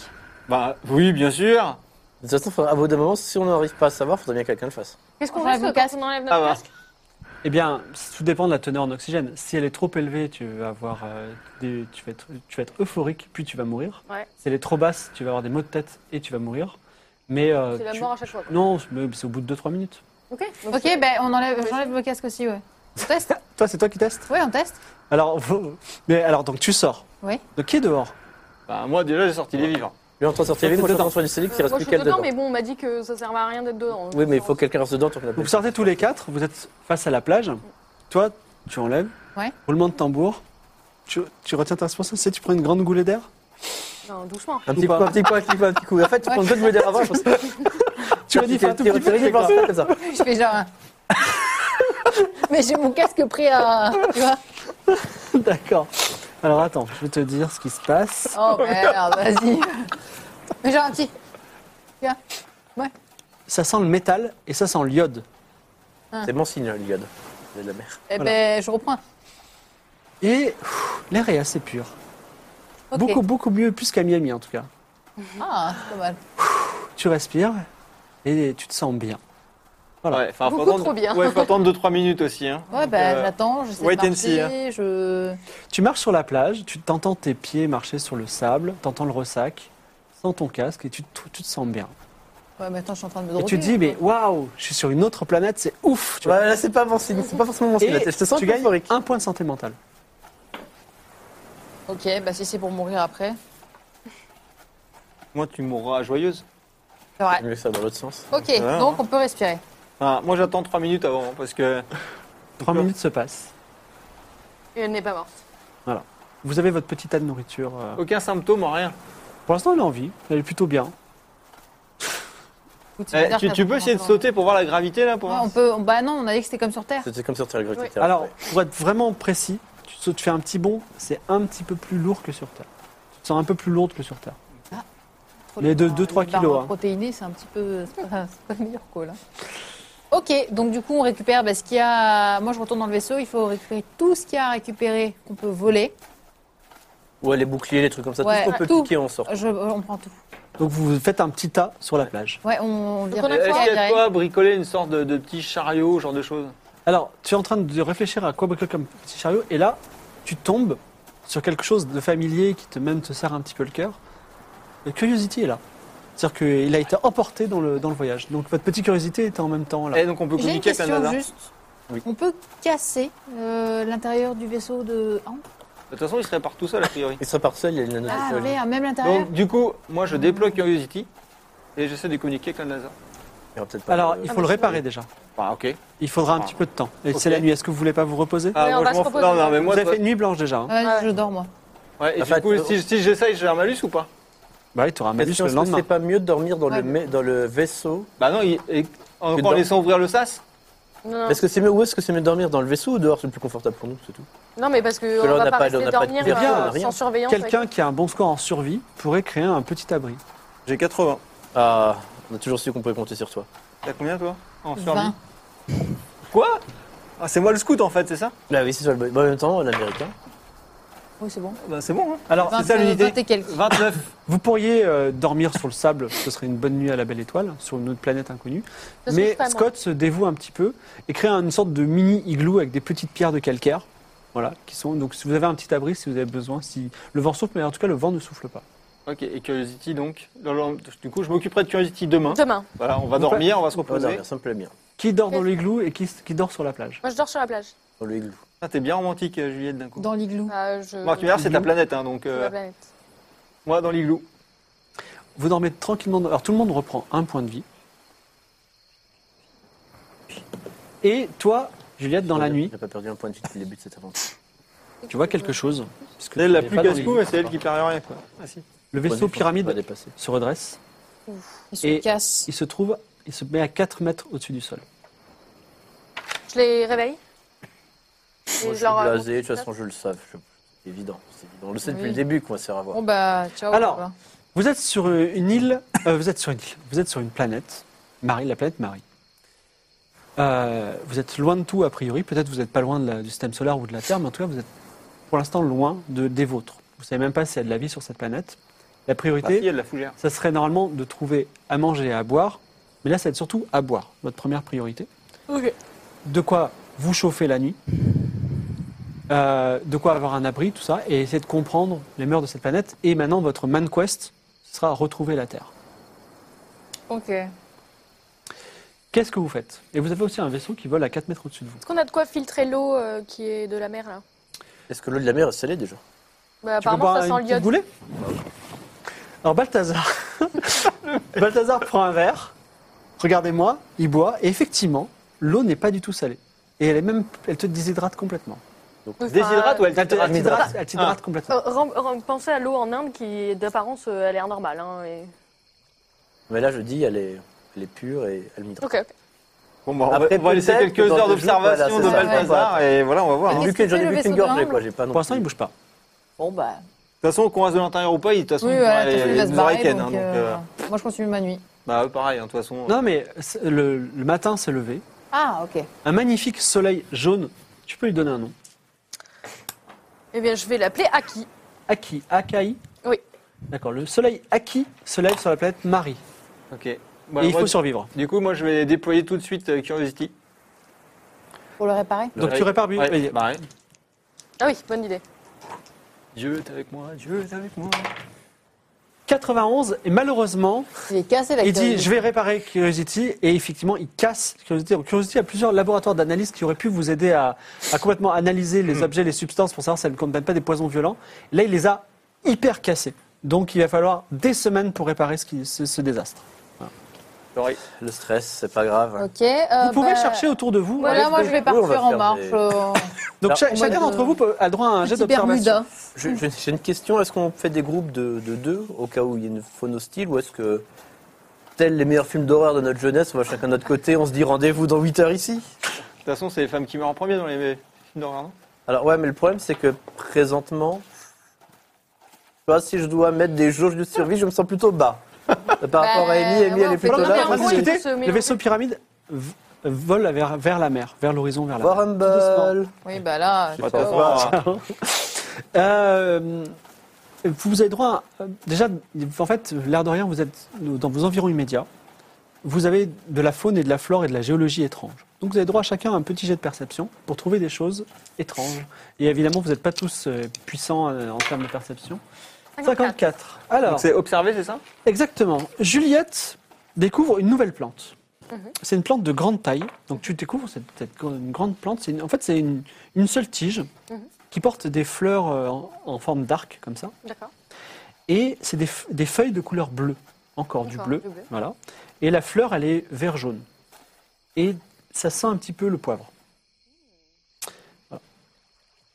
Bah oui, bien sûr. De toute façon, faudra- à bout d'un moment, si on n'arrive pas à savoir, faudrait bien que quelqu'un le fasse. Qu'est-ce qu'on Enlève risque le quand casque. on enlève notre Ah bah. casque Eh bien, tout dépend de la teneur en oxygène. Si elle est trop élevée, tu vas avoir, euh, des- tu vas être, tu vas être euphorique, puis tu vas mourir. Ouais. Si elle est trop basse, tu vas avoir des maux de tête et tu vas mourir. Mais euh, C'est la tu- mort à chaque fois. quoi. non, mais c'est au bout de 2-3 minutes. Ok, donc Ok, c'est- bah, on enlève, j'enlève vos casques aussi, ouais. On teste Toi, c'est toi qui testes. Ouais, on teste. Alors, vous- mais alors donc tu sors. Oui. Donc qui est dehors Bah moi, déjà, j'ai sorti les vivres. Lui, en train de sortir Toi, les t'es vivres, moi, je suis en train de sortir du solide, il Euh, reste moi, je plus suis qu'elle dedans, dedans. mais bon, on m'a dit que ça servait à rien d'être dedans. Oui, mais il faut que quelqu'un reste dedans tant qu'on n'a pas Vous sortez tous les quatre. Vous êtes face à la plage. Toi, tu enlèves. Ouais. Roulement de tambour. tu, tu retiens ta responsabilité, tu prends une grande goulée d'air Non, doucement. Un petit coup, un petit coup, un petit coup, un petit coup. En fait, tu prends deux boules d'air avant, je pense. Tu redis un tout petit peu. Thierry, il pense comme ça. Je fais genre un... Mais j'ai mon casque pris à... Tu vois D'accord. Alors attends, je vais te dire ce qui se passe. Oh merde, vas-y. Mais genre un petit... Ça sent le métal et ça sent l'iode. C'est mon signe, l'iode. de la mer. Eh Voilà. ben, je reprends. Et pff, l'air est assez pur. Ok. Beaucoup, beaucoup mieux, plus qu'à Miami en tout cas. Ah, c'est pas mal. Tu respires et tu te sens bien. Voilà. Ouais, enfin, faut Beaucoup attendre, trop bien. bah, Ouais, faut attendre 2-3 minutes aussi. Hein. Ouais, Donc, ben, euh, j'attends, j'essaie wait de and see, marcher, je... Tu marches sur la plage, tu t'entends tes pieds marcher sur le sable, t'entends le ressac, sans ton casque et tu, te- tu te sens bien. Ouais, maintenant, je suis en train de me Et droguer. tu te dis, mais waouh, je suis sur une autre planète, c'est ouf. Tu, vois. Ouais, Bah, là, c'est pas mon signe. C'est pas forcément mon signe. Et là, Je te sens tu un peu gagnes euphorique. un point de santé mentale. Ok, bah si c'est pour mourir après. Moi, tu mourras joyeuse. C'est vrai. Mieux ça dans l'autre sens. Ok, va, donc on peut respirer. Enfin, moi, j'attends 3 minutes avant parce que. Trois minutes se passent. Et elle n'est pas morte. Vous avez votre petit tas de nourriture. euh. Aucun symptôme, rien. Pour l'instant, elle est en vie, elle est plutôt bien. Écoute, c'est Eh, bizarre tu, qu'elle tu peux soit essayer de encore- sauter hein. pour voir la gravité là pour Ouais, voir on peut... on- Bah non, on a dit que c'était comme sur Terre. C'était comme sortir avec Oui. Rocket Terre. Alors, pour être vraiment précis, tu, sautes- tu fais un petit bond, c'est un petit peu plus lourd que sur Terre. Tu te sens un peu plus lourde que sur Terre. les deux- deux, trois Les barres kilos, hein. protéinées, c'est un petit peu... C'est pas, c'est pas le meilleur call. hein. Ok, donc du coup, on récupère bah, ce qu'il y a... Moi, je retourne dans le vaisseau, il faut récupérer tout ce qu'il y a à récupérer qu'on peut voler. Ouais, les boucliers, les trucs comme ça. Ouais, tout ce qu'on peut tout. piquer, on sort. Je- On prend tout. Donc, vous faites un petit tas sur la plage. Ouais, on... vire- on a Est-ce quoi, qu'il y a de direct. quoi bricoler une sorte de, de petit chariot, genre de choses Alors, tu es en train de réfléchir à quoi bricoler comme petit chariot, et là, tu tombes sur quelque chose de familier qui te même te serre un petit peu le cœur. Le Curiosity est là. C'est-à-dire qu'il a été emporté dans le, dans le voyage. Donc, votre petite curiosité était en même temps là. Et Eh, donc on peut J'ai une communiquer avec la question NASA. juste. Oui. On peut casser euh, l'intérieur du vaisseau de Hans De toute façon, il serait par tout seul a priori. Il serait par seul, il y a une nano Ah, merde, même l'intérieur Donc du coup, moi je déploie Curiosity et j'essaie de communiquer avec la NASA. Eh, Alors, euh, il faut le mais c'est réparer déjà. Bah ok. Il faudra un Ah. petit peu de temps. Et Ok. c'est la nuit. Est-ce que vous voulez pas vous reposer Ah, Ouais, on moi, va je se m'en fous. reposer, Non, non, là. mais moi, Vous avez toi- fait une nuit blanche déjà. hein. Ah, Ah Je dors, moi. ouais, et En du fait, coup, euh, si, si j'essaye, j'ai un malus ou pas Bah oui, tu auras un malus Est-ce le que lendemain. c'est pas mieux de dormir dans, Ouais. le, mai- dans le vaisseau Bah non, il- et- en, Que en dans- laissant ouvrir le sas Non, non. Est-ce que c'est mieux ou est-ce que c'est mieux de dormir dans le vaisseau ou dehors C'est plus confortable pour nous, c'est tout. Non, mais parce Parce que qu'on là, on va n'a pas pas- rester on n'a pas de dormir couverture, euh, on n'a rien. sans surveillance. Quelqu'un qui a un bon score en survie pourrait créer un petit abri. J'ai 80. Ah, on a toujours su qu'on pouvait compter sur toi. T'as combien toi En survie 20. Quoi Ah, C'est moi le scout en fait, c'est ça Bah oui, c'est ça. le- bah, en même temps, l'américain. Oui, c'est bon. Bah c'est bon. hein. Alors, ça, l'unité. 20 et quelques. 29. vous pourriez euh, dormir sur le sable, ce serait une bonne nuit à la belle étoile, sur une autre planète inconnue. Ça se Mais trouve pas, moi. Scott se dévoue un petit peu et crée une sorte de mini igloo avec des petites pierres de calcaire. Voilà, qui sont. Donc, si vous avez un petit abri, si vous avez besoin, si le vent souffle, mais en tout cas, le vent ne souffle pas. ok, et Curiosity donc. Dans le- Du coup, je m'occuperai de Curiosity demain. Demain. Voilà, on va Donc, dormir, on va se On va reposer. dormir, ça me plaît bien. Qui dort dans l'igloo et qui, qui dort sur la plage Moi, je dors sur la plage. Dans le igloo. Ah, T'es bien romantique, euh, Juliette, d'un coup. Dans l'igloo. Bah, je... Marc Miller, c'est ta Igloo. planète, hein, donc sur euh, la planète. moi dans l'igloo. Vous dormez tranquillement. dans- Alors, tout le monde reprend un point de vie. Et toi, Juliette, dans la J'ai- nuit, J'ai pas perdu un point de vie depuis le début de cette aventure. tu vois quelque chose. puisque C'est elle la tu n'es plus pas dans casse-cou, l'igloo, mais c'est elle pas. qui perd rien. Quoi. Ah, si. Le vaisseau Point de vue, on va pyramide dépasser. se redresse. Il se Et- casse. Il se trouve, il se met à 4 mètres au-dessus du sol. Je les réveille. Et Moi, je je suis leur raconte blasé, de tout toute euh, ça. façon, je le savais. je- C'est évident. c'est évident. On le sait depuis Oui. le début qu'on va se faire avoir. Bon, bah, ciao. Alors. au revoir. Vous êtes sur euh, une île, euh, vous êtes sur une île, vous êtes sur une planète, Marie, la planète Marie. Euh, vous êtes loin de tout a priori, peut-être vous n'êtes pas loin de la- du système solaire ou de la Terre, mais en tout cas vous êtes pour l'instant loin de, des vôtres. Vous savez même pas s'il y a de la vie sur cette planète. La Ah, si, priorité, il y a de la fougère. ça serait normalement de trouver à manger et à boire, mais là ça va être surtout à boire, votre première priorité. Ok. De quoi vous chauffer la nuit, euh, de quoi avoir un abri, tout ça, et essayer de comprendre les mœurs de cette planète. Et maintenant votre man quest sera à retrouver la Terre. Ok. Qu'est-ce que vous faites Et vous avez aussi un vaisseau qui vole à 4 mètres au-dessus de vous. Est-ce qu'on a de quoi filtrer l'eau euh, qui est de la mer, là Est-ce que l'eau de la mer est salée déjà Tu bah, peux Apparemment, boire ça une sent petite l'iode. goulée Alors Balthazar, Balthazar prend un verre, regardez-moi, il boit, et effectivement, l'eau n'est pas du tout salée. Et elle, est même, elle te déshydrate complètement. Oh, plutôt. Enfin, Déshydrate ou elle Elle te- t'hydrate elle t'hydrate elle t'hydrate complètement. euh, rem- rem- Pensez à l'eau en Inde qui, d'apparence, euh, a l'air normale. hein, et- Mais là, je dis, elle est, elle est pure et elle m'hydrate. Ok, ok. Bon, bah, on va- Après, on va laisser peut-être que quelques dans heures deux jours, d'observation voilà, de c'est ça. Balthazar et voilà, on va voir. hein. J'en De ai toute vu qu'une- j'en fait ai le vu qu'une vaisseau de gorgée, l'Inde quoi. J'ai pas non Pour l'instant, il plus. ne bouge pas. Bon, bah. façon, qu'on reste de l'intérieur ou pas, de toute façon, Oui, voilà, il t'as fait, il va se barrer. Draken, donc, hein, donc, euh, euh, Moi, je continue ma nuit. Bah, eux, pareil, hein, de toute façon. Non, mais c'est- le, le matin s'est levé. Ah, ok. Un magnifique soleil jaune. Tu peux lui donner un nom. Eh bien, je vais l'appeler Aki. Aki, Akai. Oui. D'accord. Le soleil Aki se lève sur la planète Marie. Ok. Bah, et il moi, faut survivre. Du coup, moi, je vais déployer tout de suite euh, Curiosity. Pour le réparer Donc tu répares. Ouais, oui. bah, ouais. Ah oui, bonne idée. Dieu est avec moi, Dieu est avec moi. 91 et malheureusement, Il est cassé la il dit curiosité. je vais réparer Curiosity et effectivement il casse Curiosity. Donc, Curiosity a plusieurs laboratoires d'analyse qui auraient pu vous aider à, à complètement analyser les objets, les substances pour savoir si elles ne contiennent pas des poisons violents. Là il les a hyper cassés. Donc il va falloir des semaines pour réparer ce, qui- ce- ce désastre. Sorry. Le stress, c'est pas grave. hein. Ok. euh, vous pouvez bah, chercher autour de vous. Voilà, moi, je vais Oui, on va partir en faire marche. des- euh, Donc Alors, cha- on va chacun le- d'entre vous peut- a droit à un jet petit d'observation. Bermuda. Je- je- J'ai une question. Est-ce qu'on fait des groupes de, de deux au cas où il y a une faune hostile ou est-ce que, tels les meilleurs films d'horreur de notre jeunesse, on va chacun de notre côté, on se dit rendez-vous dans 8 heures ici De toute façon, c'est les femmes qui meurent en premier dans les films d'horreur, non Alors ouais, mais le problème c'est que présentement, tu vois, si je dois mettre des jauges de survie, je me sens plutôt bas. Par rapport à Amy, ouais, Amy elle on est fait plutôt Pendant tout que à là. fait. vous Moi, Vraiment, je- il discutez, faut se mélanger. le vaisseau pyramide v- vole vers, vers la mer, vers l'horizon, vers la mer. Warren Tout doucement. Ball. Oui, bah là. Je Bah, sais de toute pas. façon, on va- Euh, vous avez droit, à- euh, déjà, en fait, l'air de rien, vous êtes dans vos environs immédiats. Vous avez de la faune et de la flore et de la géologie étrange. Donc vous avez droit à chacun à un petit jet de perception pour trouver des choses étranges. Et évidemment, vous n'êtes pas tous euh, puissants euh, en termes de perception. 54. Alors, Donc, c'est observé, c'est ça Exactement. Juliette découvre une nouvelle plante. C'est une plante de grande taille. Donc tu découvres cette, cette gr- une grande plante. C'est une- en fait, c'est une, une seule tige qui porte des fleurs euh, en, en forme d'arc, comme ça. D'accord. Et c'est des, f- des feuilles de couleur bleue. Encore du D'accord, bleu. du bleu. Voilà. Et la fleur, elle est vert-jaune. Et ça sent un petit peu le poivre.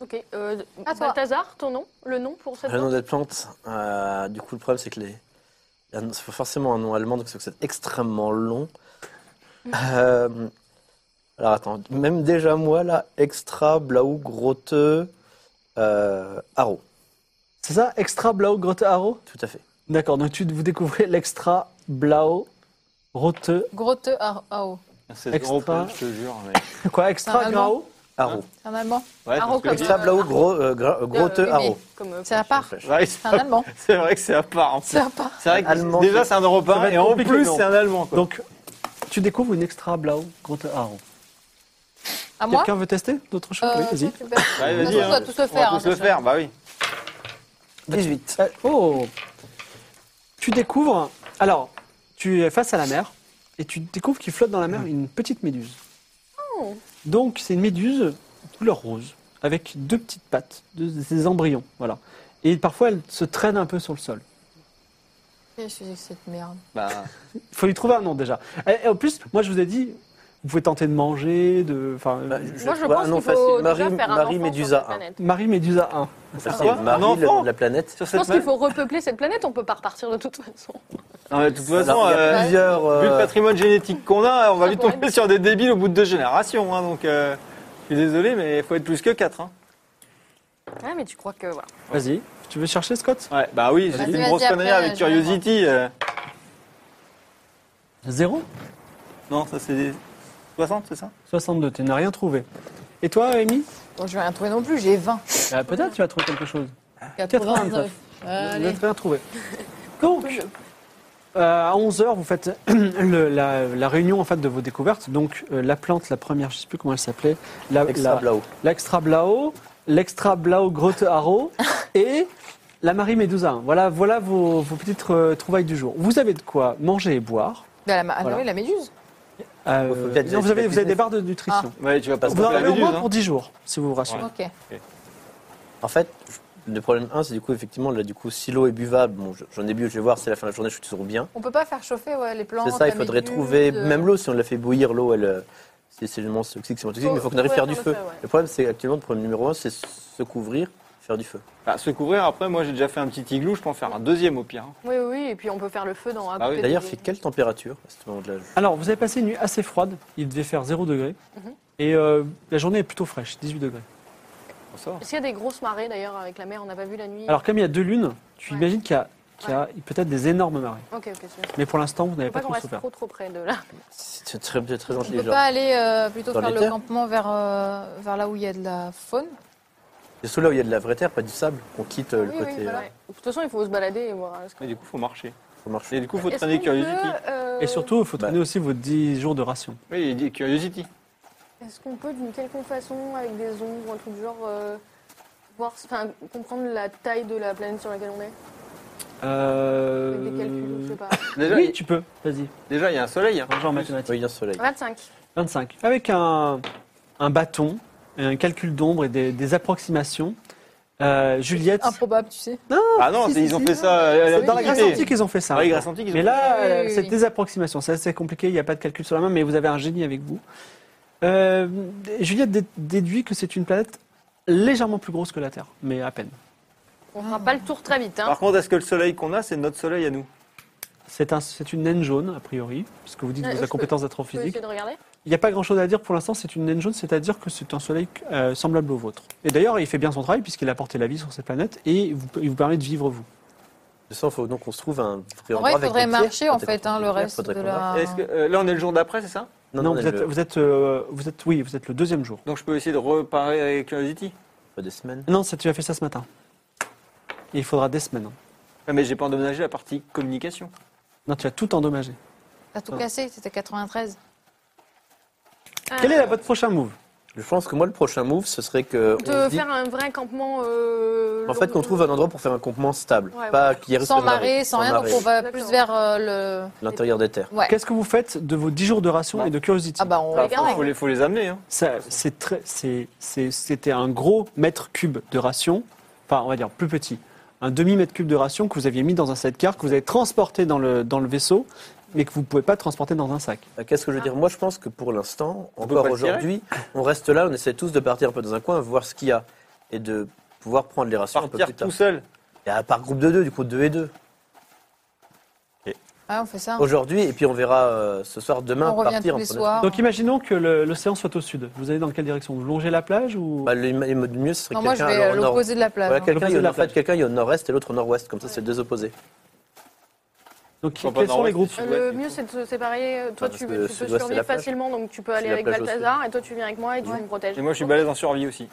Ok. Euh, À toi. Balthazar, ton nom Le nom pour cette Le nom plante de cette plante, euh, du coup, le problème, c'est que les. Il faut forcément un nom allemand, donc c'est que c'est extrêmement long. Mm. Euh, alors attends, même déjà moi, là, extra, blau, groteux, euh, haro, C'est ça Extra Blau Grotte Haro tout à fait. D'accord. Donc tu, vous découvrez l'extra Blau Rote. Grotte à à eau. C'est Extra. zéro point, je te jure. Mais... Quoi Extra Ah, allemand. Grau Haro. C'est un allemand. Ouais, Haro parce que- comme- Extra, blau, gro- euh, gra- Euh, groteux, oui, haro. mais comme, euh, C'est à part. Ouais, C'est un allemand. c'est vrai que c'est à part. en fait. C'est à part. C'est vrai que Allemand, déjà, c'est- c'est un ça européen va être et en compliqué, plus, non. c'est un allemand. Quoi. Donc, tu découvres une extra blau grotte haro. À moi Quelqu'un veut tester d'autres choses Euh, Oui, vas-y. toi, tu peux- Ouais, De toute vas-y, façon, on hein. doit tous le On va faire. tous hein, le ça. faire, bah oui. 18. Euh, oh Tu découvres. Alors, tu es face à la mer et tu découvres qu'il flotte dans la mer une petite méduse. Oh. Donc, c'est une méduse couleur rose avec deux petites pattes, deux, des embryons, voilà. Et parfois, elle se traîne un peu sur le sol. Qu'est-ce que c'est que cette merde Bah, Il faut lui trouver un nom déjà. Et, et en plus, moi, je vous ai dit, vous pouvez tenter de manger, de. Enfin, Bah, je- Moi, je ouais, un pense nom qu'il faut facile. déjà Marie, faire un Marie enfant sur Médusa cette 1. planète. Marie Médusa 1. Facile. quoi Un Marie, le enfant nom de la planète. sur Je cette pense qu'il planète. faut repeupler cette planète, on peut pas repartir de toute façon. Non, mais de toute façon, Alors, il y a euh, plusieurs. vu le euh, patrimoine génétique qu'on a, on va Ça vite pourrait tomber être- sur des débiles au bout de deux générations. hein, donc, euh, je suis désolé, mais il faut être plus que quatre. Hein. Ouais, Ah, mais tu crois que voilà. Vas-y. Tu veux chercher, Scott Ouais, bah oui, j'ai Vas-y, dit une vas-y, grosse après, connerie avec je vais voir. Curiosity. euh. Zéro Non, ça c'est des 60, c'est ça 62, tu n'as rien trouvé. Et toi, Amy Bon, je vais rien trouver non plus, j'ai 20. Bah, Peut-être tu vas trouver quelque chose. 89. Tu Euh, Allez. n'as rien trouvé. Donc, euh, à 11h, vous faites le- la, la réunion en fait, de vos découvertes. Donc, euh, la plante, la première, je ne sais plus comment elle s'appelait, la- Extra, la- blau. l'extra blao, l'extra blao grotte haro et la Marie Médusa. Voilà, voilà vos, vos petites euh, trouvailles du jour. Vous avez de quoi manger et boire. Bah, la, ma- ah, Voilà. oui, la méduse. Euh, Faut peut-être non, vous, avez, vérifier vous avez le des barres de nutrition. Ouais, tu vas pas Vous en la avez au méduse. moins hein. pour 10 jours, si vous vous rassurez. Ok. En fait, je- le problème 1, c'est du coup, effectivement, là, du coup, si l'eau est buvable, bon, je- j'en ai bu, je vais voir, c'est la fin de la journée, je suis toujours bien. On peut pas faire chauffer ouais, les plantes. euh. C'est ça, il faudrait trouver même l'eau, si on la fait bouillir, l'eau, elle. euh, si c'est éléments toxiques, c'est moins toxique, mais il faut qu'on Faut- arrive à faut faire du feu. faire le feu, ouais. Le problème, c'est actuellement, le problème numéro un, c'est se couvrir, faire du feu. Bah, se couvrir, après, moi j'ai déjà fait un petit igloo, je peux en faire un deuxième au pire. hein. Oui, oui, et puis on peut faire le feu dans. à Bah côté oui. des- D'ailleurs, il fait quelle température à ce moment-là Alors, vous avez passé une nuit assez froide, il devait faire 0 degré, Mhm. et euh, la journée est plutôt fraîche, 18 degrés. Bon, ça va. Est-ce qu'il y a des grosses marées d'ailleurs avec la mer On n'a pas vu la nuit. Alors, comme il y a deux lunes, tu Ouais. imagines qu'il y a, qu'il y a peut-être des énormes marées. Ok, ok. c'est bien. Mais pour l'instant, vous n'avez Faut pas pas qu'on trop reste souffert. trop trop près de là. C'est très, très, très On ne intelligent. peut pas aller euh, plutôt Dans faire les le terres. campement vers, euh, vers là où il y a de la faune. C'est sous là où il y a de la vraie terre, pas du sable, qu'on quitte euh, le Oui, oui, côté. voilà. Ouais. De toute façon, il faut se balader et voir. hein, ce que- Mais du coup, faut marcher. ça marche. Et du coup, faut Est-ce traîner qu'on Curiosity. peut, euh, Et surtout, il faut Bah. donner aussi vos 10 jours de ration. Oui, il dit Curiosity. Est-ce qu'on peut d'une quelconque façon, avec des ombres ou un truc du genre, euh, voir, enfin, comprendre la taille de la planète sur laquelle on est Avec des calculs, ou je Euh... sais pas. Déjà, Oui, il- tu peux. Vas-y, déjà, il y a un soleil. hein. un genre mathématique. Oui, il y a un soleil. 25. 25. Avec un, un bâton, et un calcul d'ombre et des, des approximations, euh, Juliette... Improbable, tu sais. Ah non, Si, c'est- si, ils ont si. fait ça euh, C'est dans dans la la Grèce Grèce antique, ils ont fait ça. Ah, les Grèce antique, ils ont Mais là, Oui, euh, oui, c'est oui. des approximations, c'est assez compliqué, il n'y a pas de calcul sur la main, mais vous avez un génie avec vous. Euh, Juliette dé- déduit que c'est une planète légèrement plus grosse que la Terre, mais à peine. On fera pas le tour très vite. Hein. Par contre, est-ce que le soleil qu'on a, c'est notre soleil à nous C'est un- c'est une naine jaune, a priori, puisque vous dites Euh, que vous je avez peux- compétence Je peux d'astrophysique. essayer de regarder. Il n'y a pas grand-chose à dire pour l'instant, c'est une naine jaune, c'est-à-dire que c'est un soleil euh, semblable au vôtre. Et d'ailleurs, il fait bien son travail, puisqu'il a porté la vie sur cette planète, et vous- il vous permet de vivre, vous. De ça, il faut donc qu'on se trouve un vrai En vrai, endroit il avec faudrait des pierres, marcher, en peut-être fait, hein, le des pierres, reste faudrait de qu'on marche. Ah. la... Est-ce que, euh, Là, on est le jour d'après, c'est ça Non, Non, non, vous, vous êtes, vous, êtes, euh, vous êtes... Oui, vous êtes le deuxième jour. Donc, je peux essayer de reparer avec Curiosity pas des semaines. Non, ça, tu as fait ça ce matin. Et il faudra des semaines. hein. Ah, Mais j'ai pas endommagé la partie communication. Non, tu as tout endommagé. T'as tout cassé, c'était 93. Quel est la- votre prochain move Je pense que moi, le prochain move, ce serait que. on Euh, De se dit- faire un vrai campement. euh, En fait, qu'on long- trouve un endroit pour faire un campement stable. Ouais, pas qu'il y ait risque Sans de marée, marée, sans rien, donc marée. on va Exactement. plus vers euh, le... L'intérieur des terres. Ouais. Qu'est-ce que vous faites de vos 10 jours de ration Bah. et de curiosity Ah bah on... Il les garde. faut, les, faut les amener. Hein. Ça, c'est très- c'est- c'est- C'était un gros mètre cube de ration, enfin, on va dire plus petit, un demi-mètre cube de ration que vous aviez mis dans un sidecar, que vous avez transporté dans le, dans le vaisseau, mais que vous ne pouvez pas transporter dans un sac. Euh, Qu'est-ce que je veux dire Moi, je pense que pour l'instant, On peut encore pas le tirer aujourd'hui, on reste là, on essaie tous de partir un peu dans un coin, voir ce qu'il y a, et de pouvoir prendre les rations un peu Partir plus tard. tout seul. Et à part groupe de deux, du coup, deux et deux. Ah, on fait ça. Aujourd'hui, et puis on verra euh, ce soir, demain, On revient partir tous les en prenant- soirs. Donc imaginons que le- l'océan soit au sud. Vous allez dans quelle direction Vous longez la plage ou... Bah, le, le mieux, ce serait Non, que moi je quelqu'un vais alors, à au nord. l'opposé de la Euh, plage. Voilà, hein. quelqu'un, L'opposé il y a de la en fait, plage. quelqu'un, il y a au nord-est et l'autre au nord-ouest, comme ça, c'est deux opposés. Donc Pourquoi pas quels sont les nord-ouest groupes et Euh, sud-ouest, Le du mieux, coup. c'est de se séparer. Euh, Toi, parce tu, que tu peux sud-ouest, c'est la survivre plage. facilement, donc tu peux C'est aller la avec plage au Balthazar et toi, tu viens avec moi et tu Ouais. me protèges. Et moi, je suis balèze en survie aussi.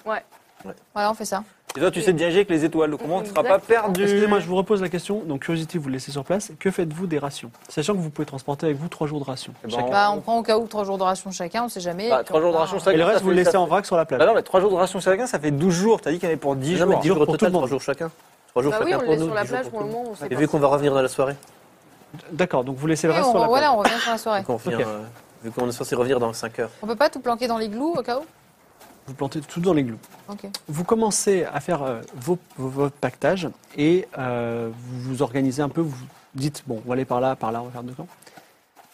Voilà, on fait ça. Et toi, tu sais déjà avec les étoiles, donc comment on ne sera pas Exactement. perdu Excusez-moi, je vous repose la question. Donc curiosité, vous le laissez sur place. Que faites-vous des rations Sachant que vous pouvez transporter avec vous 3 jours de ration. Eh ben, chacun. Bah, on prend au cas où trois jours de ration chacun, on sait jamais. Et Bah, puis trois on jours de part, ration euh, Et chacun. le reste, ça vous le fait- laissez ça- en vrac sur la Bah plage. non, mais 3 jours de ration chacun, ça fait 12 jours. T'as dit qu'il y en avait pour 10 Non, mais jours. 10 jours Pour au tout total, le monde. 3 jours chacun. 3 jours Bah oui, chacun on le pour laisse nous. sur la dix jours plage pour le moment. On sait Et pas. vu qu'on va revenir dans la soirée, D'accord, donc vous laissez le oui, reste on, sur la plage. voilà, on revient sur la soirée. vu qu'on revient, Ok. euh, vu qu'on est censé revenir dans 5 heures. On peut pas tout planquer dans l'igloo au cas où Vous plantez tout dans les glous. Ok. Vous commencez à faire euh, vos, vos, vos pactages et euh, vous vous organisez un peu. Vous dites bon, on va aller par là, par là, on va faire deux camps.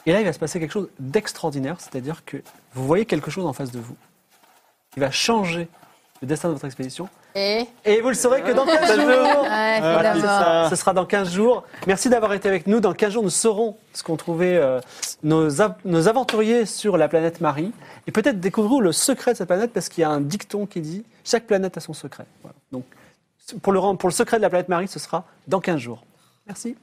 Et là, il va se passer quelque chose d'extraordinaire, c'est-à-dire que vous voyez quelque chose en face de vous qui va changer le destin de votre expédition. Et Et vous le saurez que dans 15 jours, Ah, Ouais, 哎 Voilà, évidemment. c'est ça. Ce sera dans 15 jours. Merci d'avoir été avec nous. Dans 15 jours, nous saurons ce qu'ont trouvé euh, nos, av- nos aventuriers sur la planète Marie. Et peut-être découvrirons le secret de cette planète parce qu'il y a un dicton qui dit chaque planète a son secret. Voilà. Donc, pour le, rend- pour le secret de la planète Marie, ce sera dans 15 jours. Merci.